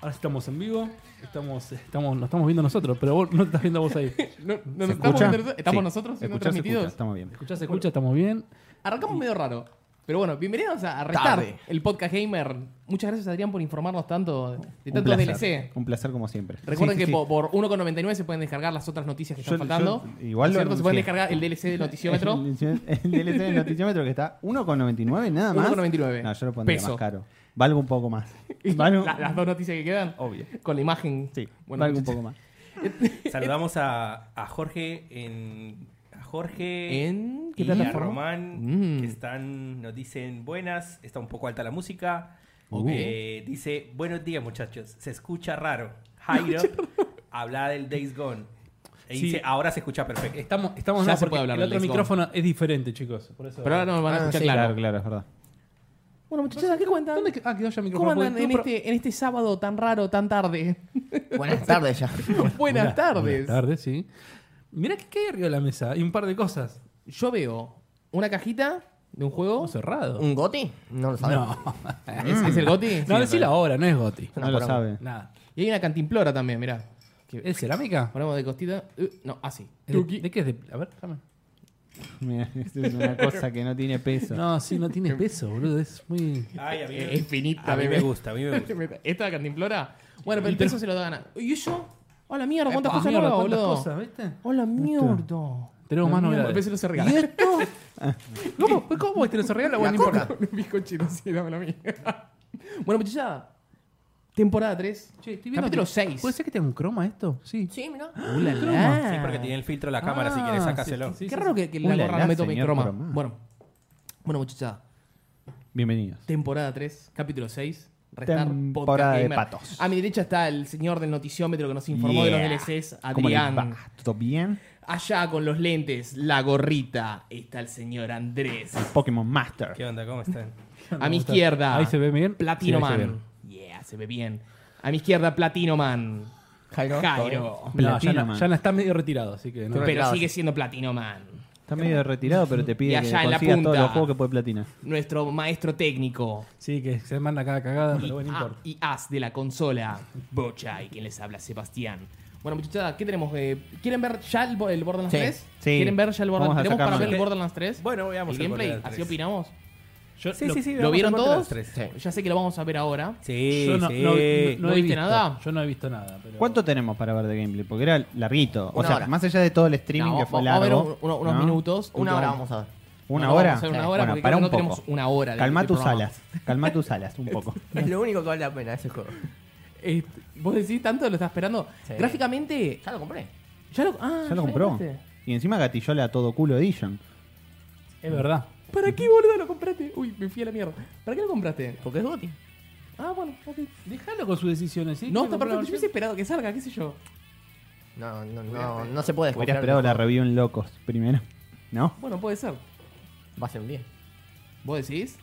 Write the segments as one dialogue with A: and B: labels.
A: Ahora estamos en vivo. Estamos, estamos, nos estamos viendo nosotros, pero vos no te estás viendo vos ahí.
B: No, no
C: ¿Se
B: nos estamos,
C: escucha?
B: viendo- estamos
C: Sí.
B: nosotros siendo
C: Escuchá, se
B: transmitidos.
C: escucha, estamos bien.
A: Escuchá, se escucha, estamos bien.
B: Arrancamos medio raro. Pero bueno, bienvenidos a Retar,
D: Tarde.
B: el podcast gamer. Muchas gracias, Adrián, por informarnos tanto de- de
C: Un
B: tantos
C: placer,
B: DLC.
C: un placer como siempre.
B: Recuerden
C: Sí, sí,
B: que
C: sí.
B: po- por 1,99 se pueden descargar las otras noticias que
C: Yo-
B: están faltando.
C: yo igual
B: ¿Cierto?
C: lo
B: Se
C: anuncié.
B: pueden descargar el DLC del noticiómetro.
C: El, el DLC del noticiómetro que está 1,99 nada más.
B: 1,99.
C: No, yo lo pondría
B: Peso.
C: más caro. Valgo un poco más.
B: Y
C: Valgo,
B: la- las dos noticias que quedan.
C: Obvio.
B: Con la imagen.
C: Sí,
B: Bueno,
C: valgo un poco más.
D: Saludamos a, a Jorge en. A Jorge.
B: ¿En qué
D: y a
B: plataforma?
D: Román,
B: Mm.
D: que están, nos dicen buenas, está un poco alta la música.
B: Ok.
D: Eh, dice, buenos días muchachos, se escucha raro. Jairo habla del Days Gone. Y
A: Sí.
D: dice, ahora se escucha perfecto. Eh,
A: Estamos, estamos
B: Ya
A: no,
B: se
A: porque
B: puede hablar
A: el
B: del
A: otro
B: Days
A: micrófono es diferente, chicos. Por eso,
B: Pero ahora nos van a
C: Ah,
B: escuchar
C: sí,
B: claro.
C: claro, claro, es verdad.
B: Bueno, muchachos, ¿qué cuentan?
A: ¿Dónde que- ah, quedó ya el
B: ¿Cómo
A: micrófono?
B: andan
A: Porque
B: en
A: tú, pero-
B: este, en este sábado tan raro, tan tarde?
D: Buenas tardes ya.
B: Buenas, tardes.
A: Buenas tardes, sí. Mirá que hay arriba de la mesa. Hay un par de cosas.
B: Yo veo una cajita de un juego.
A: Todo cerrado.
E: ¿Un goti? No lo sabemos.
A: No.
B: ¿Es, es el Goti?
A: mm. No, decilo ahora, no es Goti.
C: No lo sabe.
A: Nada.
B: Y hay una cantimplora también, mirá. Que
A: ¿Es cerámica?
B: ponemos de costita. Uh, no, así.
A: ¿De, de qué es? De, a ver, déjame.
C: Mira, esto es una cosa que no tiene peso.
A: No, sí, no tiene peso, boludo. Es muy.
D: Ay, a mí,
B: Es finita.
D: a mí me
B: bebé.
D: gusta, a mí me gusta.
B: Esta cantimplora. Bueno, pero el peso se lo da ganar. ¿Y yo? Hola mierda, ¿cuántas
A: Epa,
B: cosas
A: Ah, mierda,
B: nuevas,
A: cuántas
B: boludo?
A: cosas, ¿viste?
B: Hola mierda.
A: Tenemos más
B: La mierda,
A: novedades.
B: El peso no se regala.
A: ¿Y esto? ¿Cómo? ¿Pues ¿Cómo? ¿Te lo se regala? Bueno,
E: La
A: no importa.
E: coca.
B: Un bizcochito, sí, dámelo a mí. bueno, muchachada. Temporada 3.
A: Che, estoy viendo
B: capítulo
A: que-
B: 6.
A: ¿Puede ser que tenga un croma esto? Sí.
E: Sí, mira.
A: Hola, croma.
D: Sí, porque tiene el filtro de la cámara, si quieres, sácaselo.
A: sí, sí,
B: Qué
A: sí.
B: raro que, que la
C: Ulala,
B: gorra no me tome
C: señor
B: croma.
C: cromado.
B: Bueno. Bueno, muchachada.
C: Bienvenidos.
B: Temporada 3, capítulo 6. Restar
C: Temporada
B: Podcast
C: de
B: Gamer.
C: patos.
B: A mi derecha está el señor del noticiómetro que nos informó de
C: Yeah.
B: los DLCs,
C: ¿Cómo les va?
B: Adrián.
C: ¿Todo bien?
B: Allá con los lentes, la gorrita, está el señor Andrés.
C: Pokémon Master.
D: ¿Qué onda? ¿Cómo están?
B: A mi izquierda,
A: Ahí se ve bien.
B: Platino
A: Sí, ahí se
B: Man. Yeah, se ve bien. A mi izquierda, Platino Man.
E: Jairo.
B: Jairo.
A: ve. No,
C: Platino
A: ya, no-
C: Man.
A: ya no está medio retirado, así que no.
E: Pero-
B: Pero
E: retirado,
B: sigue
E: sí.
B: siendo Platino Man.
C: Está medio retirado, pero te
B: Y
C: pide que
B: allá en la
C: consigas
B: punta.
C: todos los juegos que puede platinar.
B: Nuestro maestro técnico.
A: Sí, que se manda cada cagada, pero bueno, no
B: Ah,
A: importa.
B: y as de la consola, Bocha, y quien les habla, Sebastián. Bueno, muchachada, ¿qué tenemos? eh? ¿Quieren ver ya el, bo- el Borderlands
E: Sí,
B: 3?
C: sí.
B: ¿Quieren ver ya el
C: Vamos
B: Borderlands
C: a
B: 3? para
C: sacarnos.
B: ver el Borderlands 3?
D: Bueno, veamos
B: el
D: el
B: gameplay,
D: Borderlands
B: así
D: 3.
B: opinamos.
A: Yo,
D: Sí,
A: lo-
D: sí, sí.
B: ¿Lo
D: veamos
B: vieron
D: el Borderlands
B: todos?
D: tres.
E: Sí.
B: Ya sé que lo vamos a ver ahora.
D: Sí,
A: yo no,
D: sí.
A: no- no- no he
B: viste
A: visto.
B: nada?
A: Yo no he visto nada. Pero...
C: ¿Cuánto tenemos para ver de gameplay? Porque era larguito. O
E: Una
C: sea,
E: hora.
C: más allá de todo el streaming
B: No,
C: que fue
B: vamos a ver
C: largo.
B: un- uno- unos
C: ¿no?
B: minutos.
E: Una hora
B: último-
E: vamos a ver.
C: ¿Una
B: No, no,
C: hora?
B: vamos a hacer una
C: Sí.
B: hora
C: bueno,
B: porque
C: para
B: creo
C: un
B: que no
C: poco.
B: tenemos una hora de-
C: Calma
B: de
C: tus
B: programa.
C: alas. Calma tus alas un poco.
E: Es lo único que vale la pena ese juego.
B: Eh, ¿Vos decís tanto? ¿Lo estás esperando?
E: Sí.
B: Gráficamente,
E: Ya lo compré.
B: ya lo, ah,
C: Ya lo compró.
B: compraste.
C: Y encima gatillola a todo culo Edition.
A: Es verdad.
B: ¿Para qué, boludo, lo compraste? Uy, me fui a la mierda. ¿Para qué lo compraste?
E: Porque es Goti.
B: Ah, bueno, ok.
A: Déjalo con sus decisiones, ¿sí?
B: No,
A: Que
B: está
A: compraba
B: perfecto. Yo hubiese esperado que salga, qué sé yo.
E: No, no, no, no se puede
C: Hubiera
E: desconfiar
C: esperado
E: de
C: la
E: un juego.
C: review en Locos primero. ¿No?
B: Bueno, puede ser.
E: Va a ser un 10.
B: ¿Vos decís?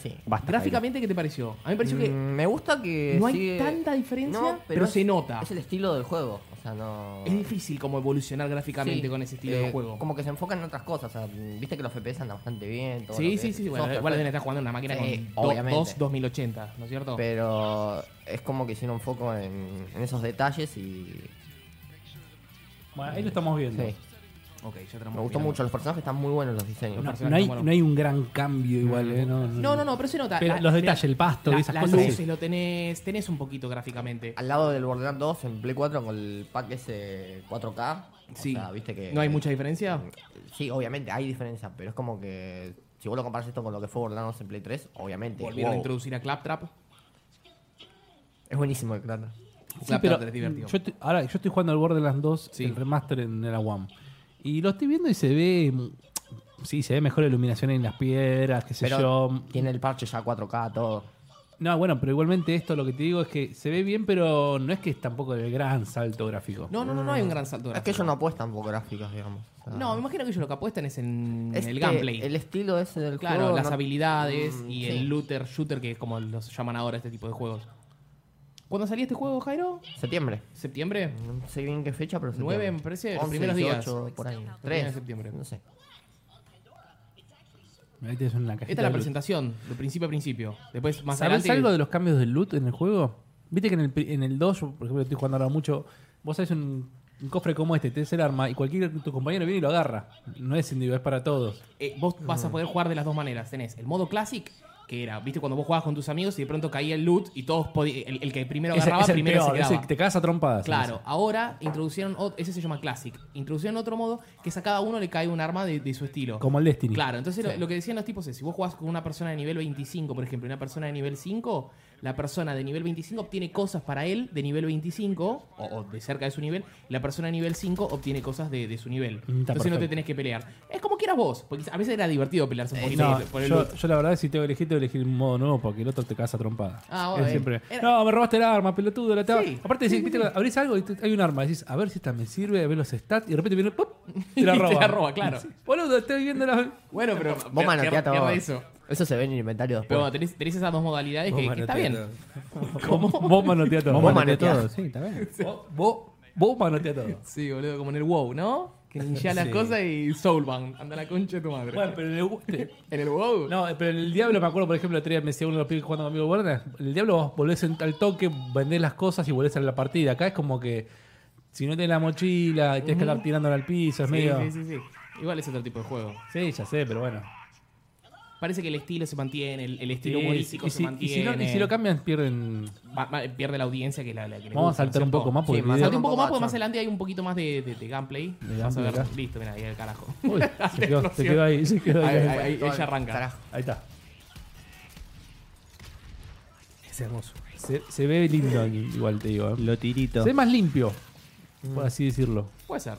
E: Sí.
C: Basta.
B: Gráficamente, ¿qué te pareció? A mí me pareció
E: Mm,
B: que
E: Me gusta que.
B: no hay
E: sigue-
B: tanta diferencia,
E: No,
B: pero, se
E: es-
B: nota.
E: Es el estilo del juego. O sea, no.
B: Es difícil como evolucionar gráficamente
E: Sí.
B: con ese estilo
E: Eh,
B: de juego.
E: Como que se enfocan en otras cosas. O sea, viste que los FPS andan bastante bien. todo lo
B: Sí,
E: que
B: sí,
E: es
B: sí. Bueno,
E: software, pues,
B: igual deben
E: pero-
B: estar jugando en una máquina
E: Sí,
B: con do-
E: obviamente.
B: dos 2080, ¿no es cierto?
E: Pero es como que hicieron foco en, en esos detalles y.
A: Bueno, ahí lo estamos viendo.
E: Sí.
B: ok, ya tenemos
E: Me gustó mucho. Los personajes están muy buenos los diseños.
A: No, no hay, no hay un gran cambio igual, ¿eh? No,
B: No, no, no, pero se nota.
A: Pero
B: La-
A: los
B: mira,
A: detalles, el pasto,
B: la-
A: esas
B: las
A: cosas.
B: luces lo tenés, tenés un poquito gráficamente.
E: Al lado del Borderlands 2 en Play 4 con el pack ese 4K.
B: Sí.
E: O sea, viste que.
B: ¿No hay mucha diferencia?
E: Sí, obviamente hay diferencia, pero es como que. Si vos lo comparas esto con lo que fue Borderlands 2 en Play 3, obviamente.
B: Volvieron a
E: wow.
B: introducir a Claptrap.
E: Es buenísimo el cráter.
A: Sí,
B: Claptrap
A: pero
B: es divertido.
A: Yo estoy- ahora, yo estoy jugando al Borderlands 2,
B: Sí.
A: el remaster en la WAM. Y lo estoy viendo y se ve. mm, Sí, se ve mejor la iluminación en las piedras, qué sé
E: Pero
A: yo.
E: tiene el parche ya 4K, todo.
A: No, bueno, pero igualmente esto lo que te digo es que se ve bien, pero no es que es tampoco el gran salto gráfico.
B: No, no, no, no hay un gran salto
E: Es
B: gráfico.
E: que ellos no apuestan por gráficos, digamos. O sea,
B: No, este, me imagino que ellos lo que apuestan es en
E: es
B: el
E: que
B: gameplay.
E: El estilo ese del
B: claro,
E: juego.
B: las
E: no-
B: habilidades
E: Mm,
B: y
E: sí.
B: el looter shooter, que es como los llaman ahora este tipo de juegos. ¿Cuándo salía este juego, Jairo?
E: Septiembre.
B: ¿Septiembre?
E: No sé bien qué fecha, pero septiembre.
B: Nueve, me parece, los
E: 11,
B: primeros días.
E: 18, por ahí.
B: primeros de
E: 3
B: septiembre.
E: No sé.
A: Ahí tenés una cajita
B: Esta es
A: de
B: la
A: loot.
B: presentación, de principio a principio. Después, más
A: ¿Sabés
B: adelante.
A: algo de los cambios del loot en el juego? Viste que en el, pri- en el 2, yo, por ejemplo, estoy jugando ahora mucho. Vos sabés un, un cofre como este, tenés el arma y cualquier de tus compañeros viene y lo agarra. No es individual, es para todos.
B: Eh, vos vas a poder jugar de las dos maneras. Tenés el modo classic, que era, viste, cuando vos jugabas con tus amigos y de pronto caía el loot y todos podi- el, el que primero
A: Ese-
B: agarraba,
A: ese es el
B: primero
A: peor,
B: se
A: ese
B: quedaba.
A: que te cagas a trompadas.
B: Claro, ahora introducieron, ot- ese se llama Classic, introducieron otro modo que es a cada uno le cae un arma de, de su estilo.
A: Como el Destiny.
B: Claro, entonces lo, lo que decían los tipos es, si vos jugás con una persona de nivel 25, por ejemplo, y una persona de nivel 5, la persona de nivel 25 obtiene cosas para él de nivel 25 o, o de cerca de su nivel, y la persona de nivel 5 obtiene cosas de, de su nivel. entonces no te
A: Mm, perfecto. Eh,
B: tenés que pelear. Es como quieras vos, porque a veces era divertido pelearse un poquito
A: No,
B: por- por el
A: yo,
B: loot.
A: yo la verdad si tengo que elegir, tengo que elegir un modo nuevo porque el otro te caza trompada.
B: Ah,
A: Es
B: bueno,
A: siempre,
B: era-
A: No, me robaste el arma, pelotudo, la estaba.
B: Sí.
A: Aparte decís, viste, abrís algo y te- hay un arma, decís, a ver si esta me sirve, a ver los stats, y de repente viene, ¡pop! Te la
B: Y te
A: roba.
B: la roba, claro.
A: Boludo, estoy viendo la.
B: Bueno, pero
E: Vos
B: pero-
E: manoteás
B: pierde-
E: todo.
B: pierde eso.
E: Eso se ve en el inventario
B: Pero bueno,
E: después.
B: tenés, tenés esas dos modalidades que, que está bien.
A: ¿Cómo? Vos manotea todo.
E: Vos
C: Mate
E: manoteás.
C: todo, sí, está bien.
A: Vos- Vos, vos manotea todo.
B: Sí, boludo, como en el WoW, ¿no? Que ninja las
D: Sí.
B: cosas y Soulbound. Anda la concha de tu madre.
A: Bueno, pero en el,
B: En el WoW.
A: no, eh, pero en el Diablo, me acuerdo, por ejemplo, el otro día me decía uno de los pibes jugando conmigo, Werner, en el Diablo vos volvés en- al toque, vendés las cosas y volvés a la partida. Acá es como que si no tenés la mochila, y tenés que andar tirándola al piso, es
B: Sí,
A: medio...
B: sí, sí, sí. Igual es otro tipo de juego.
A: Sí, ya sé, pero bueno.
B: Parece que el estilo se mantiene, el, el
A: Sí,
B: estilo humorístico
A: y
B: se
A: si- y
B: mantiene.
A: si, no- y si lo cambian, pierden.
B: Va- va- pierde la audiencia que la, la que le
A: Vamos a
B: gusta,
A: saltar un
B: ¿cierto?
A: poco más porque
E: Sí,
A: el
E: más
A: video-
B: Salte un poco más porque más
E: Acción.
B: adelante hay un poquito más de, de- de gameplay.
A: De
B: Vas a
A: gameplay
B: ver.
A: acá.
B: Listo, mira, ahí el carajo.
A: Uy, se quedó, se quedó ahí, se quedó ahí. ahí.
B: Ahí, ahí, ahí, ella arranca.
E: Carajo.
A: está.
D: Es hermoso.
A: Se, se ve lindo, igual te digo. ¿eh?
C: Lo tirito.
A: Se ve más limpio, por así decirlo.
B: Puede ser.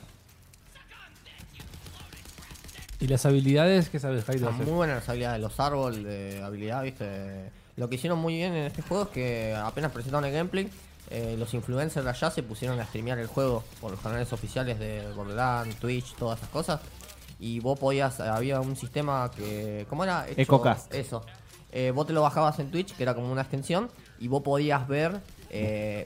A: Y las habilidades que sabes, Jairo.
E: Están
A: hacer?
E: muy buenas las habilidades, los árboles de habilidad, viste. Lo que hicieron muy bien en este juego es que apenas presentaron el gameplay, eh, los influencers de allá se pusieron a streamear el juego por los canales oficiales de Borderlands, Twitch, todas esas cosas. Y vos podías, eh, había un sistema que, ¿cómo era? Hecho-
C: Ecocast.
E: Eso. Eh, vos te lo bajabas en Twitch, que era como una extensión, y vos podías ver eh,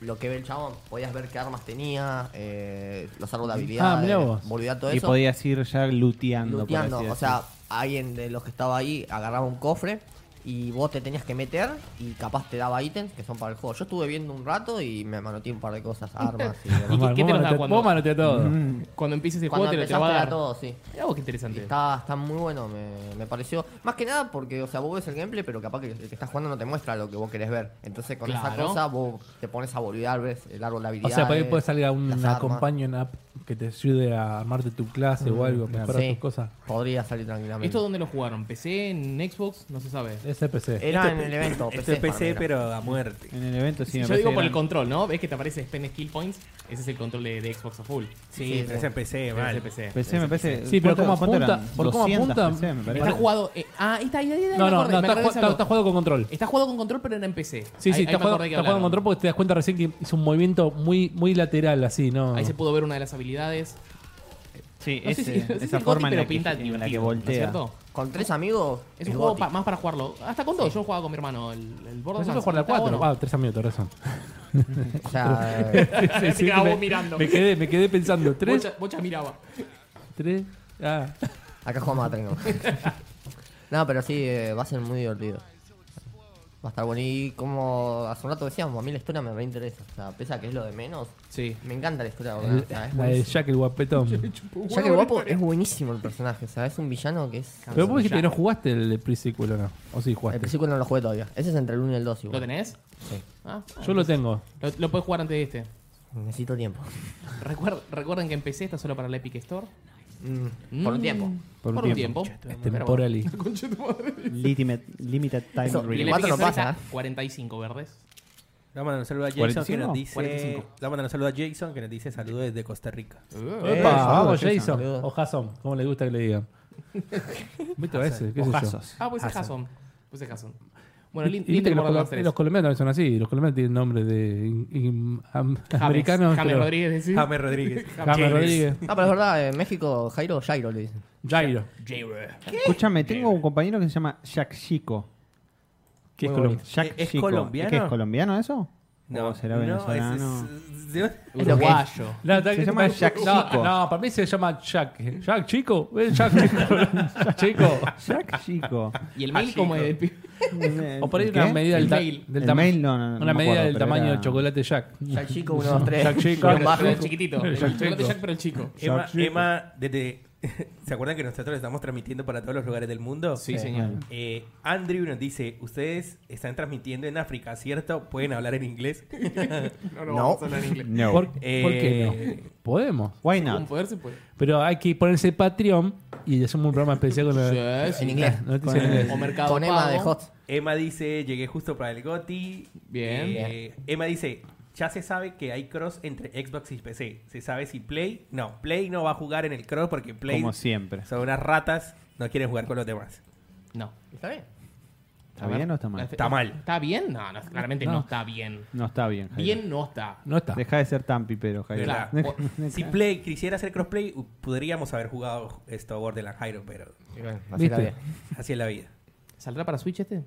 E: lo que ve el chabón. Podías ver qué armas tenía, eh, los árboles de
A: Ah, mirá
E: habilidad,
A: vos.
E: volvía todo
C: Y
E: eso
C: podías ir ya luteando. por
E: looteando.
C: así
E: O sea, alguien de los que estaba ahí agarraba un cofre y vos te tenías que meter y capaz te daba ítems que son para el juego. Yo estuve viendo un rarato y me manoteé un par de cosas, armas y demás.
A: Vos
B: qué te
A: manotea-
B: nos da cuando- Mm.
A: Vos manotea todo.
B: Cuando empieces el
E: Cuando
B: juego te lo te lo
E: empezás
B: va a
E: te da
B: dar.
E: todo, sí.
B: Mirá vos qué interesante.
E: Está, está muy bueno, me, me pareció. Más que nada porque, o sea, vos ves el gameplay, pero capaz que el que estás jugando no te muestra lo que vos querés ver. Entonces con esa
B: Claro.
E: cosa vos te pones a volver, ves el árbol de
A: O
E: habilidades.
A: sea, para que puede salir a
E: las
A: un
E: armas.
A: companion app que te ayude a armarte tu clase o algo, mejorar
E: Sí,
A: tus cosas.
E: Podría salir tranquilamente.
B: ¿Esto dónde lo jugaron? ¿PC? ¿En Xbox? No se sabe.
A: Es PC.
E: Era Ah, en el evento.
D: Esto es
E: para mí
D: PC,
E: era.
D: pero a muerte.
C: En el evento sí me
B: Yo
C: parece
B: digo
C: que
B: por el
C: eran-
B: control, ¿no? ¿Ves que te aparece Spend Skill Points? Ese es el control de, de Xbox a full.
D: Sí,
E: Sí,
D: pero
E: sí.
D: es en PC,
B: Debe ser
D: mal.
B: PC.
C: PC me parece.
A: Sí, pero
C: ¿cuánto-
A: cómo
C: cuánto
A: apunta-
C: eran?
A: por cómo
C: 200
A: apunta-
C: PC, me
B: Está
C: parece.
B: jugado. eh, ah, ahí está, ahí, ahí, ahí,
A: No,
B: me
A: no,
B: acordé,
A: no,
B: me
A: está,
B: acordé de
A: ju-
B: ese
A: está- está
B: algo.
A: jugado con control.
B: Está jugado con control, pero era en PC.
A: Sí,
B: Ahí-
A: sí,
B: ahí
A: está,
B: me
A: jugando,
B: acordé que
A: está jugando
B: hablaron.
A: control porque te das cuenta recién que hizo un movimiento muy, muy lateral, así, ¿no?
B: Ahí se pudo ver una de las habilidades.
C: Sí,
B: No sé
C: ese-
B: si- no sé si
C: esa
B: el
C: forma
B: Gothic,
C: en la
B: pero pinta
C: que- en la que
B: divertido, ¿no es
C: voltea.
B: cierto?
E: Con tres amigos.
B: Es
E: el
B: un juego
E: Gothic.
B: pa- más para jugarlo. Hasta con dos. Yo jugaba con mi hermano. El, el Borderlands.
A: Nosotros jugamos la
B: Está
A: 4.
B: bueno.
A: Ah, 3 amigos, tenés razón.
E: O sea, eh,
B: Te quedabas
A: me,
B: vos mirando.
A: me quedé, me quedé pensando. 3,
B: Bocha, Bocha miraba.
A: 3, ah.
E: Acá jugamos a tres nomás. No, pero sí, eh, va a ser muy divertido. Va a estar bueno. Y como hace un rato decíamos, a mí la historia me reinteresa. O sea, pese a que es lo de menos,
B: Sí.
E: me encanta la historia. boludo.
A: El-
E: O sea, es
A: la de
E: buenísimo.
A: Jack el guapetón.
E: Ya que el guapo es buenísimo el personaje. O sea, es un villano que es.
A: Pero vos dijiste que no jugaste el pre-sequel o no. O sí
E: El
A: jugaste.
E: principio no lo jugué todavía. Ese es entre el 1 y el 2 igual.
B: ¿Lo tenés?
E: Sí.
B: Ah,
A: Yo lo tengo.
B: lo, lo podés jugar antes de este.
E: Necesito tiempo.
B: Recuer- recuerden que empecé está solo para la Epic Store.
E: Mm, Por un
B: Mm,
E: tiempo.
B: Por, un tiempo.
A: Es
B: Pero bueno.
A: temporally.
C: Limited, limited Time
E: Eso,
B: Y
C: Release.
B: el Epic
E: Cuatro no
B: Store
E: pasa,
B: está 45 verdes.
D: Le vamos a mandar un saludo a Jason que
A: 45.
D: nos dice.
B: 45.
D: Le vamos a mandar un saludo a Jason que nos dice saludos desde Costa Rica.
A: Epa,
C: Eh,
A: vamos,
C: Jason,
A: Jason.
E: boludo.
A: O Jason, como le gusta que le digan. ¿Viste a ese? ¿Qué sé yo?
C: Ojazos.
B: Ah, pues es Jason. Pues es Jason. Bueno,
A: Y
B: lin-
A: viste
B: lindo
A: que los,
B: Borderlands
A: colo-
B: 3.
A: los colombianos también son así. Los colombianos tienen nombre de in- in- am-
B: James,
A: americanos.
B: James
A: pero-
B: Rodríguez, decís.
D: James Rodríguez.
A: James Rodríguez.
E: Ah, pero es verdad, en México, Jairo, Jairo le dicen.
A: Jairo.
C: Escúchame, tengo un compañero que se llama Jack Chico.
A: Que es
E: Muy
A: colombiano.
C: Jack
D: ¿Es- es
C: Chico.
D: colombiano?
C: ¿Qué ¿E-, es colombiano eso? ¿O Oh, será venezolano?
D: es- es-
E: Es lo que es.
B: Uruguayo.
A: No, está-
C: Se llama
A: no,
C: Jack
A: no,
C: Chico.
A: No, para mí se llama Jack. Jack Chico. eh, Jack Chico. Chico.
C: Jack Chico.
B: ¿Y el mail cómo es?
A: O por ahí
C: ¿El
A: una
C: qué?
A: medida del,
B: El
A: ta-
B: mail.
A: del
C: El
A: tama-
C: mail, no, no, no
A: Una
C: me
A: medida
C: acuerdo,
A: del
C: pero
A: tamaño
C: era-
A: del chocolate Jack.
E: Jack Chico 1, 2, 3.
A: Jack Chico.
E: Guión bajo.
B: Pero el chiquitito. El
A: Exacto.
B: chocolate Jack, pero el chico.
D: Emma,
C: Shark Chico.
D: Emma, desde. ¿Se acuerdan que nosotros estamos transmitiendo para todos los lugares del mundo?
B: Sí, señor.
D: Eh, Andrew nos dice: Ustedes están transmitiendo en África, ¿cierto? ¿Pueden hablar en inglés?
B: No,
E: No. vamos a
B: hablar en inglés.
C: No.
A: ¿Por,
D: Eh,
A: por qué no? Podemos.
C: Why
B: Con
C: not?
B: poder se puede.
A: Pero hay que ponerse Patreon y hacemos un programa especial con la, Ah,
B: Sí, sí.
E: En inglés.
A: la noticia en
B: O
A: inglés.
B: mercado
E: Con Emma de
B: Pago.
E: Hot.
D: Emma dice: Llegué justo para el GOTI.
B: Bien.
D: Eh, Emma dice: Ya se sabe que hay cross entre Xbox y PC. Se sabe si Play. No, Play no va a jugar en el cross porque Play
C: Como siempre.
D: son unas ratas, no quieren jugar con los demás.
B: No.
E: ¿Está bien?
C: ¿Está bien o está mal?
D: Está mal.
B: ¿Está bien? No, no, claramente no.
A: No.
B: está bien.
C: No está bien. Jairo.
B: Bien no está.
A: No está.
C: Deja de ser tan pipero, Jairo.
D: Claro.
B: Claro.
D: Si Play quisiera hacer crossplay, u- podríamos haber jugado esto Borderlands Hyrule, pero
E: Y bueno, así
A: ¿Viste?
E: está bien.
D: así es la vida.
B: ¿Saldrá para Switch este?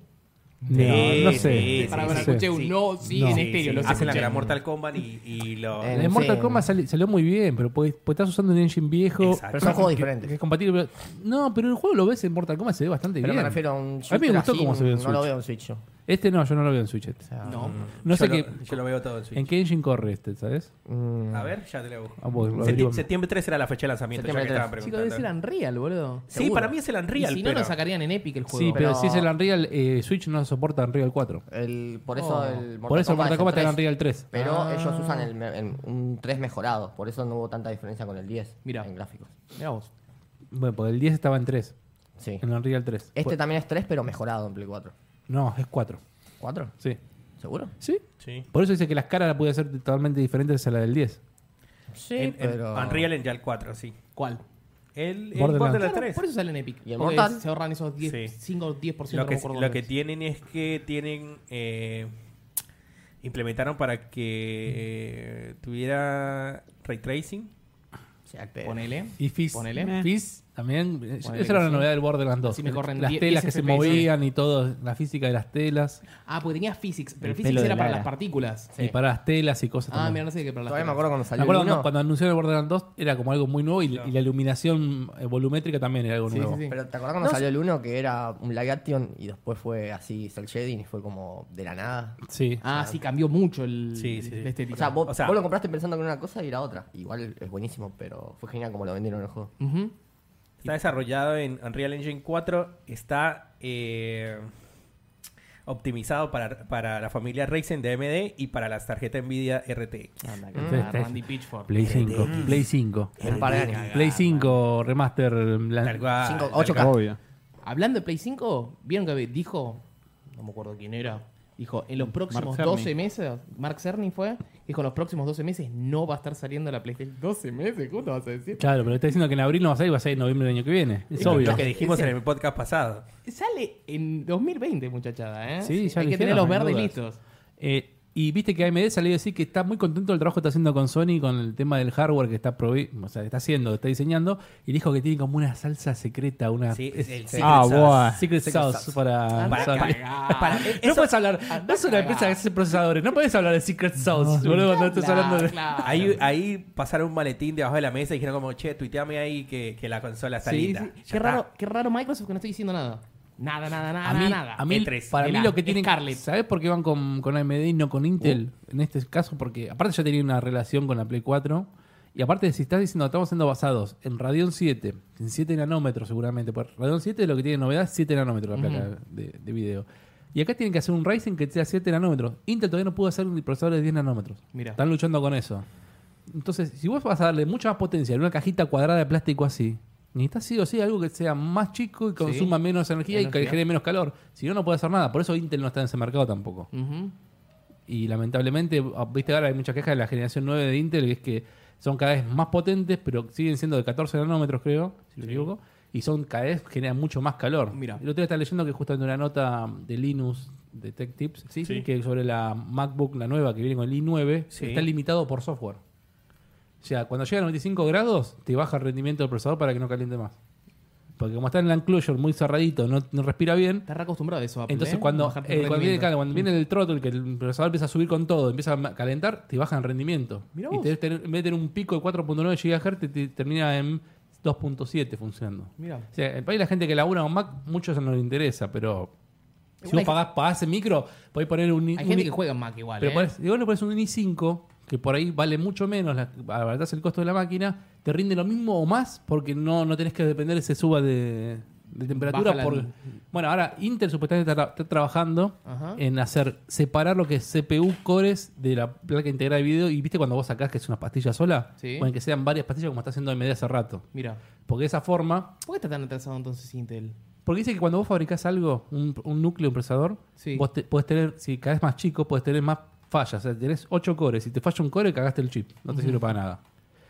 A: No, no
D: Sí, sí,
A: sé.
D: sí,
B: Para
A: No
B: ver,
D: sí.
A: sé.
B: escuché un no, sí,
A: No.
B: en estéreo. lo
D: Hacen la
B: escuché.
D: gran Mortal Kombat y, y lo...
E: Eh,
A: El Mortal
E: Sí.
A: Kombat sali- salió muy bien, pero porque, porque estás usando un engine viejo.
D: Exacto.
E: Pero son juegos
A: que- Que
E: diferentes.
A: es compatible. pero- No, pero el juego lo ves en Mortal Kombat, se ve bastante
E: Pero
A: bien.
E: me refiero a un
A: A mí me
E: shooter
A: gustó
E: así,
A: cómo se ve en
E: No lo
A: Switch.
E: veo en Switch. yo.
A: Este no, yo no lo veo en Switch. este.
E: O sea,
B: No.
A: No sé
D: yo,
A: qué,
D: lo, yo lo veo todo en Switch.
A: en qué engine corre este, ¿sabes?
E: mm,
D: A ver, ya te lo busco.
A: Ah, vos,
D: Septi-
A: averiguame.
D: septiembre 3 era la fecha de lanzamiento, ya que
E: Septiembre
D: estaban
B: Chicos, debe
D: preguntando.
B: ser Unreal, boludo.
D: sí,
E: Seguro.
D: para mí es el Unreal,
B: Y si no,
D: pero...
B: lo sacarían en Epic el juego.
A: Sí, pero,
E: pero-
A: si es el Unreal, eh, Switch no soporta Unreal 4.
E: el- por eso
B: Oh.
E: el
A: Por eso el Mortal Kombat
E: es
A: era
E: el 3,
A: Unreal 3.
E: Pero
B: Ah.
E: ellos usan el me- el- un 3 mejorado. Por eso no hubo tanta diferencia con el 10
B: Mirá.
E: en gráficos.
B: Mirá vos.
A: Bueno, porque el 10 estaba en 3,
E: Sí.
A: en pues Unreal 3.
E: Este
A: Fue-
E: también es 3, pero mejorado en Play 4.
A: No, es 4.
E: ¿4?
A: Sí.
E: ¿Seguro?
A: ¿Sí?
D: Sí.
A: Por eso dice que las caras las puede hacer totalmente diferentes a la del 10.
E: Sí,
D: En- en Unreal Engine 4, sí.
B: ¿Cuál?
D: El, el
A: Borderlands.
D: Borderlands
B: Claro,
D: 3.
B: por eso sale en Epic.
E: ¿Y el
B: porque
E: Mortal?
B: se ahorran esos 10,
D: Sí.
B: 5 o 10%
D: Lo que,
B: no me acuerdo
D: lo que
B: cuánto es.
D: tienen es que tienen. eh, implementaron para que eh, tuviera ray tracing.
B: Ponele.
A: Y Fizz.
B: Ponele.
A: Fizz también. eh,
B: Ponele
A: Esa era
B: que
A: la
B: sí.
A: novedad del Borderlands 2.
B: Así me corren
A: las
B: 10
A: telas que se
B: FPS.
A: movían y todo, la física de las telas.
B: Ah, porque tenía physics, pero
C: El
B: el physics
C: pelo de
B: era para
C: Lara.
B: las partículas.
A: Y para las telas y cosas
B: Ah,
A: también.
B: mira, no sé qué para las
E: Todavía me
B: partículas.
E: acuerdo cuando
A: Me
E: salió
A: acuerdo
E: el
A: cuando,
E: 1,
A: cuando anunciaron el Borderlands 2 era como algo muy nuevo y, y la iluminación eh, volumétrica también era algo
B: Sí,
A: nuevo.
B: sí, sí.
E: Pero ¿te acuerdas cuando salió el 1 que era un live action y después fue así cel shading y fue como de la nada?
A: Sí.
B: Ah, sí, cambió mucho el,
D: Sí, sí, sí.
B: la estética.
E: O sea, vos,
D: O sea-
E: vos lo compraste pensando que era una cosa y era otra. Igual es buenísimo, pero fue genial como lo vendieron en el juego.
B: Ujú.
D: Está desarrollado en Unreal Engine 4. Está eh, optimizado para, para la familia Ryzen de AMD y para las tarjetas NVIDIA RTX.
B: Anda,
E: Mm.
B: que Ah, Randy Pitchford.
A: Play 5. Play 5.
E: Un par de años.
A: Play 5 remaster. la-
D: Tal cual,
E: Cinco-
D: tal
E: ocho
D: cual.
C: Obvio.
B: Hablando de Play 5, ¿vieron que dijo? No me acuerdo quién era. Dijo, en los próximos
C: Cerny.
B: 12 meses, Mark Cerny fue, dijo, en los próximos 12 meses no va a estar saliendo la PlayStation. 12 meses, ¿cómo te vas a decir?
A: Claro, pero está diciendo que en abril no va a salir, va a salir en noviembre del año que viene. Es
D: Lo-
A: obvio.
D: Lo que dijimos en el podcast pasado.
B: Sale en 2020, muchachada, ¿eh?
A: Sí, ya
B: Hay
A: lo
B: que tener
A: dijeron,
B: los
A: no hay
B: verdes
A: dudas.
B: listos.
A: Eh, y viste que AMD salió a decir que está muy contento del trabajo que está haciendo con Sony, con el tema del hardware que está, provi- o sea, que está haciendo, que está diseñando, y dijo que tiene como una salsa secreta, una
D: Sí, es el Secret
C: Ah,
D: Sauce.
C: buah.
A: secret sauce para...
D: Para
A: Sony.
B: cagar.
D: Para-
A: no
D: eso-
A: puedes hablar, no es una empresa
B: a cagar.
A: que hace procesadores, no puedes hablar de secret sauce, boludo, cuando estás
B: Claro,
A: hablando de...
B: claro.
D: Ahí, ahí pasaron un maletín debajo de la mesa y dijeron como, che, tuiteame ahí que, que la consola está
B: Sí,
D: linda.
B: sí.
D: Ya
B: Qué
D: está.
B: raro, qué raro Microsoft que no estoy diciendo nada. Nada, nada, nada,
A: A mí,
B: nada. Eh,
A: a mí-
D: E3.
A: para mí
B: Era
A: lo que tienen...
B: Scarlett.
A: ¿Sabes por qué van con, con AMD y no con Intel? En este caso, porque aparte ya tenía una relación con la Play 4. Y aparte, si estás diciendo, estamos siendo basados en Radeon 7, en 7 nanómetros seguramente. Porque Radeon 7 lo que tiene novedad es 7 nanómetros la placa de, de video. Y acá tienen que hacer un Ryzen que sea 7 nanómetros. Intel todavía no pudo hacer un procesador de 10 nanómetros.
B: Mirá.
A: Están luchando con eso. Entonces, si vos vas a darle mucha más potencia en una cajita cuadrada de plástico así, necesitas sí o sí algo que sea más chico y consuma menos energía y que
B: Energía.
A: genere menos calor. Si no, no puede hacer nada. Por eso Intel no está en ese mercado tampoco.
B: Ujú.
A: Y lamentablemente, ah, viste, ahora hay muchas quejas de la generación 9 de Intel, que es que son cada vez más potentes, pero siguen siendo de 14 nanómetros, creo, si no me equivoco. Y son cada vez generan mucho más calor.
B: Mira.
A: El otro día estaba leyendo que justamente una nota de Linux de Tech Tips, que sobre la MacBook, la nueva que viene con el i9,
D: Sí.
A: está limitado por software. O sea, cuando llega a 95 grados, te baja el rendimiento del procesador para que no caliente más. Porque como está en la enclosure muy cerradito, no, no respira bien,
B: Está re acostumbrado a eso. Apple,
A: entonces,
B: ¿eh?
A: cuando,
B: Bajar tu
A: eh, cuando, viene,
B: rendimiento.
A: claro, cuando viene el throttle, que el procesador empieza a subir con todo, empieza a ma- calentar, te baja el rendimiento.
B: Mirá
A: y
B: vos.
A: te- te- en vez de tener un pico de 4.9 GHz, te, te termina en 2.7 funcionando.
B: Mirá.
A: O sea, el país, la gente que labura con Mac, muchos no les interesa, pero Si vos pagás, pagás en micro, podés poner un.
B: Hay gente que juega en Mac igual.
A: Pero
B: ¿eh?
A: ponés- si vos le pones un i5, que por ahí vale mucho menos, la- abaratás el costo de la máquina, te rinde lo mismo o más porque no, no tenés que depender de ese suba de, de
B: Baja la-
A: temperatura. por- Bueno, ahora Intel supuestamente está, tra- está trabajando
B: Ajá.
A: en hacer separar lo que es CPU cores de la placa integrada de video. Y viste cuando vos sacás que es una pastilla sola,
B: Sí.
A: bueno, que sean varias pastillas como está haciendo AMD hace rato.
B: Mira,
A: Porque de esa forma,
B: ¿por qué está tan atrasado entonces Intel?
A: porque dice que cuando vos fabricás algo, un, un núcleo, un procesador,
B: Sí.
A: vos te- podés tener, si cada vez más chico, podés tener más fallas. O sea, tenés 8 cores. Si te falla un core, cagaste el chip. No te sirve para nada.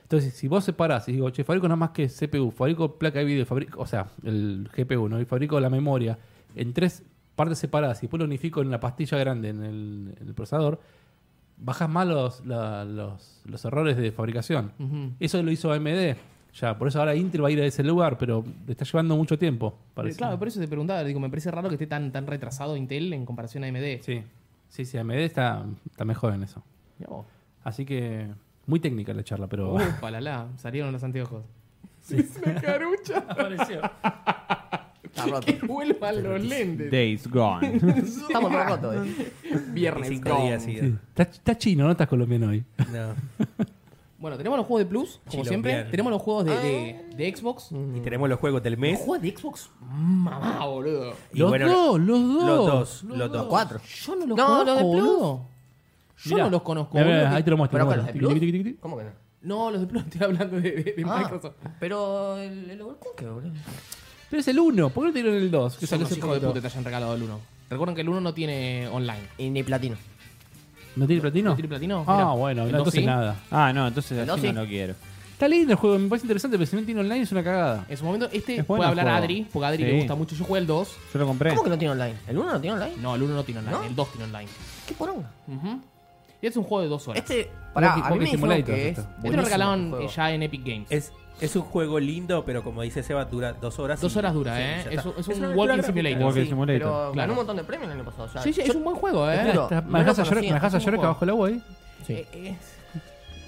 A: Entonces, si vos separás y digo, che, fabrico nada más que CPU, fabrico placa de video, fabrico, o sea, el GPU, ¿no? Y fabrico la memoria en tres partes separadas y después lo unifico en una pastilla grande en el, en el procesador, bajas más los, la- los, los errores de fabricación.
B: Ujú.
A: Eso lo hizo AMD. Ya, por eso ahora Intel va a ir a ese lugar, pero le está llevando mucho tiempo, parece.
B: Eh, Claro, por eso te preguntaba, digo, me parece raro que esté tan, tan retrasado Intel en comparación a AMD.
A: Sí, sí, sí, AMD está, está mejor en eso.
B: Mirá vos.
A: Así que muy técnica la charla, pero...
B: Upa, "Oh, la, la, salieron los anteojos. Es una carucha
A: Apareció.
E: Está roto.
B: que vuelvan los lentes.
C: Days gone.
E: Estamos todos rotos. eh.
B: Viernes.
D: Cinco
B: gone.
D: días seguidos.
A: Está, está chino, no estás colombiano hoy.
D: No.
B: Bueno, tenemos los juegos de Plus, como
D: Chilo,
B: siempre.
D: bien.
B: Tenemos los juegos de, de-
A: Ah.
B: de Xbox.
A: Mm.
D: Y tenemos los juegos del
B: Los
D: mes.
B: juegos de Xbox, mamá, boludo.
D: Y
A: los,
D: bueno,
A: dos, los dos,
D: Los dos, los
E: Los
D: dos.
E: cuatro.
B: Yo no los
E: No,
B: conozco,
E: los de Plus.
B: boludo. Yo
A: Mirá.
B: no los conozco.
A: Mirá, mirá,
B: boludo, que-
A: ahí te lo muestro.
E: Pero
A: te
E: con
A: lo
E: los de
A: muestro. Tic, tic, tic,
E: Plus.
A: tic.
E: ¿Cómo que no?
B: No, los de Plus, estoy hablando de, de- de
E: Ah,
B: Microsoft.
E: Pero el, el Overcooked, boludo.
A: Pero es el uno, ¿por qué no te dieron el dos? Que
B: Son
A: salió
B: los
A: hace
B: hijos de
A: poquito.
B: puta que te hayan regalado el 1. Recuerden que el 1 no tiene online.
E: Y ni platino.
A: ¿No tiene platino?
B: ¿No tiene platino? Mirá.
A: Ah, bueno,
B: El
A: no,
B: dos
A: entonces
B: sí.
A: nada.
C: Ah, no, entonces
E: El
C: así
E: doce.
C: no lo quiero.
A: Está lindo el juego, me parece interesante, pero si no tiene online es una cagada.
B: En su momento, este
C: Es bueno
B: puede
C: el
B: hablar a
C: juego.
B: Adri, porque a Adri le
C: Sí.
B: gusta mucho. Yo jugué el 2.
C: Yo lo compré.
E: ¿Cómo que no tiene online? ¿El uno no tiene online?
B: No, el 1 no tiene online,
E: ¿No?
B: el 2 tiene online.
E: ¿Qué poronga?
B: Ujú. Y es un juego de 2 horas. Este,
E: Este, pará,
A: Walking-
E: a mí me
A: Walking
E: dijeron
A: Simulator,
E: que es
A: esto.
B: lo
E: buenísimo el
B: regalaban
E: juego.
B: eh, ya en Epic Games.
D: Es, es un juego lindo, pero como dice Seba, dura dos horas.
B: Dos
D: y-
B: horas dura,
D: sí,
B: ¿eh?
D: ya
B: Es
D: está.
B: un- es un
D: una
B: walking
D: aventura
B: simulator.
D: gráfica.
C: Walking
E: Sí,
C: Simulator.
E: Pero ganó
B: Claro.
E: un montón de premios el año pasado. Ya.
B: sí, sí,
E: Yo-
B: es un buen juego,
E: Te
B: ¿eh?
E: juro.
A: Está-
E: no
A: ¿Me
E: lo
A: dejás a llorar-
E: conocía,
A: me dejás a
E: es un
A: llorar que
E: juego.
A: abajo el agua ahí?
E: Sí.
B: Eh, eh,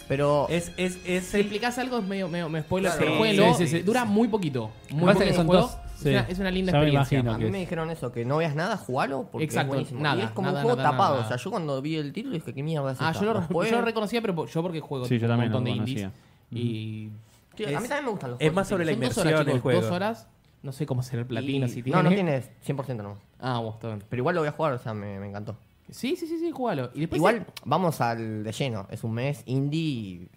E: Pero
D: Es, es, es
B: Si
D: el
B: explicás algo es medio, medio me spoiler,
E: Claro.
B: pero
D: Sí,
B: jueguenlo.
A: sí, sí, sí.
B: Dura muy poquito. Muy
A: Pasa
B: poco
A: que
B: el
A: son
B: juego.
A: dos,
B: Es,
A: sí.
B: una, es una linda
A: Ya me
B: experiencia.
A: imagino.
E: a
A: que
E: mí
A: es.
E: me dijeron eso, que no veas nada, jugalo, porque
B: Exacto,
E: es buenísimo.
B: nada,
E: y es como
B: nada,
E: un juego
B: nada,
E: tapado.
B: nada.
E: O sea, yo cuando vi el título dije, ¿qué mierda es
B: Ah,
E: esta?
B: yo lo,
E: Después-
B: yo lo reconocía, pero po- yo porque juego
C: Sí, yo
B: un
C: también
B: montón de
C: lo
B: indies.
C: conocía.
B: Y
E: Tío, a mí también me gustan los
D: es más
E: juegos
D: sobre la
B: son dos
D: inversión
B: horas,
D: del
B: chicos,
D: juego.
B: dos horas. No sé cómo será el platino,
E: Y-
B: si tiene.
E: No, no tiene 100% nomás.
B: Ah, vos, está bien.
E: Pero igual lo voy a jugar, o sea, me, me encantó.
B: Sí, sí, sí, sí, jugalo. Y después
E: igual, vamos al de lleno. Es un mes indie. y-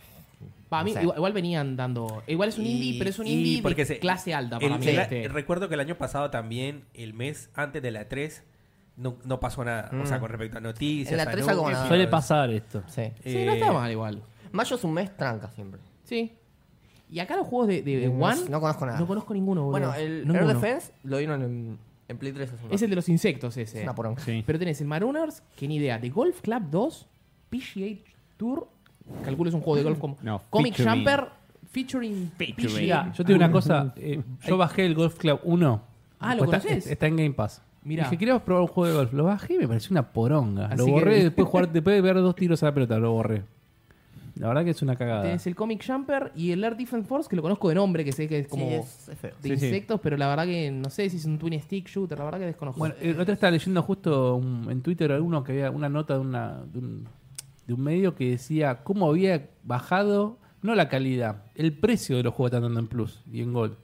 B: Para mí,
E: O sea.
B: igual, igual venían dando. Igual es un
E: Y-
B: indie, pero es un
D: y
B: indie de
D: se-
B: clase alta para
D: el-
B: mí.
D: el-
B: este.
D: Recuerdo que el año pasado también, el mes antes de la 3, no, no pasó nada. O
B: Mm.
D: sea, con respecto a noticias.
E: En
B: E
E: la 3 algo
D: anuncios.
E: nada.
A: Suele pasar esto.
E: Sí.
B: Sí, no
D: eh,
B: está mal igual.
E: Mayo es un mes tranca siempre.
B: Sí. Y acá los juegos de, de- de
E: No-
B: One.
E: no conozco nada.
B: No conozco ninguno, boludo.
E: Bueno, el
B: Ninguno.
E: Air Defense lo dieron en, en Play 3 hace un
B: Es el
E: rato.
B: de los insectos ese.
E: Es una poronga.
C: Sí.
B: Pero tenés el Marooners, que ni idea. The Golf Club 2, PGA Tour. Calculo es un juego de golf como.
C: No,
B: Comic
C: featuring.
B: Jumper, featuring,
C: Featuring.
B: PGA.
A: Yo te digo una cosa, eh, yo bajé el Golf Club 1.
B: Ah, ¿lo
A: Está-
B: conocés?
A: Está en Game Pass.
B: Mirá.
A: Dije, quería probar un juego de golf. Lo bajé y me pareció una poronga.
B: Así
A: lo
B: que-
A: borré y después, jugar, después de ver dos tiros a la pelota, lo borré. La verdad que es una cagada.
B: Tenés el Comic Jumper y el Air Defense Force, que lo conozco de nombre, que sé que es como.
E: Sí, es, es feo.
B: de
C: Sí, sí.
B: insectos, pero la verdad que no sé si es un twin stick shooter, la verdad que desconozco.
A: Bueno, eh, el otro estaba leyendo justo un- en Twitter alguno que había una nota de, una, de, un, de un medio que decía cómo había bajado, no la calidad, el precio de los juegos que están dando en Plus y en Gold.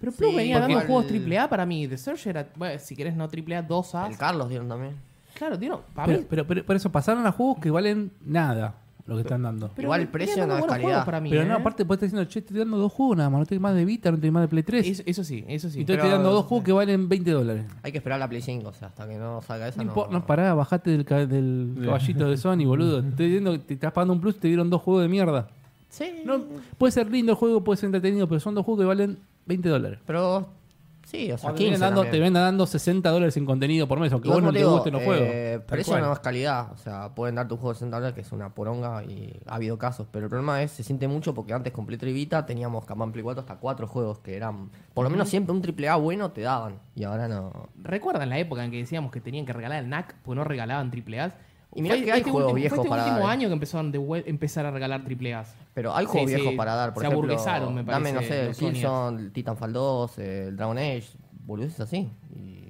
B: pero Plus
E: sí,
B: venía dando
E: porque-
B: juegos AAA para mí. The Surge era, bueno, si querés no AAA, 2A.
E: El Carlos dieron también.
B: Claro, tío, no, para
A: Pero,
B: mí.
A: pero, pero por eso pasaron a juegos que valen nada lo que están dando.
B: pero
E: Igual el
B: venían
E: precio
B: dando
E: no es
B: buenos
E: calidad.
B: juegos Para mí,
A: Pero
B: ¿eh?
A: no, aparte vos estás diciendo, che, estoy dando dos juegos nada más, no tenés más de Vita, no tenés más de Play 3.
B: Eso, eso sí, eso sí.
A: y te estoy
E: pero-
A: dando dos juegos que valen 20 dólares.
E: Hay que esperar la Play 5, o sea, hasta que no salga esa.
A: No, impo- no, pará, bajate del, ca- del caballito de Sony, boludo. Estoy diciendo que te estás pagando un plus y te dieron dos juegos de mierda.
E: Sí.
A: No, puede ser lindo el juego, puede ser entretenido, pero son dos juegos que valen 20 dólares.
E: Pero. Sí, o sea,
A: Cuando te
E: 15
A: vienen dando- te
E: también.
A: vendan dando 60 dólares en contenido por mes, aunque
E: Igual
A: vos no
E: como
A: te
E: digo,
A: gusten los juegos.
E: eh,
A: Tal
E: precio
A: cual.
E: no es calidad. O sea, pueden dar tu juego de 60 dólares, que es una poronga, y ha habido casos. Pero el problema es, se siente mucho porque antes con Play 3 y Vita teníamos capaz en Play 4 hasta 4 juegos que eran. Por lo menos siempre un AAA bueno te daban. Y ahora no.
B: ¿Recuerdan la época en que decíamos que tenían que regalar el NAC porque no regalaban triple A's?
E: Y mirá que hay juegos
B: último,
E: viejos
B: fue este
E: para
B: último
E: dar, eh.
B: año que empezaron de vuel- empezar a regalar triple A's.
E: Pero hay
B: Sí,
E: juegos
B: sí,
E: viejos para dar, por
B: se
E: ejemplo.
B: aburguesaron, me
E: Dame, no
B: parece,
E: sé, el
B: los Sonyers.
E: Killzone, el Titanfall 2, el Dragon Age, boludeces así. Y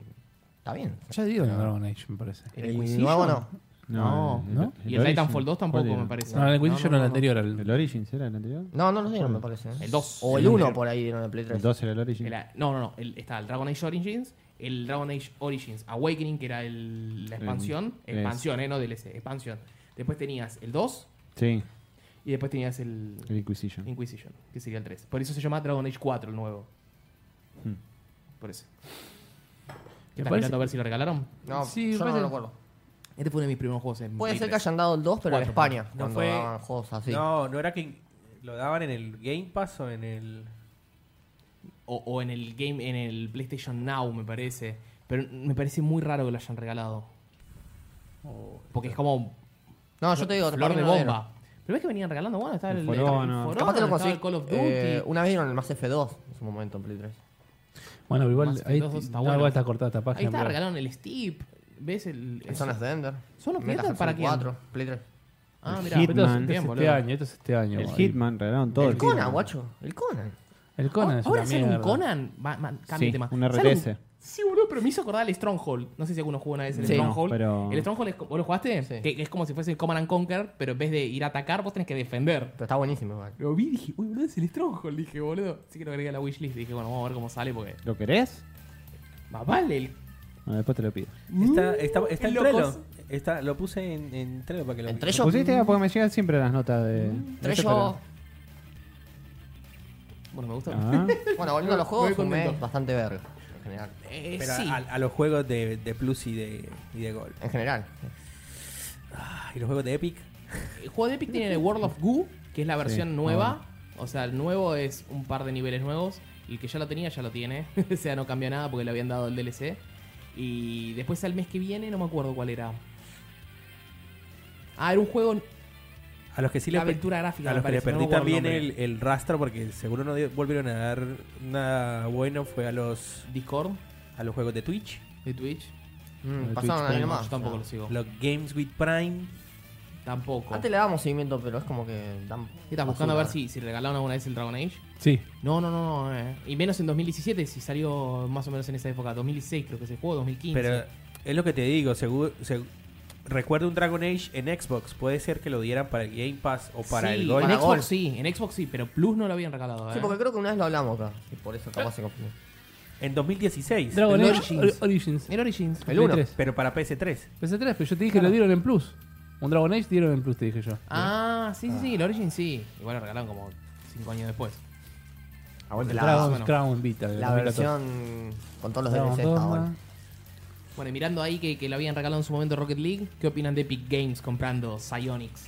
E: Está bien.
A: Ya dieron Dragon Age, me parece.
B: ¿El
E: El
B: Inquisition?
E: nuevo no.
B: No,
A: ¿no?
B: Y el Titanfall
C: Origin.
B: 2 tampoco,
C: ¿Cuál era?
B: me parece.
A: No, el Inquisition
B: No,
A: era
B: no,
A: el
B: no,
A: anterior. al-
C: ¿El Origin será el anterior?
E: No, no los dieron, me parece. ¿eh?
B: El 2.
E: O el 1 por ahí dieron el Play 3.
C: El 2 era el Origin.
B: Era- no, no, no. el- está el Dragon Age Origins, el Dragon Age Origins Awakening, que era el- la expansión.
C: El-
B: expansión, eh, no DLC, expansión. Después tenías el 2
C: Sí,
B: y después tenías el
C: el Inquisition.
B: Inquisition, que sería el 3. Por eso se llama Dragon Age 4 el nuevo.
C: Hmm.
B: Por eso.
A: Me
B: ¿Estás
A: parece-
B: mirando a ver si lo regalaron?
E: No,
A: Sí,
E: yo no
A: puede-
E: lo recuerdo.
B: Este fue uno de mis primeros juegos en
E: Puede
B: Play
E: ser que
B: 3.
E: hayan dado el 2, pero en
B: Cuatro,
E: España.
D: no
E: cuando
D: fue-
E: daban juegos así.
D: No, no era que lo daban en el Game Pass o en el.
B: O, o en el game, en el PlayStation Now, me parece. Pero me parece muy raro que lo hayan regalado. Porque es como
E: No, yo te digo,
B: flor
E: para mí
B: de
E: no lo dieron.
B: bomba. Pero ves que venían regalando, bueno, estaba el,
C: El
B: el
C: Forono.
B: el
E: Capaz te lo
B: estaba
E: conseguí.
B: el Call of Duty.
E: eh, una vez dieron el Más F2 en su momento en Play 3.
A: Bueno, pero igual
B: Más
A: ahí
B: dos, dos, está
A: no,
B: bueno.
A: igual está cortada esta
B: Ahí
A: página.
B: está,
A: pero-
B: regalaron el Steep. ¿Ves el.
E: El Zonas de Ender.
B: ¿Son los
E: Metal
B: piratas para
E: Gear
B: quién?
E: 4, Play 3.
B: Ah,
A: Pero
B: mira,
C: el
A: esto es-
C: Hitman.
A: esto es
B: Bien,
A: este
B: boludo.
A: año, esto es este año.
C: El
A: Ahí.
C: Hitman, regalaron todo.
E: El,
C: el
E: Conan,
C: Hitman.
E: guacho. El Conan.
A: El Conan es
B: Ahora
A: una
B: sale un
A: mierda.
B: Conan. Va, va, cambio de
C: Sí,
B: tema.
C: un
B: Sale
C: RTS.
B: Sí, boludo, pero me hizo acordar al Stronghold. No sé si alguno jugó una vez el
E: Sí.
B: Stronghold.
C: No, pero-
B: El Stronghold, es, co- ¿vos lo jugaste?
E: Sí.
B: Que, que es como si fuese el Command and Conquer, pero en vez de ir a atacar, vos tenés que defender.
E: Pero está buenísimo, igual.
B: Lo vi y dije, uy, boludo, es el Stronghold. Dije, boludo. Así que lo agregué a la wishlist. Dije, bueno, vamos a ver cómo sale porque.
C: ¿Lo querés?
B: Más vale el.
C: Bueno, después te lo pido.
D: Está, está, está en
B: Mm. locos.
D: Trello. Está- lo puse en, en Trello para que lo
E: ¿En
D: ubiquen.
E: Trello?
C: ¿Lo pusiste? Porque me llegan siempre las notas de... de eso,
E: Trello.
B: Bueno, me gusta.
C: pero- Ah,
E: Bueno, volviendo a los
B: Muy
E: juegos, fue un
B: contento.
E: mes bastante verga. En general.
B: Eh,
D: Pero
B: sí.
D: a, a los juegos de, de Plus y de, y de Gold.
E: En general.
D: Ah, y los juegos de Epic.
B: El Eh, juego de Epic tiene el World of Goo, que es la versión nueva. O sea, el nuevo es un par de niveles nuevos. El que ya lo tenía, ya lo tiene. o sea, no cambió nada porque le habían dado el DLC. Y después al mes que viene, no me acuerdo cuál era. Ah, era un juego
D: A los que sí
B: La
D: le pe-
B: aventura gráfica,
D: A
B: me
D: los que le
B: parece, no
D: perdí
B: me acuerdo el
D: también el,
B: nombre.
D: el rastro porque seguro no dio- volvieron a dar nada bueno. Fue a los,
B: Discord
D: a los juegos de Twitch.
B: de Twitch.
E: Mm,
C: El
E: pasaron
C: Twitch
E: ahí
C: Prime,
B: No,
E: nomás.
B: yo tampoco lo
E: O sea,
B: sigo.
D: Los Games with Prime.
B: Tampoco.
E: Antes le dábamos seguimiento, pero es como que. dan
B: ¿Qué estás buscando a ver
E: Ah, basura.
B: si, si regalaron alguna vez el Dragon Age?
A: Sí.
B: No, no, no, no. eh. Y menos en 2017, si salió más o menos en esa época. 2016 creo que se jugó, 2015.
D: Pero es lo que te digo. Seguro, segu- recuerdo un Dragon Age en Xbox. Puede ser que lo dieran para el Game Pass o para
B: Sí,
D: el Gold.
B: En
E: Para
B: Xbox
E: Gold.
B: sí, en Xbox sí, pero Plus no lo habían regalado. ¿eh?
E: Sí, porque creo que una vez lo hablamos acá. Y por eso capaz se confundió.
D: En 2016.
A: Dragon
B: El
A: Age
B: Origins.
A: Or- Origins.
B: El Origins.
E: El uno.
A: Play 3.
D: Pero para PS3.
A: PS3, pero yo te dije que lo dieron en Plus. Un Dragon Age dieron en Plus, te dije yo.
B: Ah, sí, sí, sí, el Origins sí. Igual lo regalaron como 5 años después.
E: A vuelta
A: El
E: la,
A: Dragon
B: bueno.
A: Crown Vita. del
E: la
A: 2014.
E: versión con todos los
A: Dragon
E: DLC está
A: Dogma.
E: bueno.
B: Bueno, y mirando ahí que, que lo habían regalado en su momento Rocket League, ¿qué opinan de Epic Games comprando Psyonix?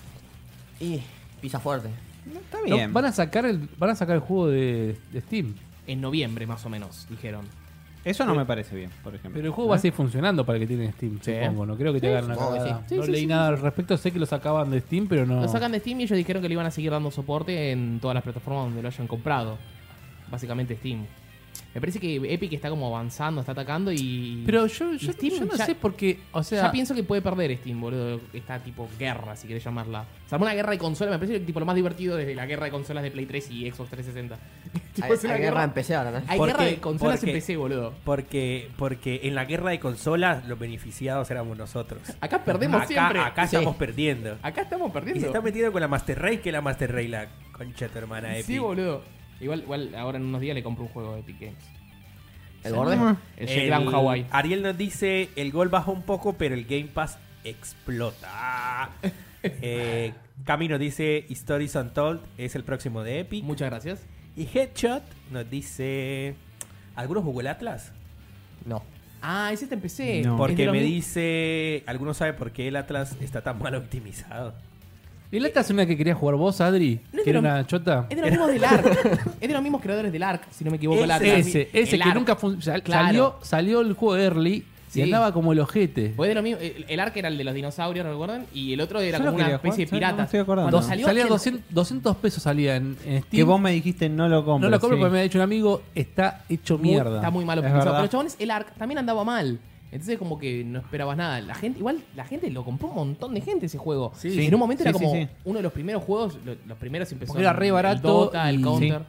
E: Y pisa fuerte.
C: está
A: No,
C: bien.
A: van, a sacar el, van a sacar el juego de, de Steam.
B: En noviembre, más o menos, dijeron.
C: Eso no me parece bien, por ejemplo.
A: Pero el juego va a seguir funcionando para el que tiene Steam,
B: Sí.
A: supongo. No creo que te hagan una
E: supongo que
A: cagada.
B: sí.
A: No
B: Sí, sí,
A: leí
B: sí,
A: nada al respecto. Sé que lo sacaban de Steam, pero no.
B: Lo sacan de Steam y ellos dijeron que le iban a seguir dando soporte en todas las plataformas donde lo hayan comprado. Básicamente Steam. Me parece que Epic está como avanzando, está atacando y.
A: Pero yo, yo,
B: Y Steam
A: yo no
B: ya-
A: sé por qué. O sea,
B: ya pienso que puede perder Steam, boludo. Esta tipo guerra, si querés llamarla. Se armó una guerra de consolas, me parece tipo lo más divertido desde la guerra de consolas de Play 3 y Xbox 360. Tipo,
E: Hay,
B: es una
E: hay guerra en PC ahora, ¿no?
B: Hay
D: ¿Por
B: guerra
D: qué?
B: de consolas
D: ¿Por
B: en
D: qué?
B: PC, boludo.
D: Porque, porque en la guerra de consolas los beneficiados éramos nosotros.
B: Acá perdemos
D: acá,
B: siempre.
D: Acá
B: Sí.
D: estamos perdiendo.
B: Acá estamos
D: Y se
B: perdiendo.
D: está metiendo con la Master Race, que la Master Race la concha de tu hermana Epic.
B: sí, boludo. Igual, igual ahora en unos días le compro un juego de Epic Games.
E: El borde.
B: El Shakedown Hawaii.
D: Ariel nos dice, el gol baja un poco, pero el Game Pass explota. eh, Cami nos dice, Stories Untold es el próximo de Epic.
B: Muchas gracias.
D: Y Headshot nos dice, ¿algunos jugó el Atlas?
E: No.
B: Ah, ese te empecé.
C: No.
B: Es de
D: Porque
B: los
D: me
B: mi-
D: dice, ¿alguno sabe por qué el Atlas está tan mal optimizado?
A: ¿Y la esta es una que querías jugar vos, Adri?
B: No es
A: que era
B: broma.
A: una chota.
B: Es de los mismos del ARC. es de los mismos creadores del ARC, si no me equivoco. el Atlas.
A: Ese, ese
B: El
A: que
B: Ark.
A: nunca fun- sal-
B: Claro.
A: salió, salió el juego early
B: Sí.
A: y andaba como el ojete.
B: Fue de lo mismo. El, el Ark era el de los dinosaurios, ¿no ¿recuerdan? Y el otro era
C: Yo lo
B: como una
C: quería
B: especie de
C: jugar, ¿sabes? No
B: pirata.
C: me estoy acordando.
B: Cuando
C: No.
B: salió.
A: salía
B: el-
A: 200, 200 pesos salía en, en Steam.
C: Que vos me dijiste no lo compres.
A: no lo compro
C: sí.
A: porque me ha dicho un amigo, está hecho
B: muy-
A: mierda.
B: Está muy mal
C: Es
B: optimizado.
C: verdad.
B: Pero chabones, el ARC también andaba mal. Entonces como que no esperabas nada. La gente, igual la gente lo compró un montón de gente ese juego.
C: Sí,
B: Y
C: sí.
B: en un momento
C: Sí,
B: era
C: sí,
B: como
C: sí.
B: uno de los primeros juegos, lo- los primeros empezó
A: Porque era re barato
B: el Dota, el
A: y-
B: Counter.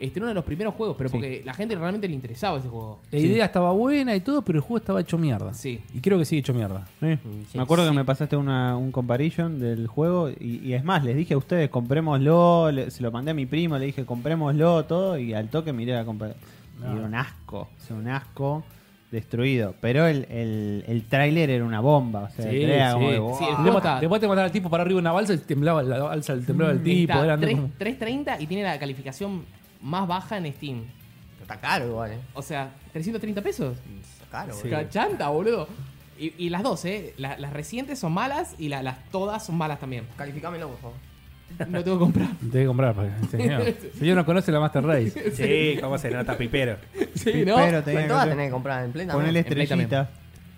B: Este, era uno de los primeros juegos, pero porque la gente realmente le interesaba ese juego.
A: La idea estaba buena y todo, pero el juego estaba hecho mierda.
B: Sí.
A: Y creo que sigue hecho mierda.
C: Eh,
E: Mm, Sí,
C: me acuerdo que me pasaste una, un comparison del juego y, y es más, les dije a ustedes, comprémoslo, le- se lo mandé a mi primo, le dije, comprémoslo, todo, y al toque miré la compra.
A: Ah.
C: Y era un asco, o sea, un asco destruido. Pero el, el, el tráiler era una bomba, o sea,
A: Sí,
C: era como
A: sí.
C: de, "Wow".
B: Sí, el
A: Después,
B: Jota.
A: después te mataban al tipo para arriba de una balsa y temblaba la balsa, temblaba el tipo.
B: Mm, Está
A: Era
B: tres-
A: como-
B: 330 y tiene la calificación más baja en Steam.
E: Está caro igual, eh.
B: O sea, 330 pesos.
E: Está caro,
D: Sí.
E: boludo.
B: Cachanta, boludo. Y, y las dos, ¿eh? La- las recientes son malas y la- las todas son malas también.
E: Calificámelo, por favor.
B: No tengo que comprar.
A: Debe comprar,
C: pues,
A: porque,
C: este
A: señor. señor no conoce la Master Race.
D: Sí, cómo se nota, pipero.
B: Sí, ¿no?
C: Pero
E: Pero
C: tenía
E: todas
C: que este.
E: tenés que comprar en Play también.
C: ponerle
B: en Play también.
C: estrellita.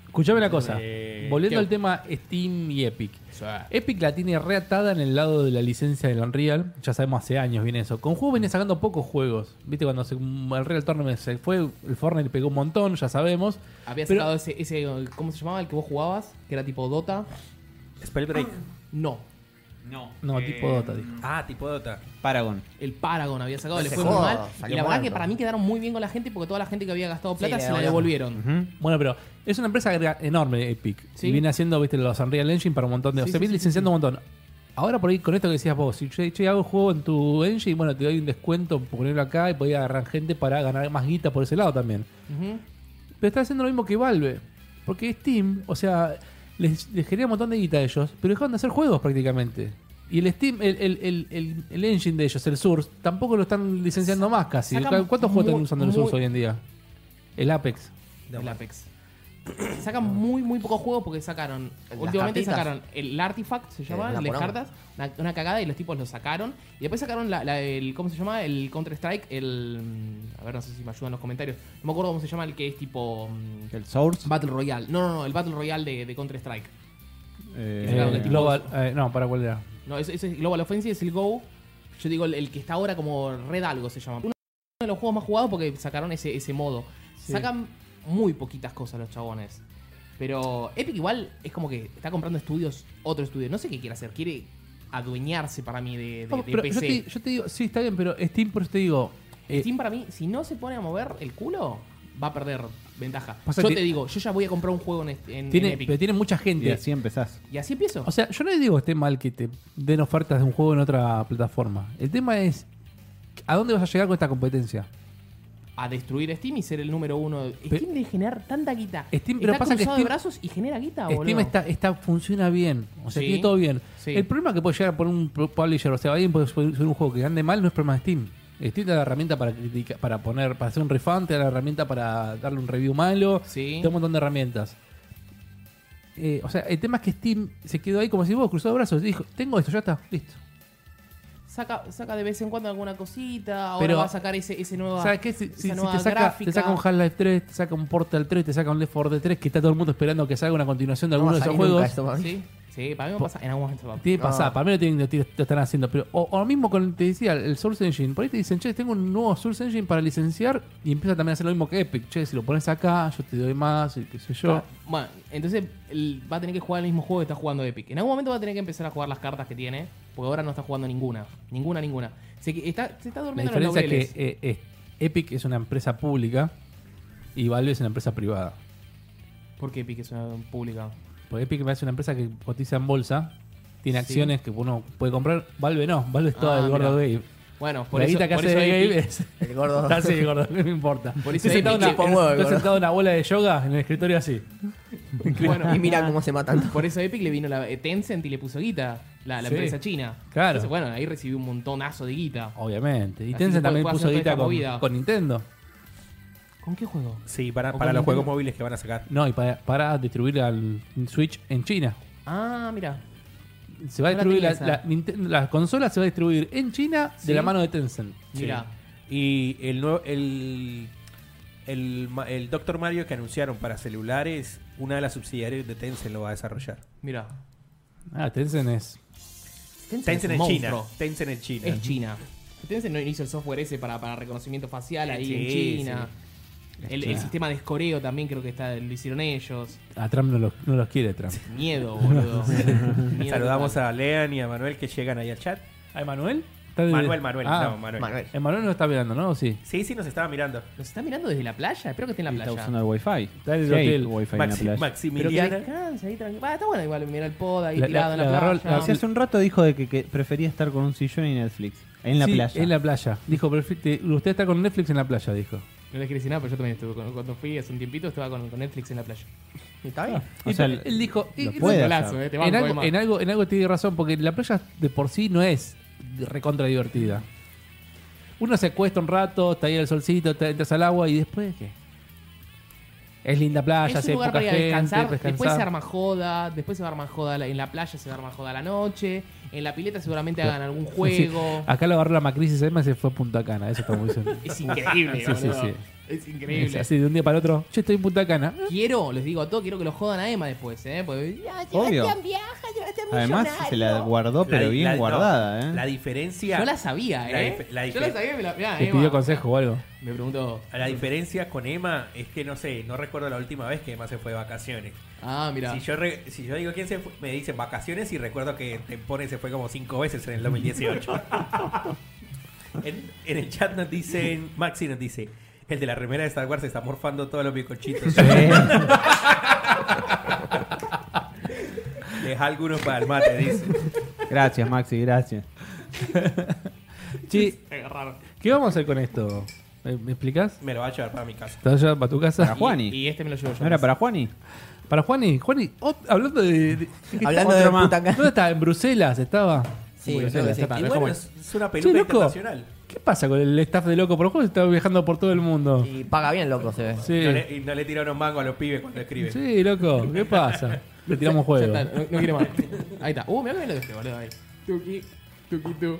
A: Escuchame una cosa.
D: Eh,
A: Volviendo
B: ¿qué?
A: al tema Steam y Epic.
B: Sí.
A: Epic la tiene reatada en el lado de la licencia del Unreal. Ya sabemos, hace años viene eso. Con juego viene sacando pocos juegos. Viste, cuando se, el Real Tournament se fue, el Fortnite le pegó un montón, ya sabemos.
B: Había
A: Pero-
B: sacado ese, ese, ¿cómo se llamaba? El que vos jugabas, que era tipo Dota.
D: Spellbreak.
B: No,
A: No, tipo Dota, dijo.
D: Ah, tipo Dota.
C: Paragon.
B: el Paragon había sacado,
E: No
B: le
E: se
B: fue muy
E: joda,
B: mal. Y
E: salió
B: la verdad
E: muerto.
B: que para mí quedaron muy bien con la gente porque toda la gente que había gastado plata
E: le
B: se la
E: devolvieron.
B: devolvieron.
A: Bueno, pero es una empresa gra- enorme, Epic.
B: Sí.
A: Y viene haciendo, viste, los Unreal Engine para un montón de. o
B: Sí,
A: sea,
B: sí,
A: viene
B: sí,
A: licenciando un montón. Ahora por ahí con esto que decías vos, si che, che, hago juego en tu engine, bueno, te doy un descuento por ponerlo acá y podía agarrar gente para ganar más guita por ese lado también.
B: Ujú.
A: Pero está haciendo lo mismo que Valve. Porque Steam, o sea, les, les genera un montón de guita a ellos, pero dejaron de hacer juegos prácticamente. Y el Steam, el, el, el, el- el engine de ellos, el Source, tampoco lo están licenciando más casi.
B: sacan
A: ¿Cuántos juegos están
B: muy-
A: usando el
B: muy-
A: Source hoy en día? El Apex.
B: el Apex. Sacan muy, muy pocos juegos porque sacaron.
E: Las
B: últimamente
E: cartitas. Eh,
B: sacaron el Artifact, se llama,
E: una
B: las
E: poronga.
B: cartas. Una, una cagada y los tipos lo sacaron. Y después sacaron la, la- el. ¿Cómo se llama? El Counter-Strike, el. mm, A ver, no sé si me ayudan en los comentarios. No me acuerdo cómo se llama el que es tipo. mm,
C: El Source.
B: Battle Royale. No, no, no, el Battle Royale de, de Counter-Strike.
C: eh,
A: Eh,
B: Claro,
A: global, eh, no, para cuál era.
B: No, ese, ese es Global Offensive, es el Go. Yo digo el, el que está ahora como Red Algo se llama. Uno de los juegos más jugados porque sacaron ese, ese modo. Sacan muy poquitas cosas los chabones. Pero Epic igual es como que está comprando estudios, otro estudio. No sé qué quiere hacer. Quiere adueñarse para mí de, de-
A: No,
B: de
A: pero yo,
B: PC.
A: te, yo te digo, sí, está bien, pero Steam, por eso te digo. eh,
B: Steam para mí, si no se pone a mover el culo, va a perder ventaja.
A: Pasa
B: yo
A: que-
B: te digo, yo ya voy a comprar un juego en, este- en-
A: tiene,
B: en Epic.
A: pero tiene mucha
C: y
A: gente.
C: así empezás.
B: Y así empiezo.
A: O sea, yo no les digo que esté mal que te den ofertas de un juego en otra plataforma. El tema es, ¿a dónde vas a llegar con esta competencia?
B: a destruir Steam y ser el número uno.
A: Pe-
B: Steam debe generar tanta guita.
A: Steam, pero
B: está
A: pasa que
B: cruzado
A: Steam-
B: de brazos y genera guita,
A: Steam
B: Ah, boludo.
A: está, está, funciona bien, o sea,
B: Sí.
A: tiene todo bien.
B: Sí.
A: El problema que puede llegar por un pu- publisher, o sea, alguien puede subir subir un juego que ande mal, no es problema de Steam. Steam te da la herramienta para criticar, para poner, para hacer un refund, te da la herramienta para darle un review malo,
B: Sí.
A: te da un montón de herramientas. Eh, o sea, el tema es que Steam se quedó ahí como si vos cruzó de brazos, dijo, tengo esto, ya está, listo.
B: Saca, saca de vez en cuando alguna cosita, ahora
A: Pero-
B: va a sacar ese, ese nuevo.
A: ¿Sabes qué? Si, si- si te, saca, te saca un Half-Life 3, te saca un Portal 3, te saca un Left 4 Dead 3, que está todo el mundo esperando que salga una continuación de
E: No va
A: alguno
E: a
A: de esos
E: salir nunca
A: juegos.
E: esto, Ah. mami.
B: Sí, sí, para mí me pasa en algún momento. va.
A: Tiene que
E: No.
A: pasar, para mí lo, tienen, lo tienen- lo están haciendo. Pero, o, o lo mismo con, te decía, el Source Engine. Por ahí te dicen, che, tengo un nuevo Source Engine para licenciar y empieza también a hacer lo mismo que Epic. Che, si lo pones acá, yo te doy más, y qué sé yo.
B: Bueno, entonces él va a tener que jugar el mismo juego que está jugando Epic. En algún momento va a tener que empezar a jugar las cartas que tiene, porque ahora no está jugando ninguna. Ninguna, ninguna. Se, que- está, se está
A: La
B: durmiendo en los
A: diferencia es que
B: laureles.
A: eh, eh, Epic es una empresa pública y Valve es una empresa privada.
B: ¿Por qué Epic es una pública?
A: Porque Epic me hace una empresa que cotiza en bolsa, tiene
B: Sí.
A: acciones que uno puede comprar. Valve no, Valve es toda
B: Ah,
A: el gordo
B: mirá.
A: Gabe.
B: Bueno, por
A: Por la
B: eso,
A: guita que
B: por
A: hace
B: eso
A: Gabe
B: Epic-
A: es.
E: El gordo.
A: Está así, gordo, no me importa.
B: Por eso
A: Estoy sentado en
B: Epic
A: una-
E: chupa huevo, el
A: estoy
E: gordo.
A: sentado en una bola de yoga en el escritorio así.
B: Bueno,
E: Y mira cómo se matan.
B: Por eso a Epic le vino la eh, Tencent y le puso guita, la, la
A: Sí,
B: empresa china.
A: claro.
B: Entonces, bueno, ahí recibió un montonazo de guita.
A: Obviamente. Y
B: Así
A: Tencent
B: puede-
A: también
B: puede
A: puso
B: hacer
A: guita
B: toda esta
A: con,
B: movida.
A: con Nintendo.
B: ¿Con qué juego?
D: Sí, para,
B: O
D: para
B: con
D: los juegos
B: Nintendo.
D: móviles que van a sacar.
A: No, y para, para distribuir al Switch en China.
B: Ah, mira.
A: Se va a
B: No la
A: distribuir la,
B: tenía
A: la
B: esa.
A: Ninten- la consola se va a distribuir en China
B: Sí.
A: de la mano de Tencent.
B: Mira.
D: Y el nuevo, el, el, ma- el Dr. Mario que anunciaron para celulares, una de las subsidiarias de Tencent lo va a desarrollar.
B: Mira.
A: Ah, Tencent es.
D: Tencent
B: es
D: en
B: un
D: China.
B: monstruo.
D: Tencent en China.
B: Es China. Tencent no hizo el software ese para, para reconocimiento facial ahí
D: Sí,
B: en China. El, el sistema de escoreo también creo que está, lo hicieron ellos.
A: A ah, Trump no los, no los quiere Trump.
B: Miedo, boludo. Miedo
D: Saludamos
B: total.
D: a Lean y a Manuel que llegan ahí al chat.
A: ¿A Emanuel? Está de-
D: Manuel, Manuel,
A: Ah,
D: no, Manuel.
E: Manuel.
A: El Manuel no está mirando, ¿no? ¿O sí?
D: Sí, sí, nos estaba mirando.
B: ¿Los está mirando desde la playa? Espero que esté en la
C: Está usando
B: playa.
C: el wifi. Está
A: el
C: sí, hay
A: hotel.
C: wifi en la
D: Maxi-
C: playa.
B: Pero que
D: Maximiliana.
B: descansa ahí tranquilo. Ah, está bueno igual mirar el pod ahí
A: La- la-
B: tirado
A: la
B: en la
A: agarró-
B: playa.
A: la-
C: Sí, hace un rato dijo de que, que prefería estar con un sillón y Netflix. En la
A: Sí,
C: playa.
A: En la playa. Dijo, perfecto, usted está con Netflix en la playa, dijo.
B: No les quiero decir nada, pero yo también estuve con- cuando fui hace un tiempito, estaba con, con Netflix en la playa.
E: Está bien.
C: O
A: Y
C: sea,
A: él él dijo, y-
C: lo
A: y-
C: puede
B: golazo,
C: hacer.
B: eh, te banco,
A: en,
B: eh,
A: algo,
B: Mar.
A: en, algo, en algo tiene razón, porque la playa de por sí no es recontra divertida. Uno se acuesta un rato, está ahí el solcito, te entras al agua y después, ¿qué? Es linda playa,
B: es
A: hace
B: un lugar
A: poca
B: para ir a
A: gente,
B: descansar, después
A: descansar.
B: se arma joda, después se va a armar joda la- en la playa, se va a armar joda a la noche, en la pileta seguramente hagan algún
A: Sí,
B: juego.
A: Acá lo agarró la Macrisis Emma y se fue a Punta Cana, eso está muy bien.
B: Es increíble,
A: Sí, sí,
B: boludo.
A: sí.
B: Es increíble.
A: Así de un día para el otro, yo estoy en Punta Cana.
B: Quiero, les digo a todos, quiero que lo jodan a Emma después, ¿eh? Porque, "Ya,
C: Obvio. Además, se la guardó, pero
D: La-
C: bien
D: la- no,
C: guardada, ¿eh?
D: La diferencia.
B: yo la sabía,
D: La
B: ¿eh?
D: dif- la
B: yo la
D: dif-
B: sabía, me la... mirá,
A: Te
B: Emma.
A: pidió consejo o algo.
B: Me preguntó,
D: La diferencia con Emma es que no sé, no recuerdo la última vez que Emma se fue de vacaciones.
B: ah, mira,
D: Si yo, re- si yo digo quién se fue, me dicen vacaciones y recuerdo que Tempone se fue como cinco veces en el 2018. en, en el chat nos dicen, Maxi nos dice, el de la remera de Star Wars se está morfando todos los bicochitos. Deja algunos para el mate, dice.
C: Gracias, Maxi, gracias.
A: Che, ¿qué vamos a hacer con esto? ¿Me, me explicas?
D: Me lo va a llevar para mi casa.
A: ¿Te vas a llevar para tu casa?
C: Para Juani.
B: y este me lo llevo yo.
C: ¿No era para Juani?
A: Para Juani, Juani, ot- hablando de. de-
E: Hablando de
C: Otro más.
E: puta
A: ¿Dónde estaba? ¿En Bruselas estaba?
E: Sí,
B: Bueno,
E: creo que
B: ya
E: sí.
B: está,
D: Y
B: no es
D: bueno,
B: como-
D: es, es una
A: Che,
D: peluca
A: loco,
D: internacional.
A: ¿qué pasa con el staff de Loco por Juego? Está viajando por todo el mundo.
E: Y paga bien, loco, se ve.
A: Sí,
D: No le, y no le tira unos mangos a los pibes cuando escriben.
A: sí, loco, ¿qué pasa? Le tiramos
B: Ya
A: juego.
B: está, no, no quiero más. Ahí está. Uh, mirá que me lo dejé, boludo. Ahí. Tuqui, tuqui, tu.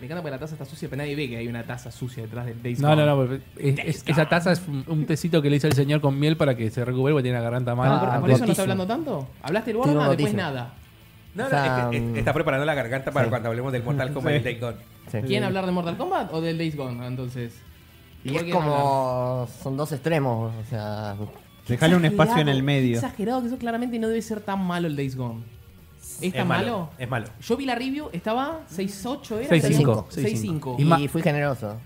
B: Me encanta porque la taza está sucia, pero nadie ve que hay una taza sucia detrás del Days
A: No, no,
B: Gone.
A: no. porque es- es- esa taza es un un tecito que le hizo el señor con miel para que se recupere porque tiene la garganta
B: Ah,
A: mal.
B: ¿Por,
E: Ah,
B: por eso no está
E: rotísimo.
B: hablando tanto? ¿Hablaste el
E: Tiene
B: Warhammer?
E: un
B: Después
E: rotísimo.
B: nada.
D: No, no,
E: O sea,
D: es que- es-
E: mm,
D: está preparando la garganta para
E: sí.
D: cuando hablemos del Mortal Kombat y Take Gone.
E: Sí.
B: ¿Quieren hablar de Mortal Kombat o del Days Gone, entonces?
E: Y
B: ¿Por
E: es
B: qué hablar?
E: como. Son dos extremos. O sea.
C: Dejale un espacio en
B: Exagerado,
C: el medio.
B: Exagerado, que eso claramente no debe ser tan malo el Days Gone. ¿Es tan malo?
D: Es malo.
B: Yo vi la review, estaba 6.8, ¿era?
A: 6-5.
B: 6.5.
A: Y ma-
E: Y fui generoso.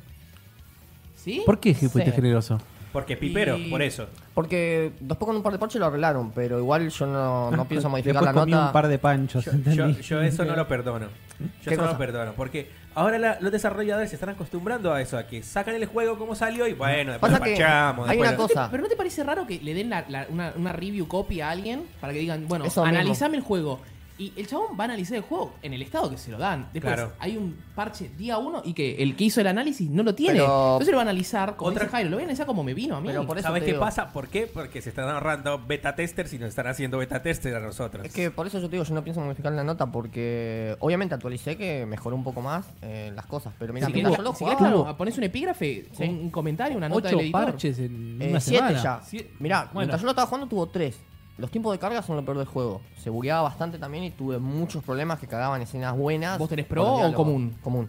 B: ¿Sí?
A: ¿Por qué fuiste
E: Sí.
A: generoso?
D: Porque pipero,
B: Y-
D: por eso.
E: Porque después con un par de parches lo arreglaron, pero igual yo no, no pienso modificar
C: Después
E: la
C: comí
E: nota.
C: un par de panchos,
D: Yo,
C: ¿entendí?
D: yo eso no lo perdono. Yo
E: ¿Qué
D: eso no lo
E: cosa?
D: perdono. Porque ahora la- los desarrolladores se están acostumbrando a eso, a que sacan el juego como salió y bueno, después
E: Pasa
D: lo
E: que
D: parchamos.
E: hay
D: después
E: una
D: lo-
E: cosa.
B: Pero ¿no te parece raro que le den la- la- una, una review copy a alguien para que digan, bueno,
E: Eso mismo.
B: analizame el juego? Y el chabón va a analizar el juego en el estado que se lo dan. Después
D: Claro.
B: hay un parche día uno y que el que hizo el análisis no lo tiene.
E: Pero-
B: Entonces lo va a analizar como
D: Otra-
B: dice Jairo, lo voy a analizar como me vino a mí.
E: Pero por eso
D: ¿Sabes
E: te
D: qué
E: digo.
D: pasa? ¿Por qué? Porque se están ahorrando beta testers y nos están haciendo beta testers a nosotros.
E: Es que por eso yo te digo, yo no pienso modificar la nota porque obviamente actualicé que mejoró un poco más eh, las cosas, pero mira,
B: si
E: mientras
B: querés,
E: yo lo
B: si querés,
E: jugaba,
B: claro, pones un epígrafe,
E: Sí.
B: un, un comentario, una nota
A: Ocho
B: del editor.
A: parches en
E: eh,
A: una
E: siete
A: semana.
E: ya.
A: Sie-
E: Mirá,
A: bueno,
E: mientras yo lo estaba jugando tuvo tres. Los tiempos de carga son lo peor del juego. Se bugueaba bastante también y tuve muchos problemas que cagaban escenas buenas.
B: ¿Vos tenés
E: por
B: pro
E: los
B: o
E: diálogos.
B: común?
E: Común.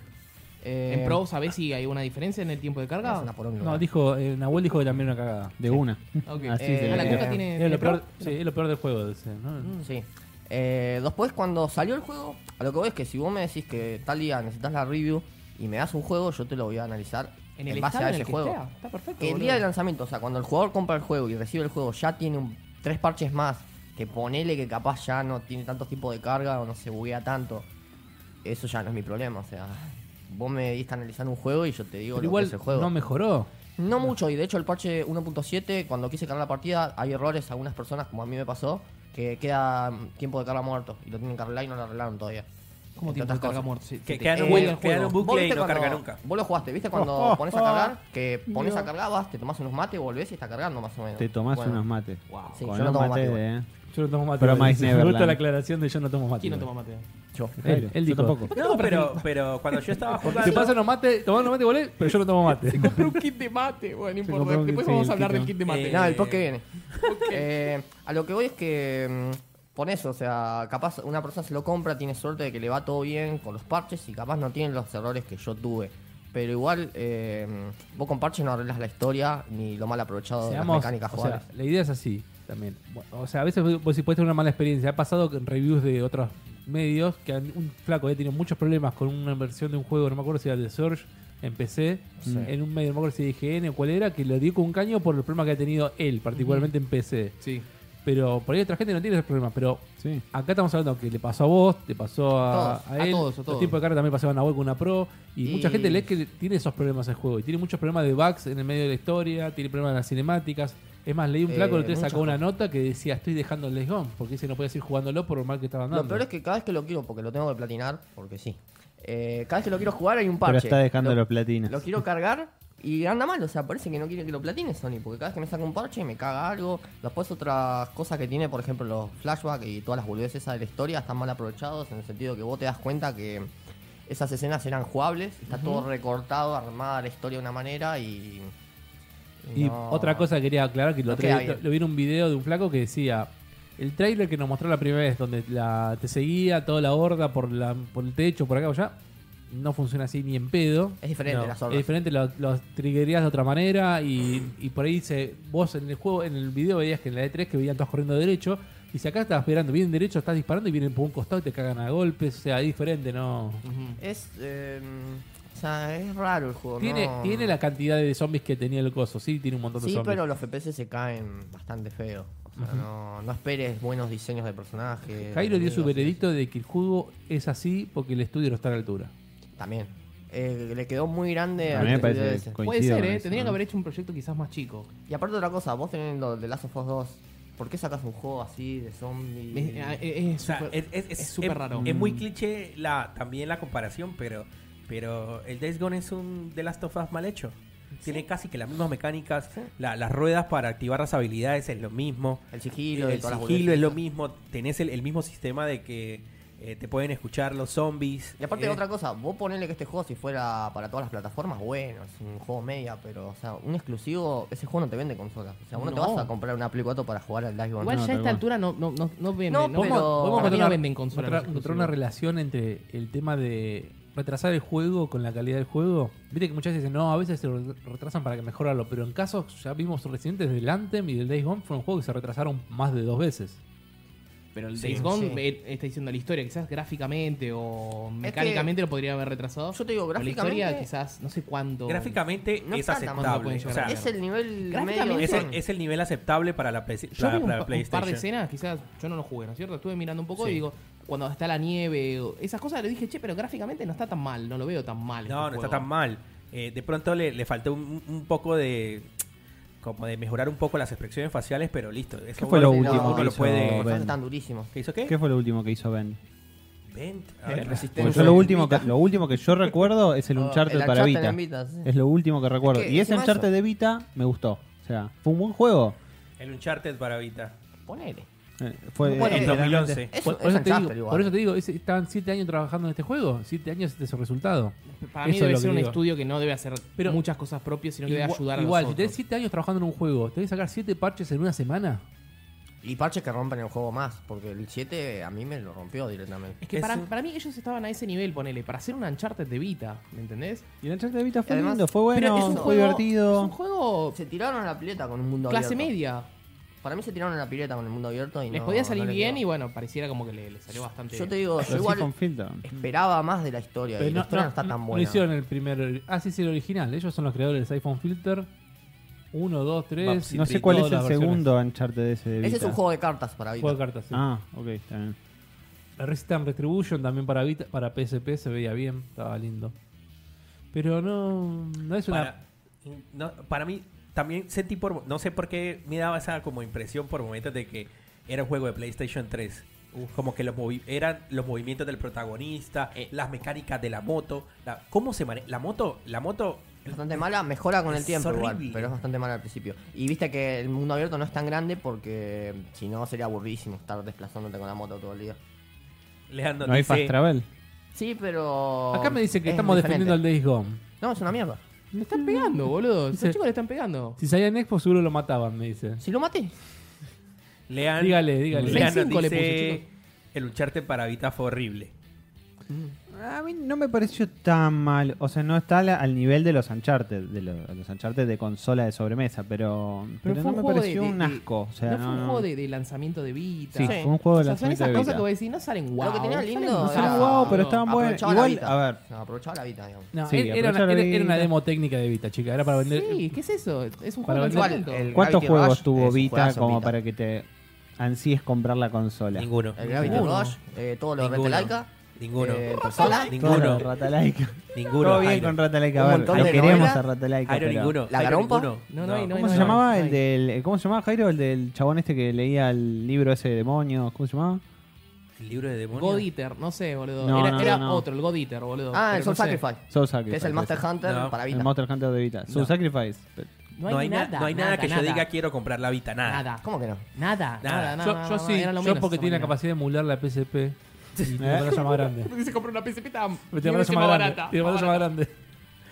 E: Eh,
B: En Pro, ¿sabés si hay una diferencia en el tiempo de carga?
E: es una poronga.
A: no, dijo, eh, Nahuel dijo que también una cagada.
C: De una.
B: Ok.
C: Así
E: Eh,
C: se
B: Ah,
C: le
B: la
E: eh,
C: queda.
B: caja tiene,
A: Es
B: tiene
A: lo
B: pro.
A: peor, sí, es lo peor del juego. dice, ¿no?
E: Mm, Sí. Eh, después, cuando salió el juego, a lo que voy es que si vos me decís que tal día necesitas la review y me das un juego, yo te lo voy a analizar
B: En
E: en,
B: el
E: base
B: estado
E: a
B: en el
E: ese
B: que
E: juego.
B: esté, Está perfecto.
E: Que el
B: boludo.
E: día del lanzamiento, o sea, cuando el jugador compra el juego y recibe el juego, ya tiene un- tres parches más. Que ponele que capaz ya no tiene tantos tipos de carga o no se buguea tanto. Eso ya no es mi problema, o sea. Vos me diste a analizar un juego y yo te
A: Pero
E: digo lo que
A: igual
E: es el juego.
A: no mejoró.
E: No mucho, y de hecho el parche 1.7, cuando quise cargar la partida, hay errores, algunas personas, como a mí me pasó, que queda mm, tiempo de carga muerto, y lo tienen que arreglar y no lo arreglaron todavía.
B: ¿Cómo tiempo
E: Entre
B: de
E: otras
B: carga
E: cosas.
B: muerto? Sí,
D: Que
B: sí, te-
D: quedan
B: eh,
D: un
B: vuelve al
D: buen- quedan
B: juego.
D: un bucle
E: viste
D: y no
E: cuando-
D: carga nunca.
E: Vos lo jugaste, ¿viste? Cuando
C: Oh, oh,
E: pones
C: oh.
E: a cargar, que pones a cargar, vas, te tomás unos mates, volvés y está cargando más o menos.
C: Te tomás
E: Bueno,
C: unos mates.
E: Sí,
C: Con
E: yo no
C: los
E: tomo
C: mates
E: mate,
C: de- eh,
A: Yo no tomo mate.
C: Pero Mice
A: Dice, me
C: Neverland.
A: gusta la aclaración de yo no tomo mate.
B: ¿Quién no toma mate?
E: yo.
A: Él, él
C: Yo
A: dijo.
C: tampoco.
D: No, pero, pero cuando yo estaba jugando.
A: Te pasan los mates, tomás los mates, volé, pero yo no tomo mate.
B: Pero un kit de mate, bueno, no importa.
C: compró un-
B: Después
C: sí,
B: vamos
C: el
B: a hablar
C: kit,
B: del
C: ¿no?
B: kit de mate.
D: Eh,
E: No, el post que viene. Eh, a lo que voy es que mm, por eso, o sea, capaz una persona se lo compra, tiene suerte de que le va todo bien con los parches y capaz no tiene los errores que yo tuve. Pero igual, eh, vos con parches no arreglas la historia ni lo mal aprovechado
A: Seamos,
E: de las mecánicas
A: o sea,
E: jugadas.
A: la idea es así también. O sea, a veces vos si puedes tener una mala experiencia. Ha pasado que en reviews de otros medios que han- un flaco había tenido muchos problemas con una versión de un juego, no me acuerdo si era de Surge, empecé
E: Sí.
A: en un medio, no me acuerdo si de IGN o cuál era, que lo dio con un caño por el problema que ha tenido él, particularmente en PC.
B: Sí.
A: Pero por ahí otra gente no tiene esos problemas, pero
C: Sí.
A: acá estamos hablando que le pasó a vos, te pasó a,
B: Todos, a
A: él,
B: todos, a
A: los
B: todos.
A: tipos de cara también pasaban a Nahuel con una pro, y,
B: Y-
A: mucha gente lee que tiene esos problemas el juego, y tiene muchos problemas de bugs en el medio de la historia, tiene problemas en las cinemáticas. Es más, leí un
E: Eh,
A: flaco el otro día
E: muchas
A: sacó una nota que decía, estoy dejando el Days Gone", porque dice, no podía ir jugándolo por lo mal que estaba andando.
E: Lo peor es que cada vez que lo quiero, porque lo tengo que platinar, porque sí. eh, cada vez que lo quiero jugar hay un
C: Pero
E: parche.
C: está dejando
E: Lo-
C: los platinos.
E: Lo quiero cargar y anda mal, o sea, parece que no quiere que lo platine Sony, porque cada vez que me saca un parche me caga algo. Después otras cosas que tiene, por ejemplo, los flashbacks y todas las boludeces esas de la historia están mal aprovechados en el sentido que vos te das cuenta que esas escenas eran jugables, está todo recortado, armada la historia de una manera y...
A: Y
E: no.
A: otra cosa que quería aclarar, que lo,
E: No
A: otro día-
E: queda bien.
A: lo vi en un video de un flaco que decía, el trailer que nos mostró la primera vez, donde la, te seguía toda la horda por, la, por el techo, por acá o allá, no funciona así ni en pedo.
E: Es diferente
A: No.
E: las hordas.
A: Es diferente, lo- los triggerías de otra manera y, y por ahí dice, vos en el juego, en el video veías que en la E3 que veían todos corriendo derecho. Y si acá estás esperando, vienen derecho, estás disparando y vienen por un costado y te cagan a golpes. O sea, es diferente, ¿no?
E: Es... eh, o sea, es raro el juego.
A: Tiene,
E: no-
A: tiene la cantidad de zombies que tenía el coso, sí, tiene un montón de
E: Sí,
A: zombies.
E: pero los FPS se caen bastante feo. O sea, no, no esperes buenos diseños de personajes.
A: Jairo dio su
E: enemigos,
A: veredicto de que el juego es así porque el estudio no está a la altura.
E: También. Eh, le quedó muy grande
C: A mí me
E: al
C: parece
E: estudio ese.
C: coincido
B: Puede ser,
C: con
B: ¿eh?
C: eso,
B: Tendría que
C: ¿no?
B: haber hecho un proyecto quizás más chico.
E: Y aparte otra cosa, vos tenés lo de Last of Us 2. ¿Por qué sacas un juego así de
B: Es-
E: zombies?
B: eh, eh, es
D: O sea,
B: súper-
D: es es-
B: es
D: es-
B: súper
D: es-
B: raro.
D: Es muy
E: Mm.
D: cliché la, también la comparación, pero, pero el Days Gone es un The Last of Us mal hecho. Tiene casi que las mismas mecánicas, la- las ruedas para activar las habilidades es lo mismo.
E: el sigilo, y
D: el
E: todas las
D: sigilo es
E: boludeces.
D: lo mismo, tenés el, el mismo sistema de que eh, te pueden escuchar los zombies.
E: Y aparte
D: eh,
E: otra cosa, vos ponele que este juego si fuera para todas las plataformas, bueno, es un juego media, pero o sea, un exclusivo, ese juego no te vende consolas. O sea, vos no,
B: No.
E: te vas a comprar una Play 4 para jugar al Dash Gone.
B: Igual
C: No,
B: ya a
C: tal
B: esta
C: cual.
B: altura no, no, no, no venden.
E: No,
B: No,
E: pero-
B: podemos
A: encontrar
B: no
A: una-
B: venden consolas.
A: encontrar-
B: los
A: encontrar una
B: exclusivos.
A: relación entre el tema de retrasar el juego con la calidad del juego. Viste que muchas veces dicen, no, a veces se re- retrasan para que mejorarlo, pero en casos ya vimos recientes del Anthem y del Days Gone fueron juegos que se retrasaron más de dos veces.
B: Pero el
D: Sí,
B: Days Gone
E: sí.
B: eh, está diciendo la historia, quizás gráficamente o mecánicamente lo podría haber retrasado.
E: Yo te digo,
B: O la historia
E: gráficamente-
B: quizás, no sé cuánto.
D: Gráficamente
E: No
D: es
E: está tan mal,
D: aceptable.
B: pueden
D: O
B: llegar
D: sea,
B: a
E: Es
D: es,
E: el nivel
B: Gráficamente-
E: medio. de
B: Es
D: el,
E: Sony.
D: es el nivel aceptable para la, pre-
B: Yo
D: para-
B: vi un,
D: para
B: pa- un
D: PlayStation.
B: par de escenas, quizás yo no lo jugué, ¿no es cierto? Estuve mirando un poco
D: Sí.
B: y digo, cuando está la nieve, o- esas cosas, le dije, che, pero gráficamente no está tan mal, no lo veo tan mal.
D: No,
B: este
D: no está
B: juego".
D: tan mal. Eh, de pronto le, le faltó un, un poco de. Como de mejorar un poco las expresiones faciales, pero listo. Eso
C: ¿Qué fue lo
D: uno-
E: último
D: uno
E: que
D: lo
E: hizo
D: puede.
E: Los
C: Ben?
E: están durísimos.
D: ¿Qué hizo qué?
C: ¿Qué fue lo último que hizo Ben?
D: Vent. A
B: Eh,
D: ver,
C: Porque
E: Resistencia.
C: yo lo último, que, lo último que yo recuerdo es el
E: Ah,
C: Uncharted
E: el
C: para
E: Uncharted
C: Vita. Eh,
E: en Vita, sí.
C: Es lo último que recuerdo.
E: que
C: y ese
E: encima
C: Uncharted
E: eso-
C: de Vita me gustó. O sea, fue un buen juego.
D: El Uncharted para Vita.
E: Ponele.
C: Eh, Fue,
E: Bueno,
C: eh,
D: en
E: eh,
D: 2011.
E: Es,
A: Por, por
E: es
A: eso, te
E: Uncharted
A: digo,
E: igual.
A: por eso te digo, es- estaban siete años trabajando en este juego, siete años este es el resultado.
B: Para mí
A: Eso es
B: debe
A: lo
B: ser
A: que
B: un
A: digo.
B: estudios que no debe hacer
A: Pero-
B: muchas cosas propias, sino que debe ayudar a
A: igual,
B: los
A: si tenés
B: otros.
A: 7 años trabajando en un juego, ¿te que sacar 7 parches en una semana?
E: Y parches que rompen el juego más, porque el 7 a mí me lo rompió directamente.
B: Es que
D: Es
B: para,
D: un-
B: para mí ellos estaban a ese nivel, ponele, para hacer un Uncharted de Vita, ¿me entendés?
C: Y el Uncharted de Vita fue
E: Y además-
C: lindo, fue bueno,
B: Pero
C: fue divertido.
B: Es un juego
E: Se tiraron a la pileta con un mundo
B: clase
E: abierto.
B: media.
E: Para mí se tiraron a la pileta con el mundo abierto y
B: Les
E: no-
B: podía
E: no
B: salir
E: les
B: bien
E: quedó.
B: y bueno, pareciera como que le, le salió bastante
E: Yo te
B: bien.
E: digo,
C: Pero
E: yo
C: sí con
E: igual
C: Filton.
E: esperaba más de la historia. y
A: Pero
E: la historia no, está
A: no-
E: tan
A: no
E: buena.
A: hicieron el primer. Ah, sí, sí, el original. Ellos son los creadores del iPhone Filter 1, 2, 3.
C: No sé cuál es
A: todas
C: el
A: las versiones.
C: segundo Uncharted de ese de Vita.
E: Ese es un juego de cartas para Vita.
A: Juego de cartas. sí.
C: Ah, ok, está bien.
A: El Resistance Retribution también para, Vita- para PSP se veía bien, estaba lindo. Pero no, no es una.
D: Para, no, para mí, también sentí por. No sé por qué me daba esa como impresión por momentos de que era un juego de PlayStation 3. Como que los movi- eran los movimientos del protagonista,
B: Eh.
D: las mecánicas de la moto. la- ¿Cómo se maneja? La moto, la moto.
E: Bastante mala, mejora con el
D: Es
E: tiempo igual,
D: horrible.
E: pero es bastante mala al principio. Y viste que el mundo abierto no es tan grande porque si no sería aburridísimo estar desplazándote con la moto todo el día.
D: Leandro
C: No hay
D: dice,
C: Fast Travel.
E: Sí, pero...
A: Acá me dice que
E: es
A: estamos
E: diferente.
A: defendiendo al Days Gone.
E: No, es una mierda.
B: Me están pegando, boludo. Esos chicos le están pegando.
A: Si salía en Expo, seguro lo mataban, me dice.
E: Si lo maté,
D: Lean-
A: Dígale, dígale.
D: Leandro
B: Play cinco le
D: dice,
B: puse, chicos.
D: el Uncharted para Vita fue horrible.
C: A mí no me pareció tan mal. O sea, no está al- al nivel de los Uncharted, de los, los Uncharted de consola de sobremesa, pero, pero,
B: fue
C: no me
B: un juego
C: pareció
B: de- de-
C: un asco. O sea,
B: no
C: no,
B: fue un
C: no.
B: juego de, de lanzamiento de Vita.
C: Sí,
E: Sí.
C: fue un juego
B: O
C: de
B: sea, son esas
C: lanzamiento de
B: cosas que
C: Vita.
B: vos decís, no salen wow.
E: Lo que tenía
B: salen-
E: lindo
B: no
C: sé,
E: era-
B: salen
C: wow, pero estaban buenos.
E: aprovechaba la
C: Igual,
E: Vita.
C: a ver.
E: No, aprovechaba la Vita, digamos.
A: No, e-
C: Sí,
A: era, una,
C: aprovechar la
A: era- era una
C: Vita.
A: demo técnica de Vita, chica. Era para vender.
B: Sí, ¿qué es eso? Es un
A: Para
B: juego de
A: vender-
B: lanzamiento.
E: Igual, el-
C: ¿Cuántos
E: Gravity
C: juegos
E: Rush
C: tuvo
E: es un
C: Vita
E: juegazo,
C: como
E: Vita.
C: para que te ansíes comprar la consola?
D: Ninguno.
E: El Gravity
B: Ninguno.
E: Rush, eh, todo lo de
D: Ninguno.
E: Retalaika.
D: Ninguno.
E: Eh, Persona.
D: Ninguno.
C: Ratalaika.
D: Ninguno.
C: Todo bien
D: Jairo.
C: con Ratalaika.
E: Un
C: A ver,
E: montón
C: lo
E: de
C: queremos
E: novela.
C: a Ratalaika.
D: Jairo,
C: pero-
D: ninguno.
E: ¿La
D: Jairo,
E: garompa?
D: ninguno.
B: No, no hay, no hay, no
C: ¿Cómo se
B: hay, no
C: llamaba
B: hay.
C: el del. eh, ¿Cómo se llamaba Jairo? El del chabón este que leía el libro ese de demonios. ¿Cómo se llamaba?
D: El libro de demonios.
B: God Eater, no sé, boludo.
C: No,
B: era
C: no,
B: era
C: no, no.
B: otro, el God Eater, boludo. Pero
E: Ah, el
B: no
E: Soul
B: sé.
E: Sacrifice.
C: Soul Sacrifice.
E: Que es el Master Hunter
D: No.
E: para
C: El
E: Vita.
C: Monster Hunter de Vita. Soul
D: No.
C: Sacrifice.
B: No hay, nada,
D: na- no hay nada, que yo
B: nada,
D: diga quiero comprar la Vita, nada.
B: Nada.
E: ¿Cómo que no?
B: Nada, nada,
D: Nada.
A: Yo,
B: nada.
A: yo
B: nada,
A: sí,
B: era lo
A: yo
B: menos
A: porque
B: esa
A: tiene la
B: máquina.
A: capacidad de emular la PSP. Y tiene
C: ¿Eh?
A: un brazo más grande.
B: Porque se compró una PSP tan.
A: Tiene un brazo más grande. Tiene un brazo más grande.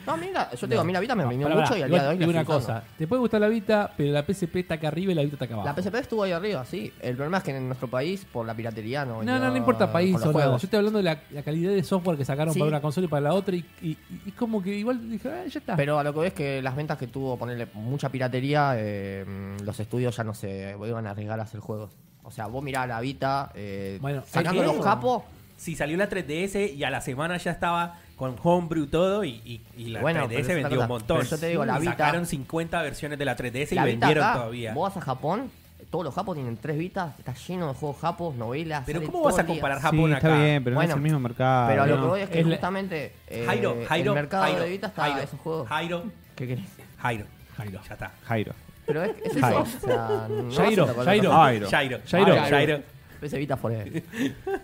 E: No, mira, yo te digo, a mí la Vita me vino
A: Pará,
E: mucho
A: pará.
E: y al
A: Igual
E: día de hoy
A: te digo
E: la
A: una
E: estoy usando.
A: cosa. Te puede gustar la Vita, pero la PSP está acá arriba y la Vita está acá abajo.
E: La PSP estuvo ahí arriba, sí. El problema es que en nuestro país, por la piratería, no.
A: No,
E: vendió
A: no, no importa país
E: con los
A: o nada.
E: juegos.
A: Yo estoy hablando de la, la calidad de software que sacaron
E: Sí.
A: para una consola y para la otra. Y, y, y- y como que igual dije, ah, ya está.
E: Pero a lo que ves que las ventas que tuvo, ponerle mucha piratería, eh, mm, los estudios ya no se iban a arriesgar a hacer juegos. O sea, vos mirá la Vita, eh,
A: Bueno,
E: sacando
D: ¿en
E: los
D: serio?
E: capos.
D: Si salió la 3DS y a la semana ya estaba con Homebrew todo y, y- y la
E: Bueno,
D: 3DS
E: pero es otra
D: vendió
E: cosa.
D: un montón.
E: Pero yo te digo, la Vita-
D: Sacaron 50 versiones de la 3DS
E: la
D: y
E: Vita
D: vendieron
E: acá,
D: todavía.
E: vos vas a Japón, todos los japos tienen tres Vitas, está lleno de juegos japos, novelas.
D: Pero
E: sale
D: ¿cómo
E: todo
D: vas a
E: el día.
D: comparar
C: Sí,
D: Japón
C: está
D: acá?
C: bien, pero
E: Bueno,
C: no es el mismo mercado.
E: Pero a lo
C: ¿no?
E: que voy es que
A: Es la-
E: justamente eh,
D: Jairo, Jairo,
E: el mercado
D: Jairo,
E: de Vita está
D: Jairo,
E: a esos juegos.
D: Jairo,
E: ¿Qué querés?
D: Jairo,
A: Jairo.
D: ya está.
C: Jairo.
E: Pero es, es
C: Jairo.
E: eso. O sea, no vas a
A: Jairo,
E: tocar la
A: Jairo.
E: otra
C: Jairo.
D: Jairo,
A: Jairo.
D: Jairo.
E: cosa. Ese Vita Forever.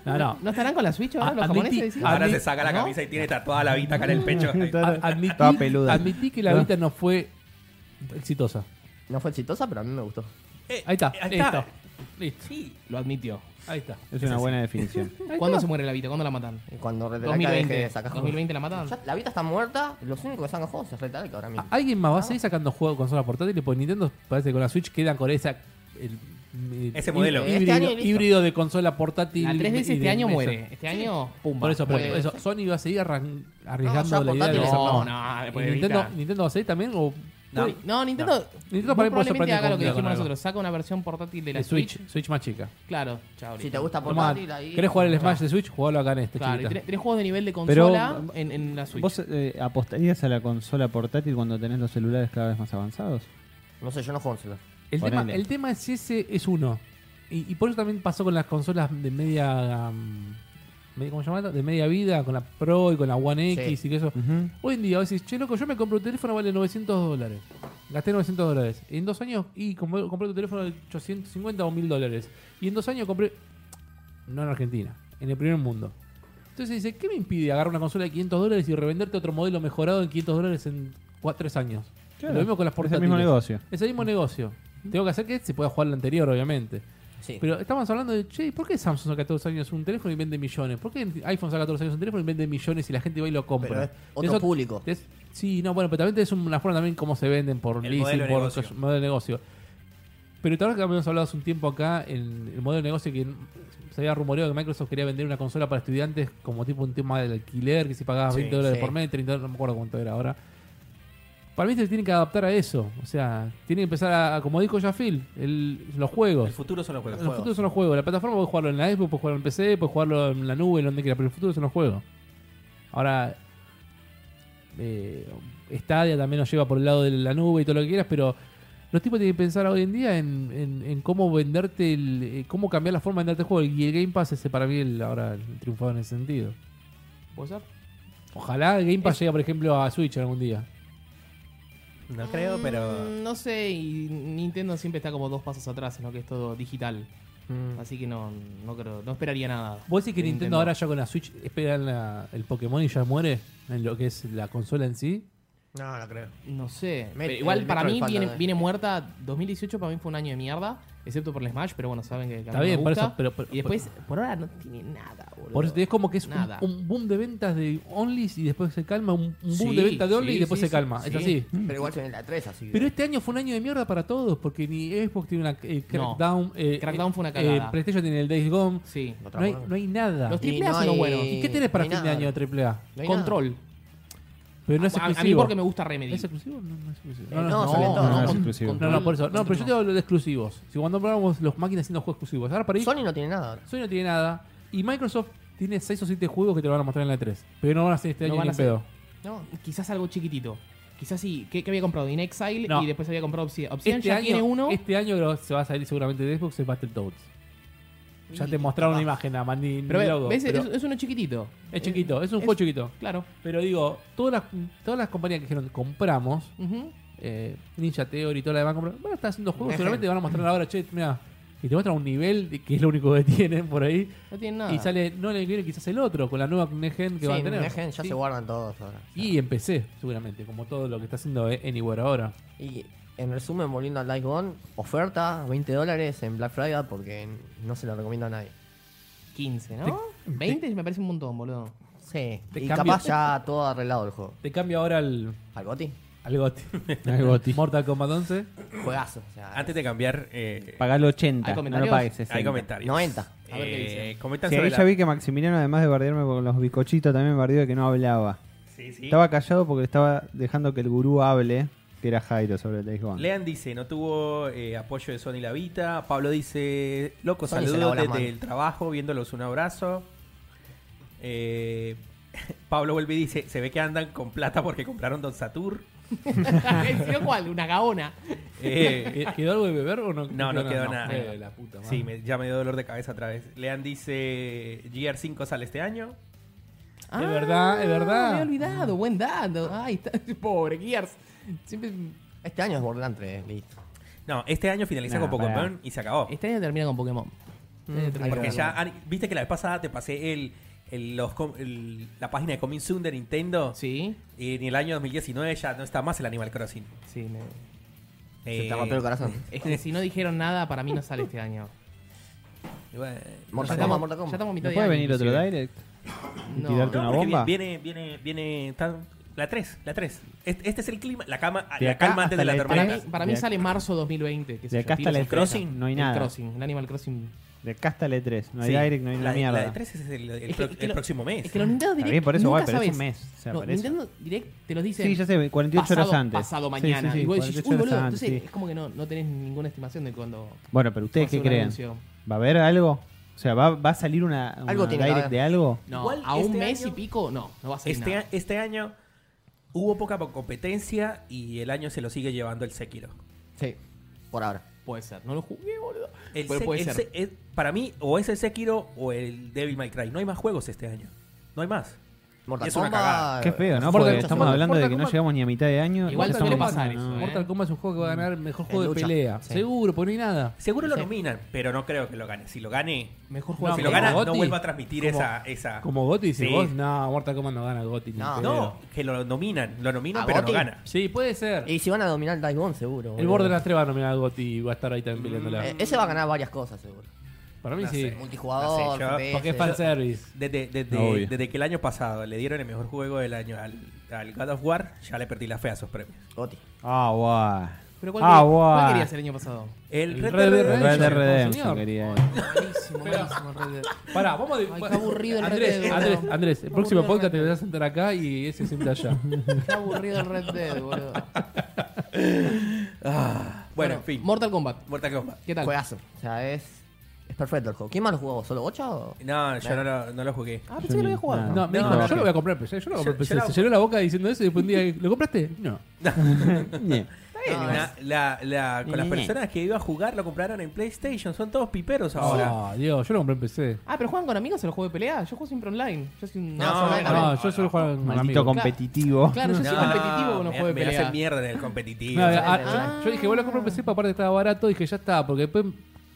A: No, no.
B: ¿No estarán con la Switch
A: Ah,
B: ahora los
A: admití-
B: japoneses? decís?
D: Ahora
A: Admi-
D: se saca la
B: ¿No?
D: camisa y tiene tatuada la Vita acá en el pecho.
A: A- Admití,
C: Estaba peluda.
A: admití que la Vita no fue exitosa.
E: No fue exitosa, pero a mí me gustó.
D: Eh,
A: Ahí está,
D: ahí está.
A: listo. Listo,
D: Sí.
B: Lo admitió.
A: ahí está.
C: Es una buena definición.
B: ¿Cuándo se muere la Vita? ¿Cuándo la matan?
E: Y Cuando Retalaika deje
B: 2020.
E: de sacar juegos.
B: 2020 la
A: Ah.
B: matan.
E: Ya, la Vita está muerta, los únicos que sacan juegos es Retalaika ahora mismo.
A: ¿A- ¿Alguien más va a seguir sacando juegos de consola portátil? Porque Nintendo parece que con la Switch queda con esa. el- el
D: Ese modelo.
A: híbrido,
E: Este año y listo.
A: híbrido de consola portátil.
B: La 3DS
A: y de
B: este año
A: mesa.
B: muere. Este año, pumba.
A: Por eso, pero
E: Muere.
A: por eso, Sony va a seguir arran- arriesgando
E: ya
A: la idea de
E: portátiles
B: No,
E: no.
B: no,
A: ¿Y
B: después de
A: Nintendo,
B: Vita.
A: ¿Nintendo va a seguir también? ¿O
D: No.
B: Uy, No, Nintendo.
A: Nintendo
B: muy
A: por ahí puede
B: probablemente
A: sorprender
B: haga lo que
A: con- con
B: dijimos
A: algo.
B: nosotros. Saca una versión portátil de la
A: de Switch?
B: Switch.
A: Switch más chica.
B: Claro, chao.
E: Si
B: listo.
E: te gusta
A: Tomá,
E: portátil, ahí.
A: ¿Querés jugar el Smash de Switch? Jugalo acá en este,
B: Claro, y
A: chiquita.
B: tenés tenés juegos de nivel de
C: Pero-
B: consola en, en la Switch.
C: ¿Vos eh, apostarías a la consola portátil cuando tenés los celulares cada vez más avanzados?
E: No sé, yo no juego en celular.
A: El tema,
C: Ponele.
A: el tema es si ese es uno. Y, y por eso también pasó con las consolas de media, um, media- ¿Cómo se llama? De media vida, con la Pro y con la One X
E: Sí.
A: y que eso. Hoy en día a veces, che, loco, yo me compré un teléfono vale 900 dólares. Gasté 900 dólares. En dos años, y compré, compré un teléfono de 850 o 1000 dólares. Y en dos años compré. No en Argentina, en el primer mundo. Entonces dice, ¿qué me impide agarrar una consola de 500 dólares y revenderte otro modelo mejorado en 500 dólares en 3 años?
C: Claro,
A: Lo mismo con las
C: es el mismo
A: portátiles.
C: negocio.
A: Es el mismo negocio. Tengo que hacer que se pueda jugar la anterior, obviamente.
E: Sí.
A: Pero estamos hablando de, che, ¿por qué Samsung saca todos los años un teléfono y vende millones? ¿Por qué iPhone saca todos los años un teléfono y vende millones y la gente va y lo compra?
E: Pero es otro
A: Eso-
E: público.
A: es- sí, no, bueno, pero también es una forma también cómo se venden por
D: El
A: leasing,
D: modelo de
A: por
D: negocio.
A: cos- modelo de negocio. Pero tal vez que habíamos hablado hace un tiempo acá, en el modelo de negocio que se había rumoreado que Microsoft quería vender una consola para estudiantes como tipo un tema del alquiler, que si pagabas
D: Sí,
A: 20 dólares
E: sí.
A: por mes, 30 dólares, no me acuerdo cuánto era ahora. Para mí se tienen que adaptar a eso. O sea, tienen que empezar a, como dijo ya Phil, el- los
D: El
A: juegos.
D: futuro son
A: Los
D: los juegos.
E: juegos.
A: futuros son los juegos. La plataforma puedes jugarlo en la Xbox, puedes jugarlo en PC, puedes jugarlo en la nube, en donde quieras, pero el futuro son los juegos. Ahora, eh, Stadia también nos lleva por el lado de la nube y todo lo que quieras, pero los tipos tienen que pensar hoy en día en, en- en cómo venderte, el, eh, cómo cambiar la forma de venderte el juego. Y el Game Pass es para mí el, ahora el triunfado en ese sentido.
B: ¿Puede ser?
A: Ojalá el Game Pass llegue, por ejemplo, a Switch algún día.
D: No creo, pero...
B: Mm, No sé, y Nintendo siempre está como dos pasos atrás en lo que es todo digital. Así que no, no creo, no esperaría nada.
A: ¿Vos decís que
B: de
A: Nintendo, ahora ya con la Switch esperan la- el Pokémon y ya muere en lo que es la consola en sí?
E: No, no creo.
B: No sé.
E: Me-
B: Pero igual
E: el
B: para
E: Metroid
B: mí
E: falta
B: viene,
E: todavía.
B: viene muerta. 2018 para mí fue un año de mierda. excepto por el Smash, pero bueno, saben que el
A: Está
B: camino me
A: bien, por
B: gusta.
A: eso, pero- pero-
B: y después, por ahora Ah, no tiene nada, boludo.
A: Por eso te- es como que es un,
B: Nada.
A: un boom de ventas de Onlys y después se calma, un, un boom
B: Sí,
A: de ventas de Onlys
B: sí,
A: y después
B: sí,
A: se calma.
B: sí,
A: es
B: sí.
A: así.
E: Pero igual se viene la 3, así que.
A: Pero este año fue un año de mierda para todos, porque ni Xbox tiene una eh,
B: No.
A: Crackdown. eh,
B: Crackdown
A: eh,
B: fue una cagada.
A: eh, PlayStation tiene el Days Gone.
B: Sí.
E: No
A: No hay, no hay nada.
B: Los
E: Y
B: triple A
E: no
B: son los
E: hay-
B: buenos.
A: ¿Y qué tenés para
E: no hay
A: fin de
E: nada.
A: año de AAA?
E: No hay
B: Control.
A: Pero no es
B: A- a-
A: exclusivo.
B: A, mí porque me gusta Remedy.
A: ¿Es exclusivo? No, no es exclusivo.
E: Eh,
A: No, no,
E: no,
A: no.
E: salen todos,
C: no,
E: ¿no?
C: es
B: con-
C: exclusivo.
B: con-
A: No, no, por eso. No,
B: con-
A: pero yo te hablo de exclusivos. Si cuando hablábamos los máquinas haciendo juegos exclusivos. Ahora para ir,
E: Sony no tiene nada.
A: Sony no tiene nada. Y Microsoft tiene 6 o 7 juegos que te lo van a mostrar en la 3. Pero no van a ser este
B: No
A: año
B: van
A: ni
B: a
A: en
B: ser.
A: pedo.
E: No.
B: Quizás algo chiquitito. Quizás sí. ¿Qué, qué había comprado? In Exile
A: No.
B: y después había comprado Obsidian. Obsidian
A: Este
B: ya
A: año,
B: tiene uno.
A: este año lo- se va a salir seguramente de Xbox el Battletoads. Ya
E: Y
A: te mostraron
E: capaz.
A: una imagen a Mandy.
B: pero ve-
A: logo,
B: ves,
A: pero
B: Es, es uno chiquitito.
A: es chiquito, es un
B: es-
A: juego chiquito.
B: Claro.
A: Pero digo, todas las, todas las compañías que dijeron compramos,
B: Ujú.
A: eh, Ninja Theory y todas las demás compañías, van a estar haciendo juegos.
E: Ejemplo.
A: Seguramente van a mostrar ahora, che, mira. Y te muestran un nivel de- que es lo único que tienen por ahí.
B: No tiene nada.
A: Y sale, no le viene quizás el otro, con la nueva Next Gen que
E: Sí,
A: van a tener.
E: dejen, ya
A: Sí.
E: se guardan todos ahora.
A: Y empecé, seguramente, como todo lo que está haciendo eh, Anywhere ahora.
E: Y en resumen, volviendo al Light Gone, oferta 20 dólares en Black Friday porque no se lo recomiendo a nadie.
B: 15, ¿no? 20 me parece un montón, boludo.
E: Sí.
A: Te
E: y
A: cambio-
E: capaz ya todo arreglado el juego.
A: Te cambio ahora al,
E: ¿Al Goti?
A: al GOTY.
C: Al GOTY.
A: Mortal Kombat 11.
E: Juegazo. O sea,
D: Antes de cambiar, eh,
C: Pagalo
B: ¿Hay
C: 80, no lo
B: comentarios?
C: pagues 60.
D: hay comentarios.
E: 90.
D: Eh,
B: A ver qué dice.
D: comentan
C: Sí,
D: sobre
C: ahí
D: la-
C: ya vi que Maximiliano, además de bardearme por los bizcochitos, también bardeó de que no hablaba.
D: Sí, sí.
C: Estaba callado porque estaba dejando que el gurú hable, que era Jairo sobre el Days Gone.
D: Lean dice, no tuvo eh, apoyo de Sony La Vita. Pablo dice, loco,
E: Sony se
D: saludos
E: lavó las
D: desde
E: manos.
D: el trabajo, viéndolos un abrazo. Eh, Pablo vuelve y dice, se ve que andan con plata porque compraron Don Satur.
B: ¿Sino cuál? Una gaona.
D: Eh,
A: ¿Qued- ¿Quedó algo de beber o no?
D: No, no quedó nada.
A: Eh, la puta madre.
D: sí, me- ya me dio dolor de cabeza otra vez. Lean dice, GR5 sale este año.
A: Es verdad, es verdad.
B: Ah, Me había olvidado, buen dato. Ay, está, pobre Gears. Siempre,
E: Este año es Borderlands 3, listo.
D: No, este año finaliza
C: Nah,
D: con Pokémon
C: pará.
D: y se acabó.
B: este año termina con Pokémon. Este año termina
D: Porque
B: con
D: ya, han- viste que la vez pasada te pasé el, el- los com- el- la página de Coming Soon de Nintendo.
B: Pokémon. Sí,
D: Y en el año 2019 ya no está más el Animal Crossing.
B: sí. me-
E: Se
D: Eh,
E: te rompió el corazón.
B: Es que si no dijeron nada, para mí no sale este año.
D: y bueno,
E: Mortal
B: ya,
E: Kombat,
B: estamos,
E: Mortal
B: ya
E: Kombat.
B: estamos a mitad
C: ¿No
B: de
C: puede
B: año,
C: venir otro
B: inclusive.
C: direct? y
B: No.
C: tirarte
D: no,
C: una
D: porque
C: bomba?
D: Viene, viene, viene. tan- la 3, la 3. Este, este es el clima, la, cama,
C: De
D: la
C: acá
D: calma antes de
C: hasta
D: la
C: la E3.
B: Para
D: tormenta.
B: mí, para mí
C: De acá-
B: sale marzo 2020. Que
C: De acá hasta la E3 no hay nada.
B: El Crossing, el Animal Crossing.
C: De Castle E3, no hay
D: Sí.
C: direct, no hay una
D: la,
C: mierda.
D: La de 3 es el, el
B: Es que-
D: pro-
B: es que
D: el
B: lo-
D: próximo mes.
B: Es que los Nintendo
C: Está
B: Direct.
C: bien, por eso,
B: nunca
C: guay, pero es
B: sabes.
C: un mes, o sea,
B: No,
C: por eso.
B: Nintendo Direct te los dicen.
C: Sí, ya sé, 48
B: pasado,
C: horas antes.
B: Pasado
C: Sí,
B: mañana.
C: sí, sí,
B: y vos decís,
C: 48
B: uy,
C: horas
B: boludo,
C: antes,
B: entonces
C: sí.
B: es como que no, no tenés ninguna estimación de cuando.
C: Bueno, pero ustedes
B: hace
C: qué
B: un
C: creen?
B: anuncio.
C: ¿Va a haber algo? O sea, ¿va, va a salir una, una
E: Algo tiene que
C: direct
E: haber.
C: de algo?
B: No,
D: Igual
B: a un
D: este
B: mes
D: año-
B: y pico, no, no va a ser
D: este,
B: nada.
D: a- este año hubo poca competencia y el año se lo sigue llevando el Sekiro.
E: Sí, por ahora.
B: Puede ser, no lo jugué, boludo.
D: El
B: Pero
D: Se-
B: puede
D: el
B: ser.
D: Se- es- para mí, o es el Sekiro o el Devil May Cry. No hay más juegos este año. No hay más.
E: Mortal
D: Es una cagada.
E: Kombat.
C: Qué feo, ¿no?
A: Mortal
C: Porque
A: Kombat.
C: estamos
A: Mortal
C: hablando de que no
A: Kombat.
C: llegamos ni a mitad de año.
B: Igual
C: ya
B: también
C: estamos-
B: pasar eso, ¿eh?
A: Mortal Kombat es un juego que va a ganar mejor juego
E: En
A: de
E: lucha,
A: pelea.
E: sí.
A: Seguro, porque no hay nada.
D: Seguro lo nominan, pero no creo que lo gane. Si lo gane,
B: Mejor
A: No,
B: juego
D: si
B: de
D: lo
A: como
D: gana, no
A: Gotti,
D: vuelva a transmitir
A: como-
D: esa, esa.
A: Como Gotti dice
D: Sí.
A: vos, no, Mortal Kombat no gana Gotti. ni
E: No.
C: Ah,
A: en pedo.
D: No, que lo nominan, lo nominan,
E: ¿A
D: pero
E: Gotti?
D: no gana.
A: Sí, puede ser.
E: Y si van a dominar el Dice Gone, seguro.
A: El Borderlands 3 va a nominar a Gotti y va a estar ahí también peleándola.
E: Eh, ese va a ganar varias cosas, seguro.
A: Para mí
D: no
A: sí.
D: sé. No
E: Multijugador,
D: sé, yo-
E: FPS.
A: Porque es fanservice.
D: Desde, desde,
C: Ah, Obvio.
D: desde que el año pasado le dieron el mejor juego del año al, al God of War, ya le perdí la fe a esos premios.
E: Goti.
C: Ah, guau.
B: Pero ¿cuál,
C: ah,
B: quería-
C: guau.
B: cuál querías el año pasado?
D: El
A: El
D: Red
A: Red
D: Dead
A: Dead
C: Red
D: Redemption.
C: Dead
A: Señor.
C: Redemption quería.
B: Malísimo, malísimo, Red Dead.
A: Pará, vamos a.
B: Ay, qué aburrido el Red
A: Andrés,
B: Dead,
A: Andrés,
B: boludo.
A: Andrés, el
B: Qué
A: próximo
B: aburrido
A: podcast te
B: el Red
A: vas a sentar acá y ese sienta allá.
B: Qué aburrido el Red Dead, boludo.
D: Bueno, en fin.
B: Mortal Kombat.
D: Mortal Kombat.
B: ¿Qué tal?
E: Juegazo. O sea, es, es perfecto el juego. ¿Quién más lo jugó? vos? ¿Solo Bocha o...?
D: No, yo no lo, no lo jugué.
B: Ah, pensé que lo había jugado.
A: No, me
D: No,
A: dijo,
D: no,
A: yo
D: no.
A: lo voy a comprar PC. Yo lo voy a comprar
D: Yo- yo
A: PC.
D: la-
A: Se llenó la boca diciendo eso y después un día, ¿lo compraste? No.
C: Ñe.
E: No,
D: La- la- la- con las
C: Ni, ni, ni.
D: personas que iba a jugar lo compraron en PlayStation. Son todos piperos ahora.
A: Ah, Dios, yo lo compré en PC.
B: Ah, pero juegan con amigos el juego de pelea. Yo juego siempre online. Yo soy un.
D: No,
B: soy un-
D: no,
A: No, yo suelo jugar con
C: Maldito
A: amigos.
C: competitivo.
B: Claro, yo soy
D: No,
B: competitivo con los
D: me-
B: juegos de
D: Me
B: pelea.
D: hacen mierda en el competitivo.
A: No, a-
E: Ah.
A: a- Yo dije, bueno, compro un PC para aparte estaba barato. Dije, ya está, porque después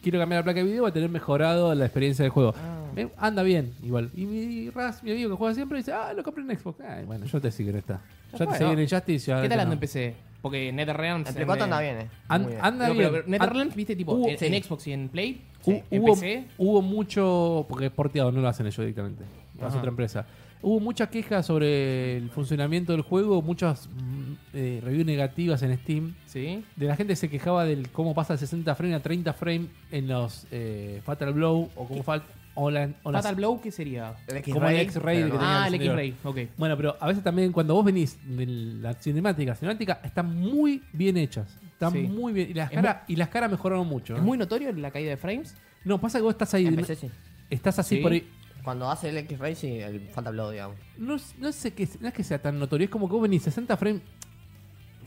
A: quiero cambiar la placa de video a tener mejorado la experiencia del juego. Me- Anda bien, igual. Y mi Raz, mi amigo que juega siempre, dice, ah, lo compré en Xbox. Ay, bueno, yo te sigo en esta.
B: Ya
A: Ya te
B: fue,
A: seguí
B: ¿no?
A: en el Justice. ya
B: ¿Qué tal
A: no.
B: ando en PC? Porque NetherRealms.
E: El
B: en,
E: Play 4 anda
B: eh,
E: bien, eh.
A: An-
E: Muy bien.
A: anda
B: no,
A: bien.
B: pero- pero NetherRealms,
A: An-
B: viste, tipo,
A: hubo-
B: en,
A: sí.
B: en Xbox y en Play.
A: hu-
B: en
A: hubo,
B: PC.
A: hubo mucho. Porque es porteado, no lo hacen ellos directamente. Lo hace
B: Ajá.
A: otra empresa. Hubo muchas quejas sobre el funcionamiento del juego, muchas mm, eh, reviews negativas en Steam.
B: Sí.
A: De la gente se quejaba del cómo pasa de 60 frame a 30 frame en los eh, Fatal Blow o como fal- o la- o las-
B: Fatal Blow, ¿qué sería?
E: X-Ray,
A: como el X-Ray
E: pero
A: que
E: no.
A: tenía
B: Ah, el
A: Resident Evil.
B: X-Ray. Ok.
A: Bueno, pero a veces también cuando vos venís de la cinemática, cinemática están muy bien hechas. Están
B: Sí.
A: muy bien. Y las
B: Es
A: caras y las caras mejoraron mucho.
B: ¿Es
A: ¿eh?
B: muy notorio la caída de frames?
A: No, pasa que vos estás ahí.
E: En PC sí.
A: Estás así
B: Sí.
A: por ahí.
E: Cuando hace el X-Ray sí, el Fatal Blow, digamos.
A: No, es- no sé que no es que sea tan notorio, es como que vos venís 60 frames.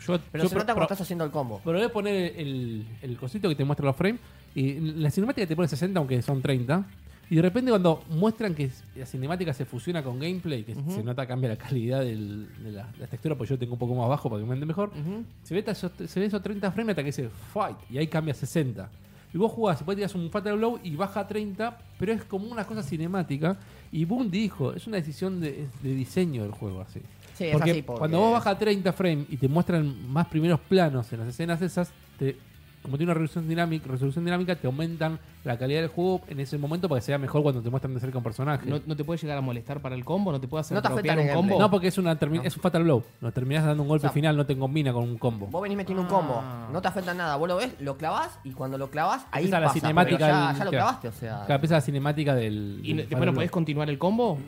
A: Yo,
E: Pero
A: yo
E: se
A: pro-
E: nota cuando
A: pro-
E: estás haciendo el combo.
A: probé poner el, el cosito que te muestra los frames. Y en la cinemática te pone 60, aunque son 30. Y de repente cuando muestran que la cinemática se fusiona con gameplay, que se nota cambia la calidad del- de la, la textura, pues yo tengo un poco más bajo para que me ande mejor. se, ve esos, se ve esos 30 frames hasta que dice fight, y ahí cambia a 60. Y vos jugás, después tirás un Fatal Blow y baja a 30, pero es como una cosa cinemática. Y Boom dijo, es una decisión de, de diseño del juego así.
E: Sí, es
A: porque,
E: así, porque-
A: cuando vos bajas a 30 frames y te muestran más primeros planos en las escenas esas, te- como tiene una resolución dinámica, resolución dinámica, te aumentan la calidad del juego en ese momento para que sea mejor cuando te muestran de cerca un personaje.
B: ¿No, no te puede llegar a molestar para el combo? ¿No te puede hacer
E: No te afecta
B: dropear
E: en
B: un
E: el
B: combo?
E: gameplay.
A: No, porque es, una, termi- es un Fatal Blow. Lo terminás dando un golpe
E: O sea,
A: final, no te combina con un combo.
E: Vos venís metiendo un combo, no te afecta nada. Vos lo ves, lo clavas y cuando lo clavas, ahí
A: Empieza
E: pasa.
A: Ah. la
E: porque
A: cinemática
E: ya,
A: del-
E: ya
A: claro.
E: lo clavaste, o sea.
A: Claro, empieza la cinemática del.
B: ¿Y
A: del
B: no- después
A: Fatal
B: no podés
A: Blow.
B: continuar el combo?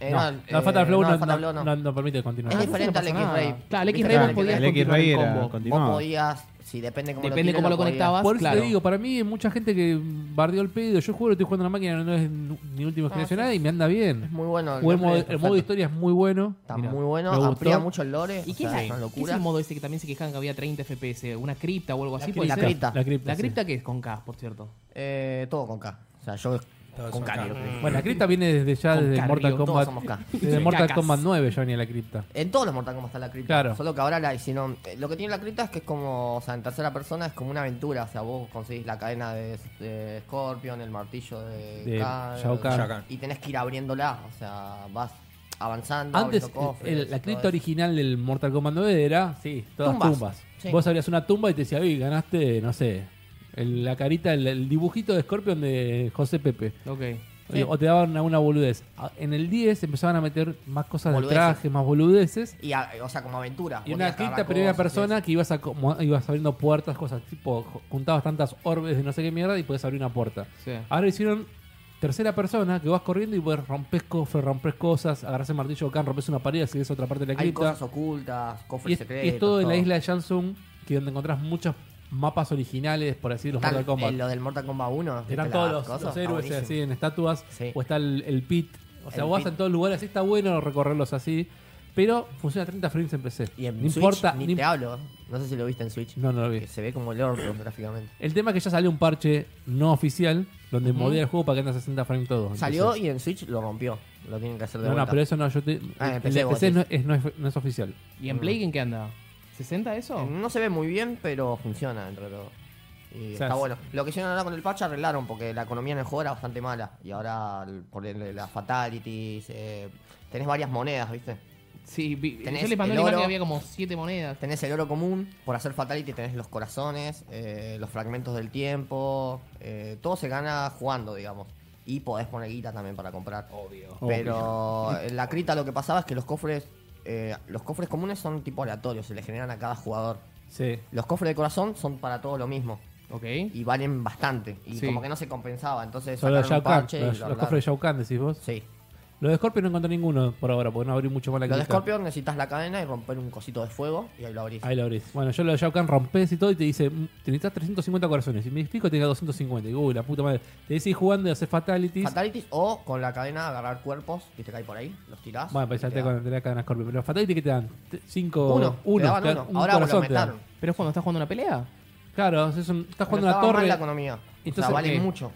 E: eh,
A: no,
E: el-
A: no, el Fatal
E: eh,
A: Blow
E: no,
A: no,
E: el Fatal
A: no-
E: Blow no.
A: no- no permite continuar.
E: Es
B: Ah,
E: diferente
B: eso Ah, no
E: al
B: pasa
E: X-Ray.
B: nada. Claro, el
E: Viste,
B: X-Ray
E: el
B: vos podías
C: el
B: continuar
C: X-Ray
B: el
C: era
B: combo.
E: Vos
C: continuado.
E: podías, sí, depende cómo
B: Depende
E: lo,
B: cómo lo conectabas.
A: Por eso
B: claro.
A: te digo, para mí hay mucha gente que bardeó el pedo. Yo juego, lo estoy jugando en la máquina, no es nu- ni
E: Ah,
A: última generación nada y me anda
E: Es
A: bien.
E: muy bueno.
A: Jugué El, modo,
E: gameplay,
A: el
E: perfecto.
A: modo historia es muy bueno.
E: Está
A: Mirá,
E: muy
A: me
E: bueno,
A: gustó.
E: amplía mucho el lore.
B: ¿Y
E: o
B: qué es,
E: sea,
B: la-
E: es una
B: qué es
E: locura.
B: el modo ese que también se quejaban que había 30 FPS? ¿Una cripta o algo así? puede
E: la
B: ser?
E: cripta.
A: La cripta.
B: ¿La
A: sí.
B: cripta qué es? Con K, por cierto.
E: Eh, todo con K. O sea, yo
D: Todos
E: con
D: son
E: K.
D: K.
E: digo.
A: Bueno, la cripta viene desde ya,
B: Con
A: desde
B: K,
A: Mortal
B: Río, todos
A: Kombat.
E: somos K.
A: Desde
B: Sí.
A: Mortal
B: Cacas.
A: Kombat 9 ya venía la cripta.
E: En todos los Mortal Kombat está la cripta.
A: Claro.
E: Solo que ahora la hicieron. eh, Lo que tiene la cripta es que es como. O sea, en tercera persona es como una aventura. O sea, vos conseguís la cadena de, de Scorpion, el martillo de,
A: De
E: Kahn,
A: Shao Kahn.
D: Shao Kahn.
E: Y tenés que ir abriéndola. O sea, vas avanzando.
A: Antes,
E: abriendo cofres,
A: el- la
E: todo
A: cripta
E: eso.
A: original del Mortal Kombat 9 era, sí, todas tumbas.
E: Tumbas. Sí.
A: Vos abrías una tumba y te decía, uy, ganaste, no sé, el- la carita, el, el dibujito de Scorpion de José Pepe.
B: Ok.
E: Sí.
A: O te daban alguna boludez. A- En el 10 empezaban a meter más cosas de
E: Boludeces.
A: traje, más boludeces.
E: Y a- o sea, como aventura.
A: Y
E: Vos
A: una
E: tenías que
A: cripta
E: agarrar
A: primera
E: cosas,
A: persona que ibas, a, como- ibas abriendo puertas, cosas tipo, jo- juntabas tantas orbes de no sé qué mierda y podías abrir una puerta.
B: Sí.
A: Ahora hicieron tercera persona que vas corriendo y puedes rompes cofres, rompes cosas, agarras el martillo acá, rompes una pared, sigues a otra parte de la
E: Hay
A: cripta.
E: cosas ocultas,
A: Y
E: cofres
A: es,
E: secretos.
A: y es todo en la isla de Shansung, que donde encontrás muchos mapas originales, por así decirlo,
E: Tal-
A: Mortal Kombat.
E: eh, lo del Mortal Kombat 1. ¿viste
A: Están
E: las
A: todos los,
E: cosas?
A: los
E: Está
A: héroes
E: buenísimo.
A: así en estatuas,
E: Sí.
A: o está el, el pit. O sea,
E: El
A: vos
E: pit.
A: vas en todos lugares, así está bueno recorrerlos así, pero funciona a 30 frames en PC.
E: Y en
A: no
E: Switch,
A: importa, no
E: ni te
A: imp-
E: hablo. No sé si lo viste en Switch.
A: No, no lo vi.
E: Que se ve como el orto gráficamente.
A: El tema es que ya salió un parche no oficial, donde modea el juego para que ande a 60 frames todo. en
E: Salió
A: PC.
E: y en Switch lo rompió. Lo tienen que hacer de
A: No, no,
E: vuelta.
A: pero eso no, yo te-
E: Ah, en
A: el
E: PC
A: de
E: vos
A: PC no
E: decís.
A: es, no es- no es oficial.
B: ¿Y
E: Mm.
B: en Play en qué anda? ¿60 eso?
E: Eh, No se ve muy bien, pero funciona dentro de todo. Y
A: O sea, es-
E: está bueno. Lo que hicieron ahora con el patch arreglaron porque la economía en el juego era bastante mala. Y ahora el- por el- las fatalities, eh, tenés varias monedas, ¿viste?
B: Sí, vi-
E: Tenés
B: yo le mandé
E: el
B: la imagen
E: oro.
B: que había como 7 monedas.
E: Tenés el oro común, por hacer fatality tenés los corazones, eh, los fragmentos del tiempo, eh, todo se gana jugando, digamos. Y podés poner guita también para comprar. Obvio. Pero en la crita lo que pasaba es que los cofres, eh, los cofres comunes son tipo aleatorios, se le generan a cada jugador.
A: Sí.
E: Los cofres de corazón son para todo lo mismo
B: Ok.
E: y valen bastante. Y
B: Sí.
E: como que no se compensaba, entonces
A: Solo
E: sacaron
A: Shao
E: un
A: Kahn,
E: parche y
A: los,
E: lo
A: los cofres de
E: arreglaron.
A: Shao Kahn, decís vos.
E: Sí.
A: Lo de Scorpion no encontré ninguno por ahora, porque no abrí mucho más la
E: Lo de
A: cripta.
E: Scorpion necesitas la cadena y romper un cosito de fuego y ahí lo abrís.
A: Ahí lo abrís. Bueno, yo lo de Shao Kahn rompes y todo y te dice, "Mm, te necesitas 350 corazones. Y me explico, tenía 250. Y digo, uy, la puta madre. Te decís jugando y haces fatalities.
E: Fatalities o con la cadena agarrar cuerpos que te cae por ahí, los tirás.
A: bueno, pues ya
E: y
A: te
E: te
A: con
E: dan.
A: la cadena Scorpion. Pero fatalities que te dan? Te- Cinco.
E: uno,
A: uno,
E: uno,
A: te dan un
E: Ahora vos
A: corazón
E: lo
A: te dan.
E: aumentaron.
B: ¿Pero es cuando estás jugando una pelea?
A: Claro, es un- estás
E: Pero
A: jugando una
E: estaba mal
A: torre.
E: la economía.
A: Entonces, eh,
E: o sea, vale
B: ¿qué?
E: mucho.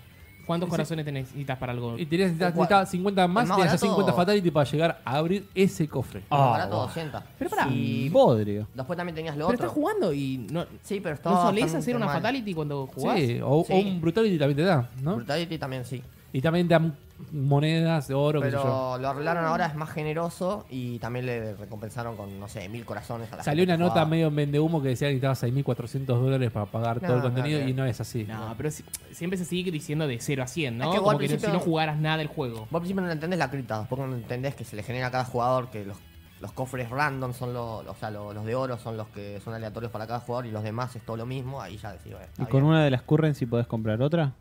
B: ¿Cuántos corazones te necesitas para algo?
A: Y tenías necesitas-
E: Igual.
A: necesitas 50 más,
E: El más
A: tenías que hacer
E: barato-
A: 50 fatalities para llegar a abrir ese cofre.
E: Más
C: Ah,
E: barato,
C: bueno.
E: 200.
B: Pero pará.
E: Y
C: Bodrio.
E: después también tenías lo
B: Pero
E: otro.
B: estás jugando y no,
E: Sí, pero estaba
B: ¿no solés
E: bastante
B: hacer una
E: mal.
B: fatality cuando jugás.
A: Sí, o, o
E: Sí.
A: un brutality también te da, ¿no?
E: Brutality también sí.
A: Y también te dan monedas de oro, qué sé yo.
E: Pero lo arreglaron ahora, es más generoso y también le recompensaron con, no sé, mil corazones a la
A: Salió
E: gente
A: una
E: que
A: nota
E: jugaba.
A: medio en vendehumo que decía que necesitabas 6.400 dólares para pagar todo
E: No,
A: el contenido
E: no,
A: y no es así.
B: No, pero si- siempre se sigue diciendo de 0 a 100, ¿no?
E: Es que vos
B: Como
E: al
B: que no- si
E: principio-
B: no jugaras nada el juego.
E: Vos al principio no entendés la cripta, después cuando entendés que se le genera a cada jugador, que los, los cofres random son los, o sea, los, los de oro son los que son aleatorios para cada jugador y los demás es todo lo mismo, ahí ya decís, bueno, está
C: ¿Y con
E: Ah, bien.
C: una de las currency podés comprar otra?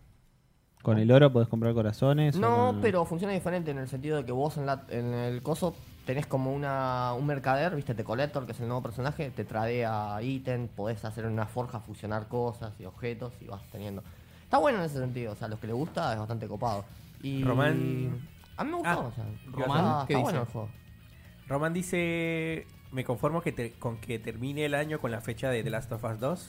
C: ¿Con el oro podés comprar corazones? o
E: No,
C: con-
E: pero funciona diferente en el sentido de que vos en, la- en el coso tenés como una, un mercader, viste, te collector, que es el nuevo personaje, te tradea ítem, podés hacer una forja, fusionar cosas y objetos y vas teniendo. Está bueno en ese sentido, o sea, a los que les gusta es bastante copado. Y
D: Román-
E: A mí me gustó,
D: Ah,
E: o sea,
D: Román,
E: está-
B: ¿qué
E: está
B: dice?
E: bueno el juego.
D: Román dice, me conformo que te- con que termine el año con la fecha de The Last of Us 2.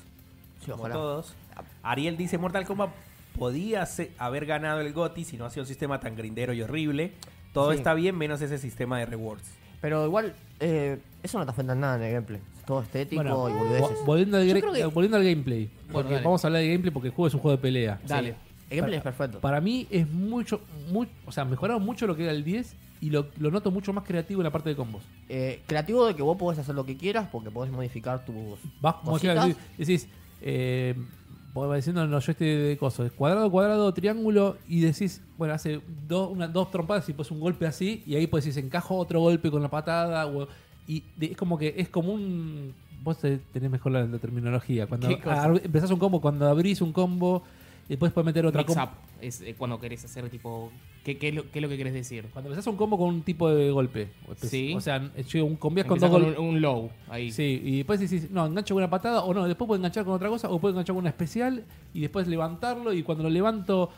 E: Sí,
D: como
E: ojalá.
D: todos. Ariel dice, Mortal Kombat podía se- haber ganado el GOTY si no hacía un sistema tan grindero y horrible. Todo
E: Sí.
D: está bien menos ese sistema de rewards.
E: Pero igual, eh, eso no te afecta en nada en el gameplay. Es todo estético
A: Bueno,
E: y boludeces.
A: vo- volviendo, al
E: Yo
A: gre-
E: creo que-
A: volviendo al gameplay. porque
B: dale.
A: vamos a hablar de gameplay porque el juego es un juego de pelea.
B: Dale.
E: El gameplay es perfecto.
A: Para mí es mucho, muy, o sea, mejoraron mucho lo que era el 10 y lo, lo noto mucho más creativo en la parte de combos.
E: Eh, creativo de que vos podés hacer lo que quieras porque podés modificar tus
A: Vas como que
E: cositas.
A: decís, decís eh, vos vas diciendo, no, yo estoy de cosas, cuadrado, cuadrado, triángulo, y decís, bueno, hace dos, una- dos trompadas y pues un golpe así, y ahí pues decís, encajo otro golpe con la patada, o- y de- es como que es como un... Vos te- tenés mejor la, la terminología. Cuando
B: ¿Qué cosa?
A: ar- empezás un combo, cuando abrís un combo, y después puedes meter otra
B: Mix
A: combo.
B: up. Es eh, cuando querés hacer tipo. ¿Qué, qué es lo, qué es lo que querés decir?
A: Cuando empezás un combo con un tipo de golpe. o empe-
B: Sí.
A: O sea, yo un combias con
B: Empezás
A: dos
B: con
A: golpes.
B: un, un low ahí.
A: Sí, y después decís, no, engancho con una patada, o no, después puedo enganchar con otra cosa, o puedo enganchar con una especial, y después levantarlo, y cuando lo levanto,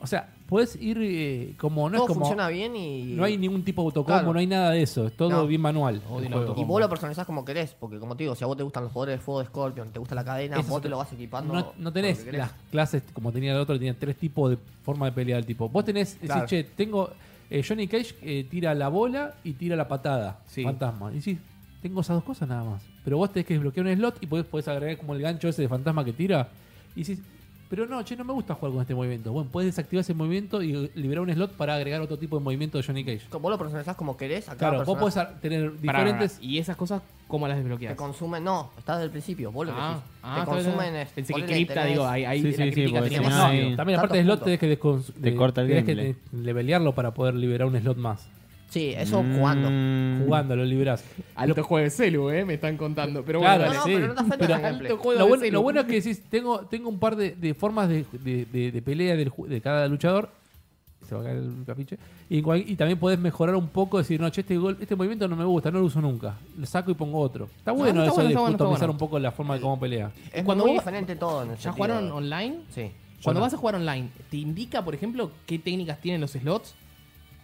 A: o sea, puedes ir eh, como, no
E: todo
A: es como,
E: funciona bien y.
A: no hay ningún tipo de autocombo,
E: Claro.
A: no hay nada de eso, es todo
E: No.
A: bien manual.
B: Odio
A: el juego.
B: el
E: Y
B: autocombo.
E: vos lo personalizás como querés, porque como te digo, si a vos te gustan los poderes de fuego de Scorpion, te gusta la cadena,
A: Eso es
E: vos
A: otra-
E: te lo vas equipando.
A: No, no
E: con
A: tenés
E: lo que
A: las
E: querés.
A: clases como tenía el otro, que tenía tres tipos de forma de pelear el tipo. Vos tenés, decís,
E: Claro.
A: che, tengo. eh, Johnny Cage eh, tira la bola y tira la patada.
B: Sí.
A: Fantasma. Y decís, tengo esas dos cosas nada más. Pero vos tenés que desbloquear un slot y podés, podés agregar como el gancho ese de fantasma que tira. Y decís, pero no, che, no me gusta jugar con este movimiento. Bueno, podés desactivar ese movimiento y liberar un slot para agregar otro tipo de movimiento de Johnny Cage.
E: Vos lo personalizás como querés, a cada
A: Claro, vos
E: persona
A: podés ar- tener
B: Pará,
A: diferentes.
B: pará. ¿Y esas cosas cómo las
E: Te
B: desbloqueas?
E: consumen. No, estás desde el principio, vos lo
B: Ah,
E: elegís.
B: ah,
E: te
B: está bien,
E: consumen.
B: está bien.
E: es-
B: Pensé que
E: ponele,
B: cripta,
E: tenés-
B: digo, ahí, ahí
C: Sí,
B: la
C: sí, sí,
B: crítica
C: porque
B: tenía
C: si
B: más
C: no
B: sentido.
C: hay-
A: También aparte
E: Tantos
A: del slot
E: puntos.
A: tenés que, descons-
C: Te
A: de-
C: corta el
A: tenés que
C: gameplay.
A: de- levelearlo para poder liberar un slot más.
E: Sí, eso jugando.
C: Mm.
A: Jugando lo liberás.
B: Ah, Alto juego de celu, ¿eh? Me están contando. Pero
A: Claro,
B: bueno,
E: no, no,
A: sí.
E: pero no te afecta
A: Pero
E: en el gameplay.
B: Alto juego
A: Lo
B: de
A: bueno,
B: celu.
A: lo bueno es que decís, tengo, tengo un par de, de formas de, de- de- de pelea del ju- de cada luchador. Se va a caer el capiche. Y, en cual- y también podés mejorar un poco, decir, no, che, este, gol, este movimiento no me gusta, no lo uso nunca. Lo saco y pongo otro. Está bueno eso
B: está bueno,
A: de
B: está bueno, está
A: customizar
B: bueno.
A: un poco la forma de cómo pelea.
E: Es
B: Cuando
E: muy
B: vos-
E: diferente todo. En el
B: ¿Ya
E: sentido
B: jugaron
E: de-
B: online?
E: Sí.
B: Cuando
A: no.
B: vas a jugar online, ¿te indica, por ejemplo, qué técnicas tienen los slots?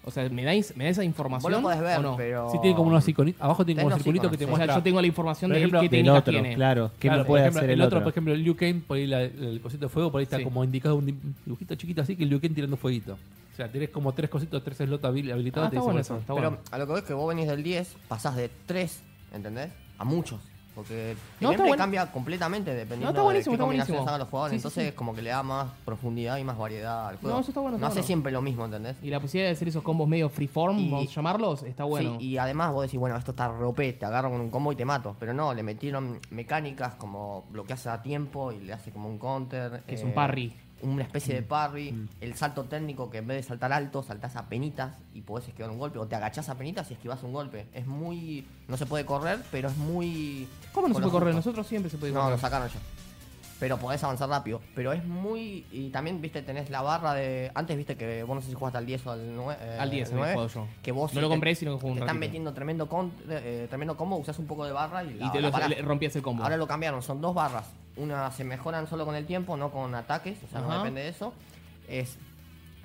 B: O sea, ¿me da, ins- me da esa
E: Vos
B: información?
E: lo podés ver,
B: o no?
E: pero.
A: Sí, tiene como unos iconitos. Abajo tiene
E: Tenés
A: como un
E: los
A: circulito que te
E: iconos,
B: O
A: muestra.
B: sea, yo tengo la información
A: Por
B: de él,
A: ejemplo,
B: qué
A: del
C: Del
B: técnicas
C: otro,
B: tiene. Ah,
C: claro. ¿Qué
A: Claro,
C: me
A: por
C: puede
A: ejemplo,
C: hacer el otro?
A: por ejemplo, el Liu Kang, por ahí la- el cosito de fuego, por ahí está
B: Sí.
A: como indicado un di- dibujito chiquito así que el Liu Kang tirando fueguito. O sea, tenés como tres cositos, tres slots habil- habilitados.
B: Ah,
A: te dice,
B: está bueno
A: bueno,
B: eso, está
E: Pero
B: bueno.
E: a lo que ves que vos venís del 10, pasás de 3, ¿entendés? A muchos. Porque el
B: No, está
E: gameplay
B: bueno.
E: cambia completamente dependiendo
B: buenísimo,
E: de
B: está
E: qué combinaciones
B: buenísimo.
E: hagan los jugadores.
B: Sí, sí,
E: Entonces,
B: sí.
E: como que le da más profundidad y más variedad al juego.
B: No, eso está bueno,
E: No
B: está
E: hace
B: bueno.
E: siempre lo mismo, ¿entendés?
B: Y la posibilidad de hacer esos combos medio freeform,
E: Y-
B: vamos a llamarlos, está bueno.
E: Sí, y además vos decís, bueno, esto está rope, te agarro con un combo y te mato. Pero no, le metieron mecánicas como bloqueas a tiempo y le hace como un counter. eh,
B: Que es un parry. Mm.
E: Una especie de parry. El salto técnico que en vez de saltar alto, saltás a penitas y podés esquivar un golpe. O te agachás a penitas y esquivás un golpe. Es muy... No se puede correr, pero es muy...
B: ¿Cómo no se
E: con
B: puede
E: los
B: correr?
E: gustos.
B: Nosotros siempre se puede
E: No,
B: correr.
E: lo sacaron ya. Pero podés avanzar rápido. Pero es muy... Y también, viste, tenés la barra de... Antes, viste, que vos no sé si jugaste al 10 o al 9.
B: Al 10 había jugado yo.
E: Que vos...
B: No lo
E: te-
B: compré, sino que jugué un
E: Te están
B: ratito.
E: metiendo tremendo, con- eh, tremendo combo, usás un poco de barra y, la-
B: y te
E: la
B: los-
E: parás.
B: le- rompías el combo.
E: Ahora lo cambiaron, son dos barras. Una se mejoran solo con el tiempo, no con ataques, o sea, no
B: Ajá.
E: depende de eso. Es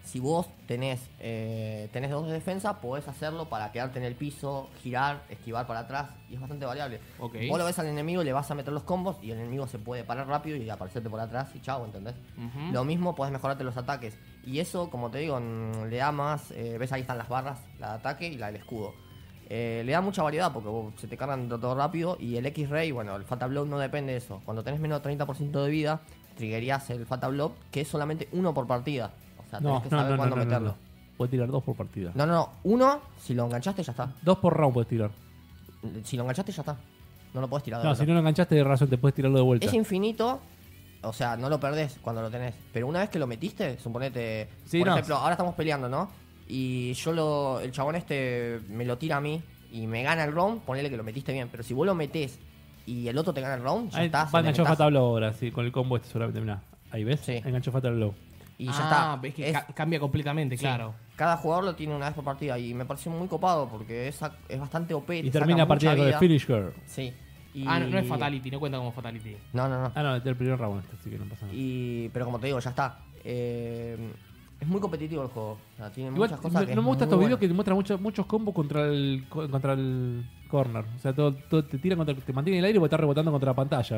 E: si vos tenés, eh, tenés dos de defensa, podés hacerlo para quedarte en el piso, girar, esquivar para atrás, y es bastante variable.
B: Ok.
E: Vos lo ves al enemigo, le vas a meter los combos y el enemigo se puede parar rápido y aparecerte por atrás y chao, ¿entendés?
B: Ujú.
E: Lo mismo podés mejorarte los ataques. Y eso, como te digo, mm, le da más, eh, ves ahí están las barras, la de ataque y la del escudo. Eh, le da mucha variedad porque vos- se te cargan todo rápido y el X-Ray, bueno, el Fatal Blow no depende de eso. Cuando tenés menos de 30% de vida, triggerías el Fatal Blow, que es solamente uno por partida. O O sea,
A: No,
E: Ah, tenés que
A: no,
E: saber
A: no, no,
E: cuándo
A: no, no,
E: meterlo.
A: no. Puedes tirar dos por partida.
E: No, no, no. Uno, si lo enganchaste, ya está.
A: Dos por round puedes tirar.
E: Ah, Si lo enganchaste, ya está. No lo podés tirar de
A: No,
E: vuelta.
A: si no lo enganchaste de razón, te puedes tirarlo de vuelta.
E: Es infinito. O sea, no lo perdés cuando lo tenés. Pero una vez que lo metiste, suponete.
A: Sí,
E: por
A: no.
E: ejemplo, ahora estamos peleando, ¿no? Y yo lo. El chabón este me lo tira a mí y me gana el round, ponele que lo metiste bien. Pero si vos lo metés y el otro te gana el round, ya
A: Ahí
E: está.
A: va enganchó
E: fatal
A: Fatal Blow ahora, sí, con el combo este solamente, mirá. Ahí ves,
E: Sí.
A: enganchó Fatal Blow.
E: Y
B: ah,
E: ya está.
B: ves que
E: Es-
B: ca- cambia completamente,
E: sí.
B: claro.
E: Cada jugador lo tiene una vez por partida y me pareció muy copado porque es, ac- es bastante OP.
A: Y
E: te
A: termina
E: saca
A: la partida
E: mucha
A: con el
E: vida.
A: Finish Girl.
E: Sí. Y-
B: Ah, no, no es Fatality, no cuenta como Fatality.
E: No, no, no.
A: Ah, no, del primer round este, así que no pasa nada.
E: Y, pero como te digo, ya está. Eh, es muy competitivo el juego. O sea, tiene
A: Igual,
E: muchas cosas.
A: no,
E: que
A: no
E: es
A: me gustan
E: muy
A: estos videos
E: buena.
A: que te muestran mucho- muchos combos contra el co- contra el corner. O sea, todo, todo te tiran contra, te mantiene en el aire y vos estás rebotando contra la pantalla.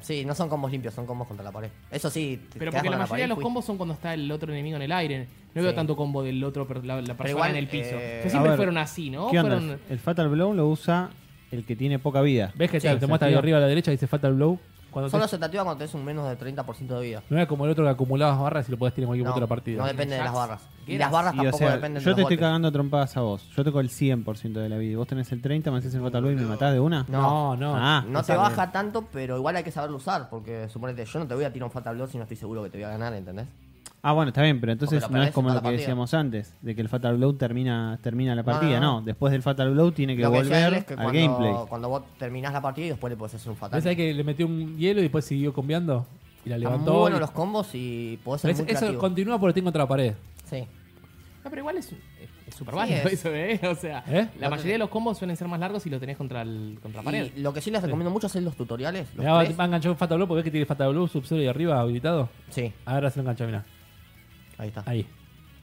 E: Sí, no son combos limpios, son combos contra la pared. Eso sí, te
B: Pero
E: quedás
B: porque
E: con
B: la mayoría
E: pared
B: de
E: y
B: los
E: fui.
B: combos son cuando está el otro enemigo en el aire. No veo
E: Sí.
B: tanto combo del otro, per- la, la persona
E: igual,
B: en el piso.
E: eh,
B: Que
C: a
B: siempre
C: ver,
B: fueron así, ¿no?
C: ¿Qué onda?
B: Fueron-
C: El Fatal Blow lo usa el que tiene poca vida.
A: ¿Ves que
E: Sí,
A: te, te
C: se
A: muestra ahí
C: activa.
A: arriba a la derecha y dice Fatal Blow? Cuando
E: Solo
A: te-
E: se te activa cuando tenés un menos del 30% de vida.
A: No era como el otro que acumulabas barras y lo podías tirar en cualquier
E: No,
A: momento de la partida.
E: no depende de las
B: Jax,
E: barras. Y
B: Geras.
E: las barras
C: Y, o
E: ah, tampoco
C: sea,
E: dependen
C: yo
E: de
C: te
E: los
C: estoy
E: golpes.
C: cagando a trompadas a vos. Yo tengo el 100% de la vida. y Vos tenés el 30, me haces el Fatal Blow y me matás de una.
E: No,
A: no, no.
C: Ah,
E: No te
C: está
E: baja tanto, pero igual hay que saberlo usar. Porque suponete, yo no te voy a tirar un Fatal Blow si no estoy seguro que te voy a ganar, ¿entendés?
C: Ah, bueno, está bien, pero entonces
E: Porque lo
C: no es
E: perdés
C: como
E: toda
C: lo
E: la
C: que
E: partida.
C: decíamos antes, de que el Fatal Blow termina, termina la
E: No, no,
C: partida. No,
E: no.
C: después del Fatal Blow tiene que
E: Lo que decía
C: volver
E: él es que
C: al
E: cuando,
C: gameplay.
E: cuando vos terminás la partida y después le podés hacer un Fatal.
A: ¿Ves ahí que le metió un hielo y después siguió combiando? Y la
E: Están
A: levantó.
E: muy buenos
A: y-
E: los combos y podés ser
A: Pero es-
E: muy
A: eso
E: creativo.
A: continúa porque estoy contra la pared.
E: Sí.
B: Ah, pero igual es, es- es súper
E: Sí,
B: válido
E: es.
B: eso, ¿eh? O sea,
A: ¿Eh?
B: la mayoría de los combos suelen ser más largos si lo tenés contra, el, contra la pared.
E: Y lo que sí les recomiendo mucho es hacer los tutoriales. Los
A: Mirá, va
E: tres.
A: va enganchado un Fatal Blow porque ves que tiene Fatal Blow sub y arriba habilitado.
E: Sí,
A: Ahora se lo engancha, mirá.
E: ahí está.
A: Ahí.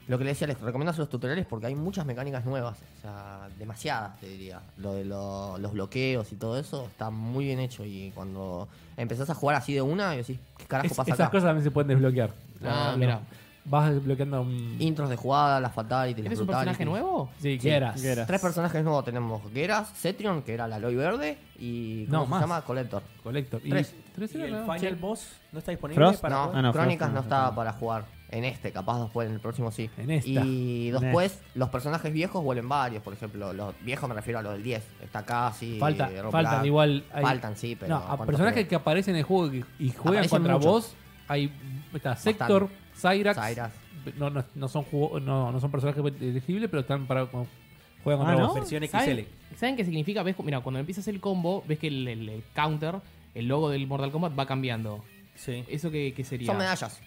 E: Lo que les decía, les recomiendo hacer los tutoriales porque hay muchas mecánicas nuevas. O sea, demasiadas, te diría. Lo de lo- los bloqueos y todo eso está muy bien hecho. Y cuando empezás a jugar así de una, y decís, ¿qué carajo
A: Es-
E: pasa
A: esas
E: acá?
A: cosas también se pueden desbloquear.
B: Ah,
A: Lo-
B: mirá.
A: Vas desbloqueando un.
E: Intros de jugada, las fatalities, las
B: ¿Tienes un
E: brutalities.
B: personaje nuevo?
A: Sí, que eras.
C: que eras.
E: Tres personajes nuevos tenemos. Geras, Cetrion, que era la Aloy Verde, y
A: No,
E: ¿cómo se
A: más.
E: llama? Collector.
A: Colector. Y-
E: Tres.
A: ¿Tres
D: ¿Y
A: era,
D: el
A: no?
D: Final
A: Sí.
D: Boss no está disponible
C: Frost?
D: para
E: no,
D: jugar?
C: no,
E: Crónicas
C: Frost
E: no
C: no
E: estaba
C: está.
E: para jugar. En este, capaz después, en el próximo sí.
A: En esta.
E: Y
C: En
E: después, los personajes viejos vuelven varios. Por ejemplo, los viejos me refiero a los del 10. Está casi.
A: Falta,
E: Rob
A: faltan
E: Black.
A: igual. hay-
E: Faltan, sí, pero.
A: no, a
E: ¿cuántos
A: personajes
E: tenés?
A: que aparecen en el juego y, y juegan
E: Aparecen
A: contra
E: muchos.
A: vos. Hay. Está Sector, Cyrax.
E: Cyrax.
A: No, no, no son jugo- no, no son personajes elegibles, pero están para. como- juegan
C: Ah,
A: contra
C: ¿no?
A: vos.
D: Versión XL.
B: ¿Saben, ¿saben qué significa? ¿Ves? Mira, cuando empiezas el combo, ves que el, el- el counter, el logo del Mortal Kombat va cambiando.
D: Sí.
B: ¿Eso qué, qué sería?
E: Son medallas.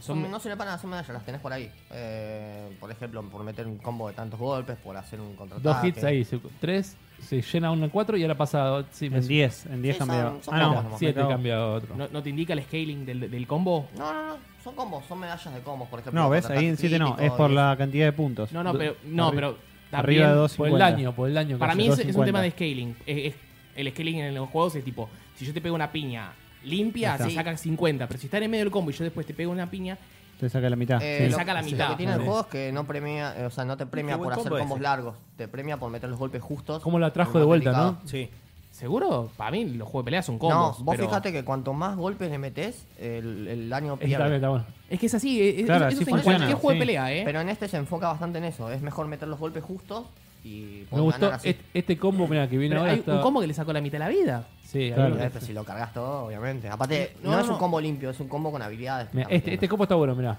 B: Son-
E: Son- no sirve para nada, son medallas, las tenés por ahí. Eh, por ejemplo, por meter un combo de tantos golpes, por hacer un contraataque.
A: Dos hits ahí. se- tres. Se llena uno en cuatro y ahora pasa. Sí, me-
C: En 10, en 10
E: Sí,
C: cambiaba.
E: son- son
C: Ah,
E: combos
C: no,
E: nomás.
A: Siete
C: me cago.
A: cambia a otro.
B: ¿No, no te indica el scaling del, del combo?
E: No, no, no, son combos, son medallas de combos, por ejemplo.
C: No, ¿ves? Ahí en 7 no,
E: contraataque
C: es por
E: crítico,
C: la cantidad de puntos.
B: No, no, pero. No,
C: Arriba-
B: pero también-
C: Arriba de 2
A: por el daño, por el daño. que
B: Para
A: hace.
B: mí es, es un
C: 2.50.
B: tema de scaling. Es- es- el scaling en los juegos es tipo, si yo te pego una piña limpia,
E: Está.
B: te sacan 50. Pero si estás en medio del combo y yo después te pego una piña,
C: Te saca la mitad.
E: Eh,
B: Te
C: sí.
E: lo-
B: saca la
E: sí,
B: mitad.
E: Lo que tiene el
B: Sí.
E: juego es que no premia, eh, o sea, no te premia
D: buen
E: por hacer
D: combo ese.
E: combos largos, te premia por meter los golpes justos.
A: ¿Cómo la trajo
E: y más
A: de vuelta,
E: delicados.
A: no?
D: Sí.
B: seguro, para mí los juegos de pelea son combos.
E: no, vos
B: pero-
E: fíjate que cuanto más golpes le metés, el, el daño
A: Está bien,
E: pierde.
A: está bueno.
B: Es que es así, es- es-
C: Claro,
B: eso
C: así
B: es en
C: funciona,
B: cualquier juego de
C: sí.
B: pelea, ¿eh?
E: Pero en este se enfoca bastante en eso, es mejor meter los golpes justos y
A: Me
E: poder
A: gustó
E: ganar así.
A: este, este combo, mira, que viene
B: Pero
A: ahora.
B: hay
A: está-
B: un combo que le sacó la mitad de la vida.
A: Sí, hay
C: Claro.
A: uno que-
E: Eh, pero si lo cargas todo, obviamente. Aparte,
B: No,
E: no, es
B: no.
E: un combo limpio, es un combo con habilidades. que
A: Mirá, este,
E: están
A: este
E: metiendo.
A: combo está bueno, mirá.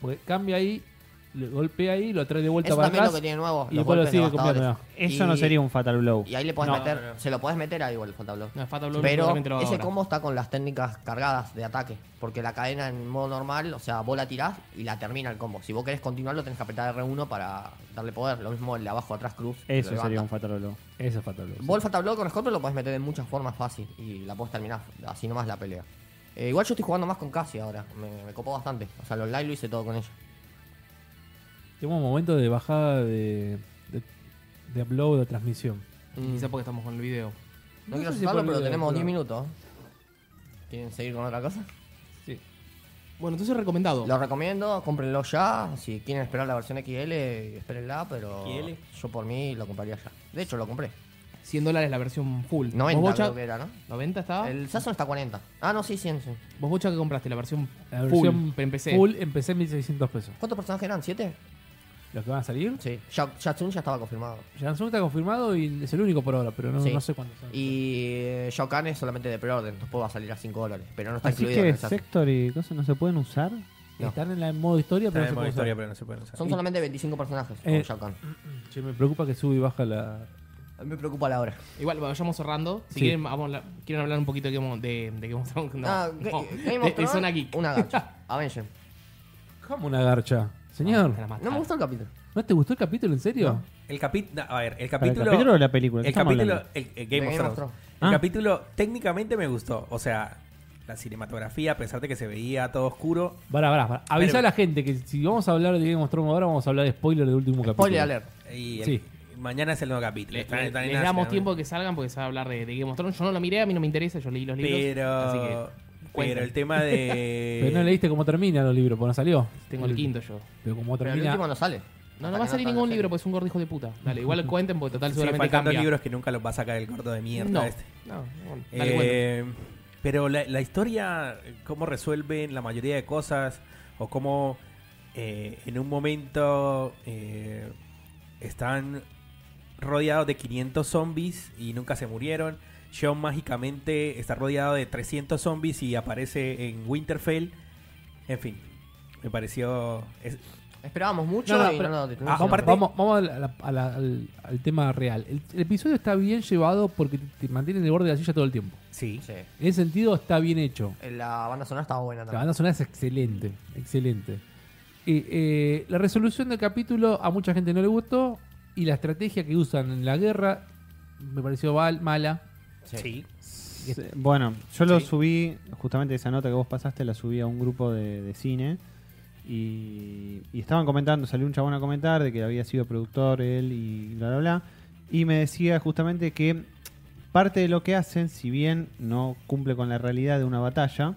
A: Porque cambia ahí, le golpea ahí, lo trae de vuelta
E: Eso
A: para
E: también es
A: atrás.
E: lo que tiene
A: y
E: nuevo. los
A: después lo
E: golpes
A: sigue
E: devastadores.
A: copiando,
C: Eso
E: Y-
C: no sería un Fatal Blow.
E: Y ahí le podés
B: No,
E: meter,
D: no, no.
E: se lo podés meter ahí igual el Fatal Blow.
B: No, Fatal Blow
E: Pero
B: seguramente lo va
E: ese
B: ahora.
E: combo está con las técnicas cargadas de ataque. Porque la cadena en modo normal, o sea, vos la tirás y la termina el combo. Si vos querés continuarlo, tenés que apretar R1 para darle poder. Lo mismo el de abajo atrás cruz. que
C: Eso
E: lo
C: sería un
E: levanta.
C: Fatal Blow.
A: Eso es fatal.
E: Vos el Fatal Blow con Scorpio lo podés meter de muchas formas fácil. Y la podés terminar así nomás la pelea. Eh, igual yo estoy jugando más con Cassie ahora. Me, me copó bastante. O sea, lo online lo hice todo con ella.
A: Tengo un momento de bajada de, de, de upload de transmisión.
E: Mm.
B: Quizá porque estamos con el video.
A: No
E: No, quiero
A: sé si
E: asustarlo,
A: por
E: pero
A: el-
E: tenemos
A: por-
E: 10 minutos. ¿Quieren seguir con otra cosa?
A: Sí.
B: Bueno, entonces recomendado.
E: Lo recomiendo, cómprenlo ya. Si quieren esperar la versión XL, espérenla, pero
D: XL.
E: yo por mí lo compraría ya. De hecho, lo compré.
B: 100 dólares la versión full.
E: 90
B: ¿Vos,
E: creo
B: Bocha,
E: que era, ¿no?
B: ¿90 estaba?
E: El Sasson está a 40. Ah, no, sí, 100, sí.
B: ¿Vos, Bocha, qué compraste? La versión
A: La
B: full.
A: versión
B: empecé.
A: full empecé en 1600 pesos.
E: ¿Cuántos personajes eran? ¿7?
A: ¿Los que van a salir?
E: Sí. Ya- Yatsun ya estaba confirmado.
A: Jansung está confirmado y es el único por ahora, pero no,
E: Sí.
A: no sé cuándo son.
E: Y eh, Shao Kahn es solamente de preorden, después va a salir a 5 dólares. Pero no está
C: Así
E: incluido en
C: que
E: el Sasson.
C: Sector y cosas no se pueden usar.
E: No.
A: Están en la en modo historia,
D: Está
A: pero
D: en el
A: no se
D: modo
A: puede
D: historia,
A: usar.
D: pero no se pueden usar.
E: Son solamente 25 personajes
A: Eh.
E: con Shao Kahn.
A: Che, me preocupa que sube y baja la.
E: A mí me preocupa la hora.
B: Igual, vayamos cerrando. Si
A: Sí.
B: quieren, vamos a hablar- quieren hablar un poquito de Game of, de, de Game of Thrones. No,
E: Ah, Ga-
B: no.
E: Game
B: de,
E: of
B: de
E: Thrones,
B: Zona Geek.
E: Una gacha. Avenger.
A: ¿Cómo una garcha? Señor,
B: Te la mataron.
E: No me gustó el capítulo.
A: ¿no te gustó el capítulo en serio?
D: El capítulo. A ver, el
C: ¿Para el
D: capítulo.
C: capítulo o la película? ¿Qué
D: El
C: estamos
D: capítulo.
C: hablando?
D: El, el Game,
E: De
D: of
E: Game of
D: Thrones.
E: Thrones.
D: El
C: Ah.
D: capítulo técnicamente me gustó. O sea, la cinematografía, a pesar de que se veía todo oscuro.
A: Pará, pará, pará. Avisa
D: Pero-
A: a la gente que si vamos a hablar de Game of Thrones ahora, vamos a hablar de spoiler del último capítulo.
E: Spoiler alert.
D: Y el-
A: Sí.
D: mañana es el nuevo capítulo.
B: Le,
D: Están-
B: le-
D: están en
B: les
D: Asia,
B: damos
D: ¿no?
B: tiempo que salgan porque se va a hablar de, de Game of Thrones. Yo no lo miré, a mí no me interesa, yo leí los libros. así
D: Pero.
B: que
D: Pero
B: cuenten.
D: el tema de.
A: Pero
E: Eh.
A: no leíste cómo termina los libros, porque no salió.
B: tengo el quinto yo.
A: Pero cómo
E: Pero el
A: termina.
E: último no sale.
B: No,
E: Hasta
B: no va a
E: que
B: salir
E: salga
B: ningún libro
E: la serie.
B: porque es un gordijo de puta. Dale, igual cuenten porque total
D: Sí,
B: seguramente
D: faltan dos
B: cambia.
D: libros que nunca los va a sacar el corto de mierda
B: no,
D: este.
B: no, bueno, dale, cuenten.
D: Eh, pero la, la historia, cómo resuelven la mayoría de cosas, o cómo eh, en un momento eh, están rodeados de 500 zombies y nunca se murieron. Sean mágicamente está rodeado de 300 zombies y aparece en Winterfell. En fin, me pareció... es-
E: Esperábamos mucho
A: No, no,
E: y
A: pero-
E: no, no,
D: Ah,
E: no,
D: aparte-
A: Vamos, vamos a la- a la- al, al tema real. El, el episodio está bien llevado porque te, te mantiene en el borde de la silla todo el tiempo.
D: sí.
E: Sí.
A: En ese sentido está bien hecho.
E: Eh, La banda sonora estaba buena
A: La
E: también.
A: banda sonora es excelente, excelente. Eh, eh, la resolución del capítulo a mucha gente no le gustó y la estrategia que usan en la guerra me pareció val- mala.
E: Sí.
D: Sí.
C: Sí, Este, Bueno, yo lo
D: Sí.
C: subí, justamente esa nota que vos pasaste, la subí a un grupo de, de cine. Y, y estaban comentando, salió un chabón a comentar de que había sido productor él y bla, bla, bla. Y me decía justamente que parte de lo que hacen, si bien no cumple con la realidad de una batalla,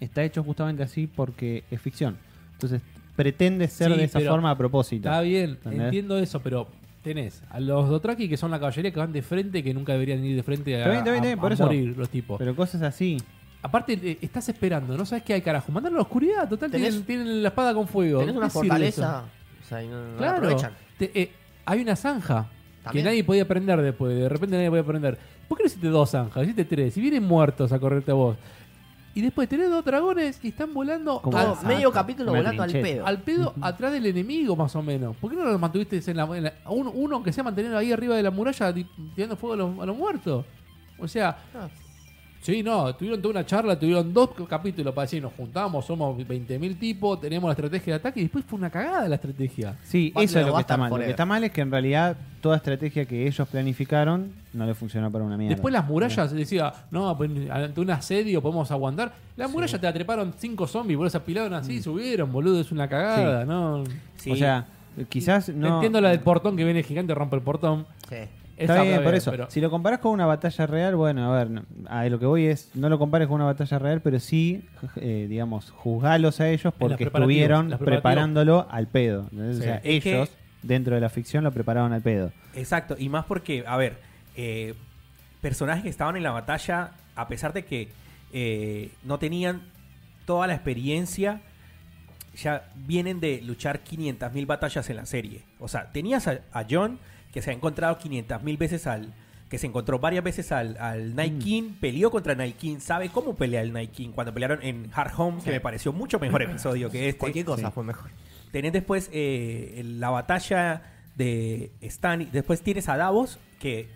C: está hecho justamente así porque es ficción. Entonces pretende ser
A: Sí,
C: de esa
A: pero
C: forma a propósito.
A: Está bien,
C: ¿Entendés?
A: entiendo eso, pero tenés a los Dotraki que son la caballería que van de frente, que nunca deberían ir de frente a,
C: Está bien, está bien, está bien,
A: a-
C: por
A: a
C: eso.
A: morir los tipos.
C: Pero cosas así.
A: Aparte, eh, estás esperando, no sabes qué hay, carajo. Mandar a la oscuridad, total,
E: Tenés-
A: tienen, tienen la espada con fuego.
E: Tenés
A: ¿Qué
E: una
A: sirve
E: fortaleza.
A: eso?
E: O sea, y no, no la
A: Claro.
E: aprovechan.
A: Te- eh, hay una zanja
E: También.
A: que nadie podía prender después. De repente nadie podía prender. ¿Por qué no hiciste dos zanjas? Hiciste tres. Y vienen muertos a correrte a vos. Y después tenés dos dragones y están volando
C: Como
A: al,
E: Todo,
C: Exacto.
E: medio capítulo
C: Una
E: volando al
C: trinchera.
E: pedo.
A: al pedo atrás del enemigo, más o menos. ¿Por qué no los mantuviste en la. en la- uno, uno que sea manteniendo ahí arriba de la muralla di- tirando fuego a los, a los muertos? O sea,
E: Ah,
A: Sí, no, tuvieron toda una charla, tuvieron dos capítulos para decir, nos juntamos, somos 20.000 tipos, tenemos la estrategia de ataque y después fue una cagada la estrategia.
C: Sí,
E: Battle
C: eso es
E: of
C: lo que está
E: Bastards
C: mal. Lo
E: Forever.
C: que está mal es que en realidad toda estrategia que ellos planificaron no le funcionó para una mierda.
A: Después las murallas decía, no, pues, ante un asedio podemos aguantar. Las murallas te atreparon cinco zombies, boludo, se apilaron
C: Mm.
A: así, subieron, boludo, es una cagada, ¿no?
D: sí.
C: O sea, quizás no.
A: Entiendo la del portón que viene el gigante, rompe el portón.
E: sí.
A: Esa
C: Está bien,
A: habla
C: por eso.
A: pero-
C: Si lo comparás con una batalla real, bueno, a ver, no- a lo que voy es, no lo compares con una batalla real, pero sí, eh, digamos, juzgalos a ellos porque
A: preparativos,
C: estuvieron
A: las preparativos.
C: preparándolo al pedo. ¿entendés? O
D: Sí.
C: sea,
D: Es que-
C: ellos, dentro de la ficción, lo prepararon al pedo.
D: Exacto, y más porque, a ver, eh, personajes que estaban en la batalla, a pesar de que eh, no tenían toda la experiencia, ya vienen de luchar 500.000 batallas en la serie. O sea, tenías a, a John, que se ha encontrado 500.000 veces al... Que se encontró varias veces al, al Night King, peleó contra Night King, sabe cómo pelea el Night King cuando pelearon en Hard Home, que me pareció mucho mejor episodio que este.
E: Cualquier cosa fue mejor.
D: Tenés después eh, la batalla de Stannis. Después tienes a Davos, que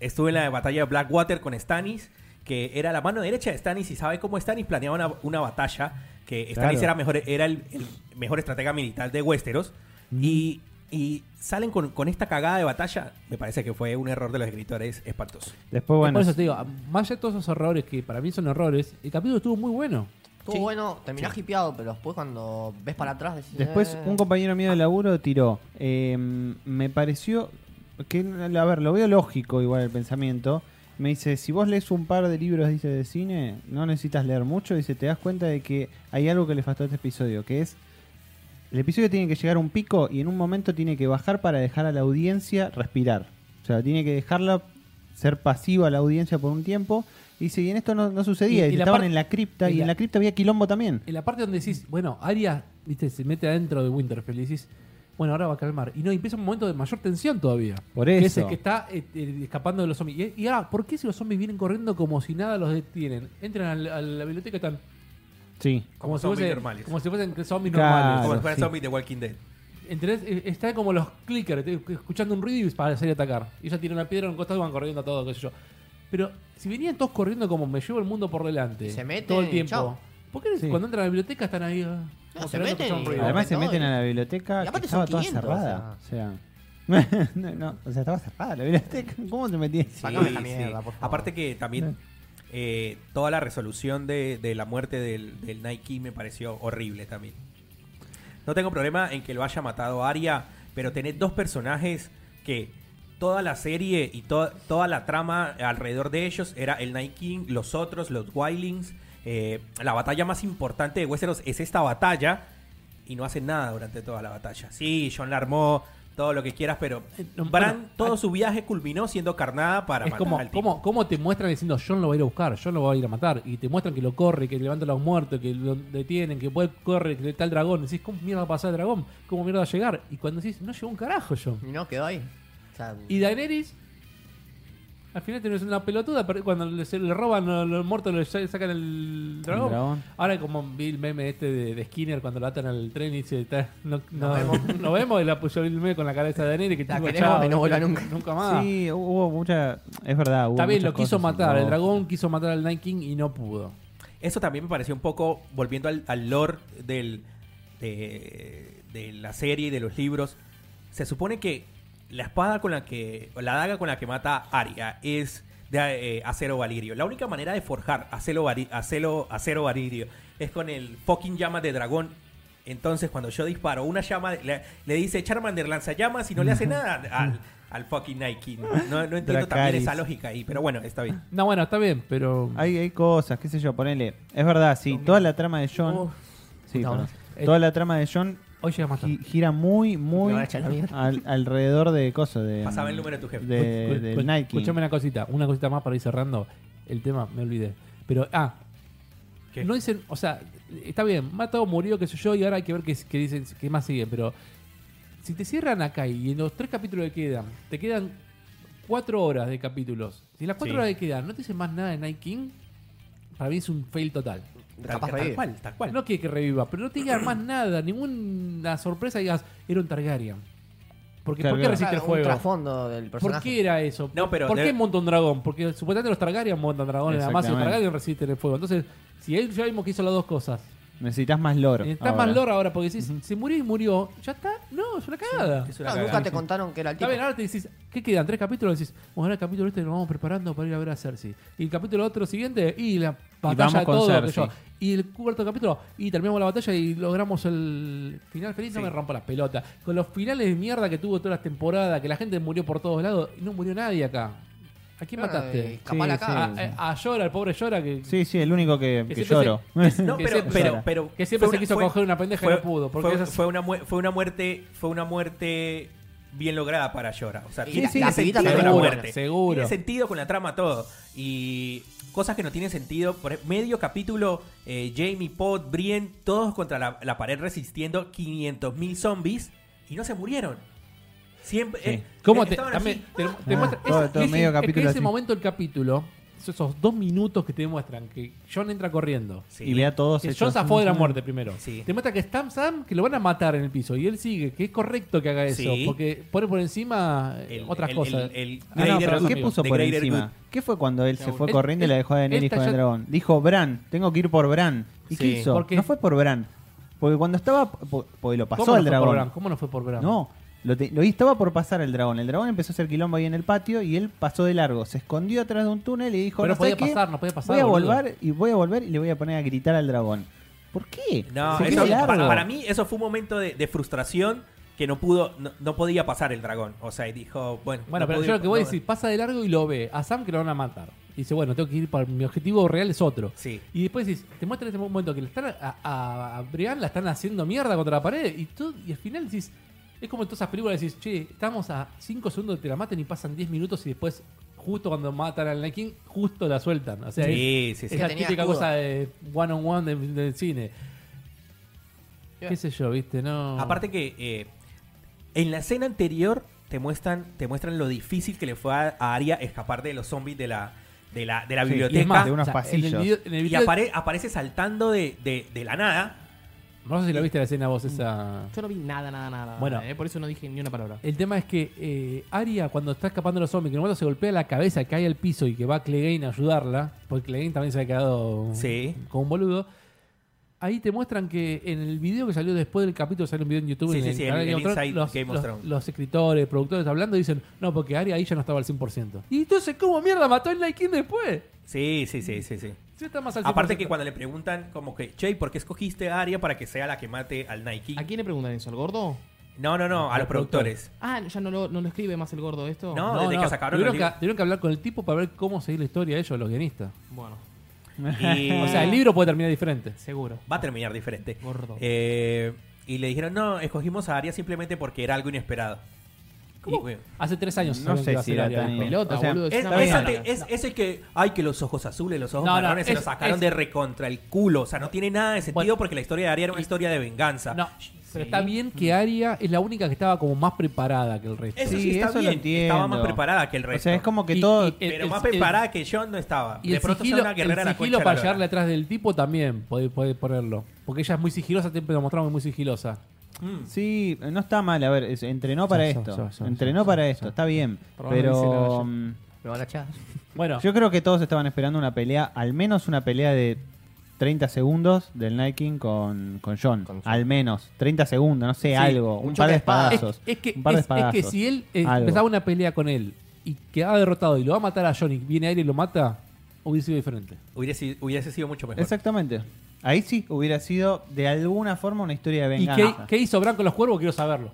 D: estuvo en la batalla de Blackwater con Stannis, que era la mano derecha de Stannis y sabe cómo Stannis planeaba una, una batalla. Que Stannis
C: Claro.
D: era, mejor, era el, el mejor estratega militar de Westeros. Y, y salen con, con esta cagada de batalla. Me parece que fue un error de los escritores espantoso.
C: Después, bueno,
A: Por eso te digo, más allá de todos esos errores que para mí son errores, el capítulo estuvo muy bueno.
E: Estuvo bueno, terminás hipeado, pero después cuando ves para atrás decís.
C: Después
E: eh,
C: un compañero mío de laburo tiró. eh, me pareció que, a ver, lo veo lógico igual el pensamiento. Me dice, si vos lees un par de libros, dice, de cine, no necesitas leer mucho. Dice, te das cuenta de que hay algo que le faltó a este episodio, que es... El episodio tiene que llegar a un pico y en un momento tiene que bajar para dejar a la audiencia respirar. O sea, tiene que dejarla ser pasivo a la audiencia por un tiempo. Y dice, y en esto no, no sucedía,
A: Y-
C: y,
A: y la
C: estaban
A: par-
C: en la cripta,
A: y
C: y,
A: la-
C: en la cripta había quilombo también.
A: En la parte donde decís, bueno, Aria, viste, se mete adentro de Winterfell y decís, bueno, ahora va a calmar. Y no, y empieza un momento de mayor tensión todavía.
C: Por
A: Que es
C: eso.
A: el que está eh, eh, escapando de los zombies. Y, y ahora, ¿por qué si los zombies vienen corriendo como si nada los detienen? Entran al- a la biblioteca y están
C: Sí.
A: como,
D: Como
A: si,
D: zombies
A: fuesen,
D: normales.
A: como si fuesen zombies
C: Claro.
D: Como
A: normales.
D: si fueran
C: sí.
D: zombies de Walking Dead.
A: ¿Entendés? Eh, Están como los clickers, te- escuchando un ruido y para salir a atacar. Y ella tira una piedra en un costado y van corriendo a todo, qué sé yo. Pero si venían todos corriendo como me llevo el mundo por delante.
E: Y se meten
A: todo el
E: y
A: tiempo.
E: chao.
A: ¿Por qué
C: Sí.
A: cuando entran a la biblioteca están ahí? ah,
E: No,
A: como
E: se
A: esperando
E: meten
A: escuchar un
E: y-
A: ruido?
C: Además se
E: no,
C: meten
E: y-
C: a la biblioteca
E: y
C: que
E: aparte
C: estaba
E: son
C: toda
E: 500,
C: cerrada. O sea, no, no, o sea, estaba cerrada la biblioteca. ¿Cómo te metías?
E: Sácame esta mierda, por favor.
D: Aparte que también eh, toda la resolución de, de la muerte del, del Night King me pareció horrible también. No tengo problema en que lo haya matado Arya, pero tener dos personajes que toda la serie y to- toda la trama alrededor de ellos era el Night King, los otros, los Wildlings. eh, la batalla más importante de Westeros es esta batalla y no hacen nada durante toda la batalla. Sí, John la armó, todo lo que quieras, pero
A: Eh, no,
D: Bran,
A: bueno,
D: todo
A: ah,
D: su viaje culminó siendo carnada para
A: Es
D: matar
A: como,
D: al tipo.
A: como, como te muestran diciendo, John lo va a ir a buscar, John lo va a ir a matar. Y te muestran que lo corre, que levanta a los muertos, que lo detienen, que puede correr, que está el dragón. Decís, ¿cómo mierda pasa el dragón? ¿Cómo mierda va a llegar? Y cuando decís, no llegó un carajo, John.
E: Y no quedó ahí. O sea,
A: Y Daenerys, al final tenés una pelotuda, pero cuando le, se- le roban lo- los muertos, le sa- sacan el dragón.
C: dragón.
A: Ahora como vi el meme este de, de Skinner cuando lo atan al tren y dice, "Ta- no, no,
E: Nos vemos".
A: nos vemos", y la puso el meme con la cabeza de Daenerys que
E: La
A: tipo,
E: queremos
A: "Chao,
E: que no vuelva nunca".
A: Nunca más.
C: Sí, hubo mucha. Es verdad, hubo
A: Está bien,
C: muchas
A: lo quiso
C: cosas,
A: matar.
C: pero-
A: El dragón quiso matar al Night King y no pudo.
D: Eso también me pareció un poco, volviendo al, al lore del, de, de la serie y de los libros, se supone que la espada con la que, o la daga con la que mata Arya es de eh, acero valirio. La única manera de forjar acero, vari- acero, acero valirio es con el fucking llama de dragón. Entonces, cuando yo disparo una llama, le, le dice Charmander lanzallamas y no le hace nada al, al fucking Nike. No, no entiendo también
C: Dracarys.
D: esa lógica ahí, pero bueno, está bien.
A: No, bueno, está bien, pero...
C: Hay, hay cosas, qué sé yo, ponele. Es verdad, sí, toda la trama de John.
A: Uf.
C: sí,
E: No,
C: perdón.
A: eh.
C: toda la trama de John
A: Hoy llegas más tarde.
C: gi- gira muy, muy
E: Me van a echar la mierda.
C: al- alrededor de cosas. De, mm,
D: Pasame el número de tu jefe.
A: Escu-
C: De,
A: escu-
C: eh, del Nike.
A: Escuchame una cosita, una cosita más para ir cerrando el tema, me olvidé. Pero, ah,
D: ¿Qué?
A: no dicen, o sea, está bien, mató, murió, qué sé yo, y ahora hay que ver qué, qué dicen, qué más sigue, pero si te cierran acá y en los tres capítulos que quedan, te quedan cuatro horas de capítulos, si en las cuatro
D: Sí.
A: horas que quedan no te dicen más nada de Night King, para mí es un fail total.
D: Tal,
E: capaz
D: tal
E: reír.
D: cual, tal cual.
A: No quiere que reviva, pero no te digan más nada, ninguna sorpresa, digas, era un Targaryen. Porque, ¿Por qué
C: Targaryen.
A: resiste el
E: Claro, un
A: juego?
E: trasfondo del
A: ¿Por
E: personaje.
A: qué era eso?
D: No, pero
A: ¿Por
D: de-
A: qué monta un dragón? Porque supuestamente los Targaryen montan dragones, además y los
C: Exactamente.
A: Targaryen resisten el fuego. Entonces, si él ya vimos que hizo las dos cosas,
C: Necesitas más lore.
A: Eh, está
C: ahora.
A: más lore ahora porque decís, se murió y murió, ya está, no, es una cagada.
D: Es una
E: No,
D: cagada.
E: nunca te contaron que era el
A: Está
E: tipo.
A: bien, ahora te decís, ¿qué quedan? ¿Tres capítulos? Decís, bueno, ahora el capítulo este lo vamos preparando para ir a ver a Cersei. Y el capítulo otro siguiente, y la batalla
C: vamos
A: de
C: con
A: todo, qué sé
C: Cersei.
A: yo. Y el cuarto capítulo, y terminamos la batalla y logramos el final feliz. No me rompa las pelotas. Con los finales de mierda que tuvo todas las temporadas, que la gente murió por todos lados, y no murió nadie acá. ¿A quién
E: Claro,
A: mataste?
E: y capaz
C: Sí,
E: la caga.
A: A, a- a Llora, el pobre Llora que,
C: Sí, sí, el único que,
A: Que
C: que
A: siempre
C: lloro.
D: No,
A: que
D: pero,
A: siempre-
D: pero, pero
A: que siempre
D: fue
A: se
D: una-
A: quiso
D: fue-
A: coger una pendeja y
D: fue-
A: no pudo. Porque
D: fue,
A: esas-
D: fue una mue- fue una muerte, fue una muerte bien lograda para Llora. O sea,
E: Sí,
D: tiene,
E: sí,
D: tiene
E: la pibita
D: sentido
E: también
D: la
E: era
A: buena,
D: muerte.
A: seguro.
D: Tiene sentido con la trama todo. Y cosas que no tienen sentido. Por ej- medio capítulo, eh, Jamie, Pod, Brienne, todos contra la, la pared resistiendo 500.000 zombies y no se murieron. Siempre.
C: Sí.
D: eh,
A: ¿Cómo
D: eh,
A: te,
D: estaban
A: también
D: así.
A: te, te
C: Ah,
A: muestra-
C: todo-
A: ese-
C: todo
A: ese-
C: medio
A: es que
C: capítulo
A: ese
C: así.
A: momento del capítulo, esos- esos dos minutos que te muestran que John entra corriendo.
D: Sí.
C: Y ve a todos.
A: Que John
C: hechos-
A: zafó de la muerte primero.
D: Sí.
A: Te muestra que Stam Sam que lo van a matar en el piso y él sigue, que es correcto que haga eso,
D: Sí.
A: porque pone por encima eh,
D: El-
A: otras
D: el-
A: cosas.
D: el- el-
A: Ah,
C: No, no,
D: Greater
A: pero
C: pero
D: Good,
C: ¿qué puso
D: The
C: por
D: Greater
C: encima?
D: Good.
C: ¿Qué fue cuando él se fue
A: Es-
C: corriendo y la
A: es-
C: dejó a Daenerys
A: esta
C: con el
A: ya-
C: dragón? Dijo, Bran, tengo que ir por Bran. ¿Y qué
E: Sí.
C: hizo?
A: ¿Por qué?
C: No fue por Bran. Porque cuando estaba... po- Porque lo
A: ¿Cómo
C: pasó al
A: no fue por
C: dragón.
A: Bran? ¿Cómo no fue por Bran?
C: No, lo, te- lo estaba por pasar el dragón. El dragón empezó a hacer quilombo ahí en el patio y él pasó de largo. Se escondió atrás de un túnel y dijo,
A: Pero
C: no sé
A: podía
C: qué,
A: pasar, no podía pasar,
C: Voy a
A: boludo".
C: volver y voy a volver y le voy a poner a gritar al dragón. ¿Por qué?
D: No,
C: Se
D: eso-
C: quedó
D: pa-
C: largo.
D: para, mí eso fue un momento de, de frustración que no pudo, no, no podía pasar el dragón. O sea, y dijo, bueno,
A: Bueno,
D: no
A: pero
D: pude-
A: yo lo que voy a
D: no-
A: decir, pasa de largo y lo ve. A Sam que lo van a matar. Y dice, bueno, tengo que ir para mi objetivo real es otro.
D: Sí.
A: Y después decís, te muestran ese momento que le están a, a, a Brian la están haciendo mierda contra la pared. Y tú, y al final decís, es como en todas esas películas decís, che, estamos a 5 segundos de que te la maten y pasan 10 minutos y después justo cuando matan al Night King, justo la sueltan. O sea,
D: Sí, sí,
A: es,
D: sí.
A: es la
E: Que tenía
A: típica
E: escudo.
A: cosa de one on one del cine. ¿Qué sé yo, viste? No.
D: Aparte que eh, en la escena anterior te muestran, te muestran lo difícil que le fue a, a Arya escapar de los zombies de la, de la, de la
C: Sí, y es
D: biblioteca. Y,
C: más, de unos
A: En el
C: pasillos.
A: video- en el video-
D: apare- aparece saltando de, de- de la nada.
A: no sé si la viste la escena vos esa.
B: Yo no vi nada, nada, nada.
A: Bueno.
B: eh, por eso no dije ni una palabra.
A: El tema es que eh, Aria, cuando está escapando de los zombies, que en un momento se golpea la cabeza, cae al piso y que va Clegane a ayudarla, porque Clegane también se ha quedado
D: Sí.
A: con un boludo. Ahí te muestran que en el video que salió después del capítulo, sale un video en YouTube,
D: Sí,
A: en
D: sí, sí,
A: canal
D: el-
A: de
D: el
A: Game of Thrones,
D: Inside
A: los,
D: Game of
A: los-
D: Thrones.
A: los escritores, productores hablando, dicen, no, porque Aria ahí ya no estaba al 100%. Y entonces, ¿cómo mierda mató el Night King después?
D: Sí, sí, sí, sí, sí.
A: Sí, está más al
D: Aparte
A: 100%.
D: que cuando le preguntan como que, Che, ¿por qué escogiste a Arya para que sea la que mate al Nike?
B: ¿A quién le preguntan eso? ¿Al gordo?
D: No, no, no, a
A: Al
D: los
A: productor.
D: productores.
B: Ah, ya no lo, no lo escribe más el gordo esto.
D: No. desde que sacaron
A: tuvieron,
D: el
A: que,
D: libro.
A: tuvieron que hablar con el tipo para ver cómo seguir la historia de ellos, los guionistas.
B: Bueno,
D: Y-
A: O sea, el libro puede terminar diferente.
B: seguro.
D: va a terminar diferente.
B: Gordo.
D: Eh, y le dijeron, no, escogimos a Arya simplemente porque era algo inesperado. Y, bueno,
A: Hace tres años
C: No
A: sabían que iba
C: sé
A: a
C: si
A: ser
C: era
A: Aria,
C: tan
A: dijo.
B: Pelota,
C: o sea,
B: boludo.
A: Pues
D: Es,
B: una mierda.
D: esa te- es- ese que, ay, que los ojos azules, los ojos
A: No, no,
D: marrones se
A: es-
D: los sacaron
A: es-
D: de recontra el culo. O sea, no tiene nada de sentido
A: Bueno.
D: porque la historia de Arya era una historia de venganza.
A: No, pero está bien que Aria es la única que estaba como más preparada que el resto.
D: Eso sí,
C: Sí,
D: está
C: eso lo
D: bien.
C: entiendo.
D: Estaba más preparada que el resto.
C: O sea, es como que
A: Y-
C: todo.
A: y- el-
D: pero
A: el-
D: más
A: el-
D: preparada que John no estaba.
A: Y
D: de
A: el
D: pronto
A: sigilo,
D: sea una guerrera
A: el
D: la
A: sigilo
D: concha de
A: para
D: la
A: llegarle
D: lora.
A: atrás del tipo también puede, puede ponerlo. Porque ella es muy sigilosa, siempre lo mostramos muy sigilosa.
D: Mm.
C: Sí, no está mal. A ver, es- entrenó para
A: Sí, sí,
C: esto.
A: sí, sí,
C: entrenó
A: sí,
C: para
A: sí,
C: esto,
A: sí.
C: está bien.
B: Probablemente se la
C: Pero.
B: vaya.
C: mm,
E: Lo van a echar.
A: Bueno,
C: Yo creo que todos estaban esperando una pelea, al menos una pelea de 30 segundos del Night King con, con John.
E: Con Jon.
C: Al menos, 30 segundos, no sé,
E: Sí,
C: algo.
E: un
C: Un,
E: choque
C: par de
E: de espadas.
A: es,
C: espadazos.
A: es que,
C: un par de
A: es- es que
C: espadazos.
A: si él eh,
C: Algo.
A: empezaba una pelea con él y quedaba derrotado y lo va a matar a Johnny, viene Aria y lo mata, hubiera sido diferente.
D: Hubiese, sido- hubiese sido mucho mejor.
C: Exactamente. Ahí sí hubiera sido de alguna forma una historia de
A: ¿Y
C: venganza.
A: qué, qué hizo Bran con los cuervos? Quiero saberlo.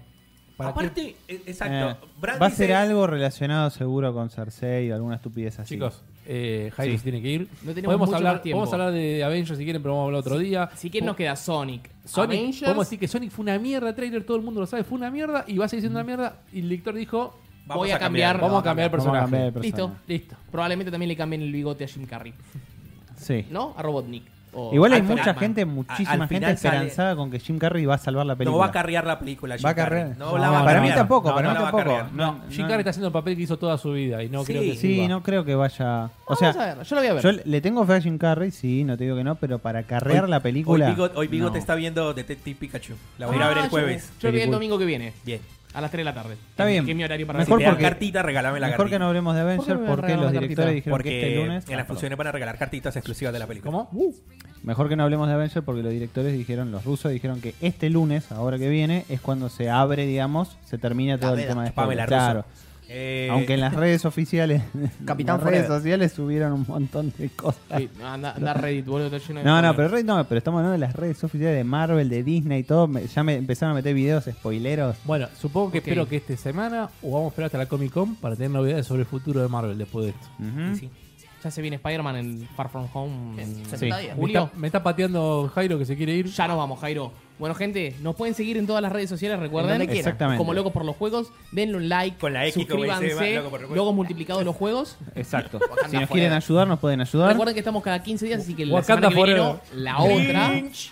A: ¿Para qué?
D: Aparte, eh, exacto.
C: Eh,
D: Bran
C: va a
D: dice-
C: ser algo relacionado seguro con Cersei o alguna estupidez así.
A: Chicos, eh, Jairo
C: Sí.
A: se tiene que ir.
B: No tenemos
A: podemos
B: mucho
A: hablar,
B: más tiempo.
A: Podemos hablar de Avengers si quieren, pero vamos a hablar otro día.
B: Si quién nos queda Sonic.
A: Sonic,
B: Avengers,
A: podemos decir que Sonic fue una mierda de trailer, todo el mundo lo sabe, fue una mierda y va a seguir siendo una mierda. Y el director dijo,
D: Vamos
B: voy
D: a
B: a cambiar.
A: vamos a cambiar el
C: Vamos
A: personaje.
C: a cambiar el personaje.
B: Listo, listo. Probablemente también le cambien el bigote a Jim Carrey.
C: Sí.
B: ¿No? A Robotnik. o
C: Igual hay
B: Alfred
C: mucha
B: Hitman.
C: gente,
D: al
C: muchísima gente
D: final sale-
C: esperanzada con que Jim Carrey va a salvar la película.
D: No va a carrear la película. Jim
C: Va a
D: Carrey.
C: carrear.
D: No, la va a
C: para mí
D: carrear.
C: tampoco,
D: No,
C: para
D: no
C: mí
D: la va a
C: tampoco.
D: carrear.
C: No,
A: Jim
C: no,
A: Carrey está haciendo el papel que hizo toda su vida y no
D: Sí.
A: creo que
C: Sí,
A: sirva.
C: no creo que vaya. O
B: Vamos
C: sea,
B: a ver, yo la voy a ver.
C: yo le tengo fe a Jim Carrey, sí, no te digo que no, pero para carrear
D: Hoy-
C: la película.
D: Hoy Bigot, hoy Bigot
C: no.
D: está viendo Detective Pikachu. La voy a ir a ver
B: Ah,
D: el
B: yo-
D: jueves.
B: Yo, la voy a ver el
C: Película.
B: domingo que viene.
D: Bien.
B: A las 3 de la tarde.
C: Está bien.
B: Que es mi horario para ver.
C: Mejor
D: Si te dan
C: porque-
D: cartita, regálame la
C: Mejor que
D: cartita.
C: no hablemos de
B: ¿Por
C: Avengers
B: qué me
C: porque
B: regalan
C: los
B: la
C: directores
B: cartita?
C: dijeron que
D: Porque
C: este lunes.
D: en
C: Ah,
D: las funciones van a regalar cartitas exclusivas de la película.
A: ¿Cómo?
C: Mejor que no hablemos de Avengers porque los directores dijeron, los rusos dijeron que este lunes, ahora que viene, es cuando se abre, digamos, se termina todo el
E: veda,
C: tema de
D: Pamela
C: spoilers.
D: Russo.
C: Claro.
D: Eh,
C: Aunque en las redes oficiales, en
E: Capitán
C: las redes
E: Forever.
C: sociales subieron un montón de cosas.
B: Sí, anda, anda Reddit, boludo, está lleno de
C: uh, ah. No, no,
B: spoilers.
C: pero, re- no, pero estamos hablando de las redes oficiales de Marvel, de Disney y todo. me- ya me empezaron a meter videos spoileros.
A: Bueno, supongo que
B: Ok.
A: espero que esta semana o vamos a esperar hasta la Comic Con para tener novedades sobre el futuro de Marvel después de esto.
C: Ujú.
D: sí.
B: Ya se viene Spider-Man en Far From Home.
E: En
B: en-
E: 70 días.
A: Me
B: Julio.
A: está, me está pateando Jairo que se quiere ir.
B: Ya nos vamos, Jairo. Bueno, gente, nos pueden seguir en todas las redes sociales,
E: En
B: recuerden.
E: donde quieran.
C: Exactamente.
B: Como locos por los juegos, denle un like,
D: Con la X, como dice,
B: suscríbanse,
D: va, loco por los juegos.
B: logos multiplicados de los juegos.
C: Exacto.
E: Wakanda
C: si nos
E: forever.
C: quieren ayudar, nos pueden ayudar.
B: Recuerden que estamos cada 15 días, así que la
A: Wakanda
B: semana que viene
A: forever.
B: no, la otra.
D: Cringe.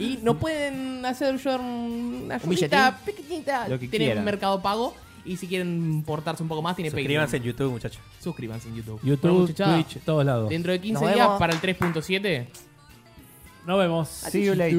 B: Y nos pueden hacer ayudar una ayudita
E: billetín.
B: pequeñita.
C: Lo que
B: Tienen
C: quieran.
B: mercado pago. Y si quieren portarse un poco más, tiene
D: Suscríbanse en
B: Patreon.
D: YouTube, muchachos.
B: Suscríbanse en YouTube. Bueno,
A: YouTube,
B: muchachada,
A: Twitch, todos lados.
B: Dentro de 15
E: Nos
B: días,
E: vemos.
B: para el 3.7.
A: Nos vemos.
C: See you later.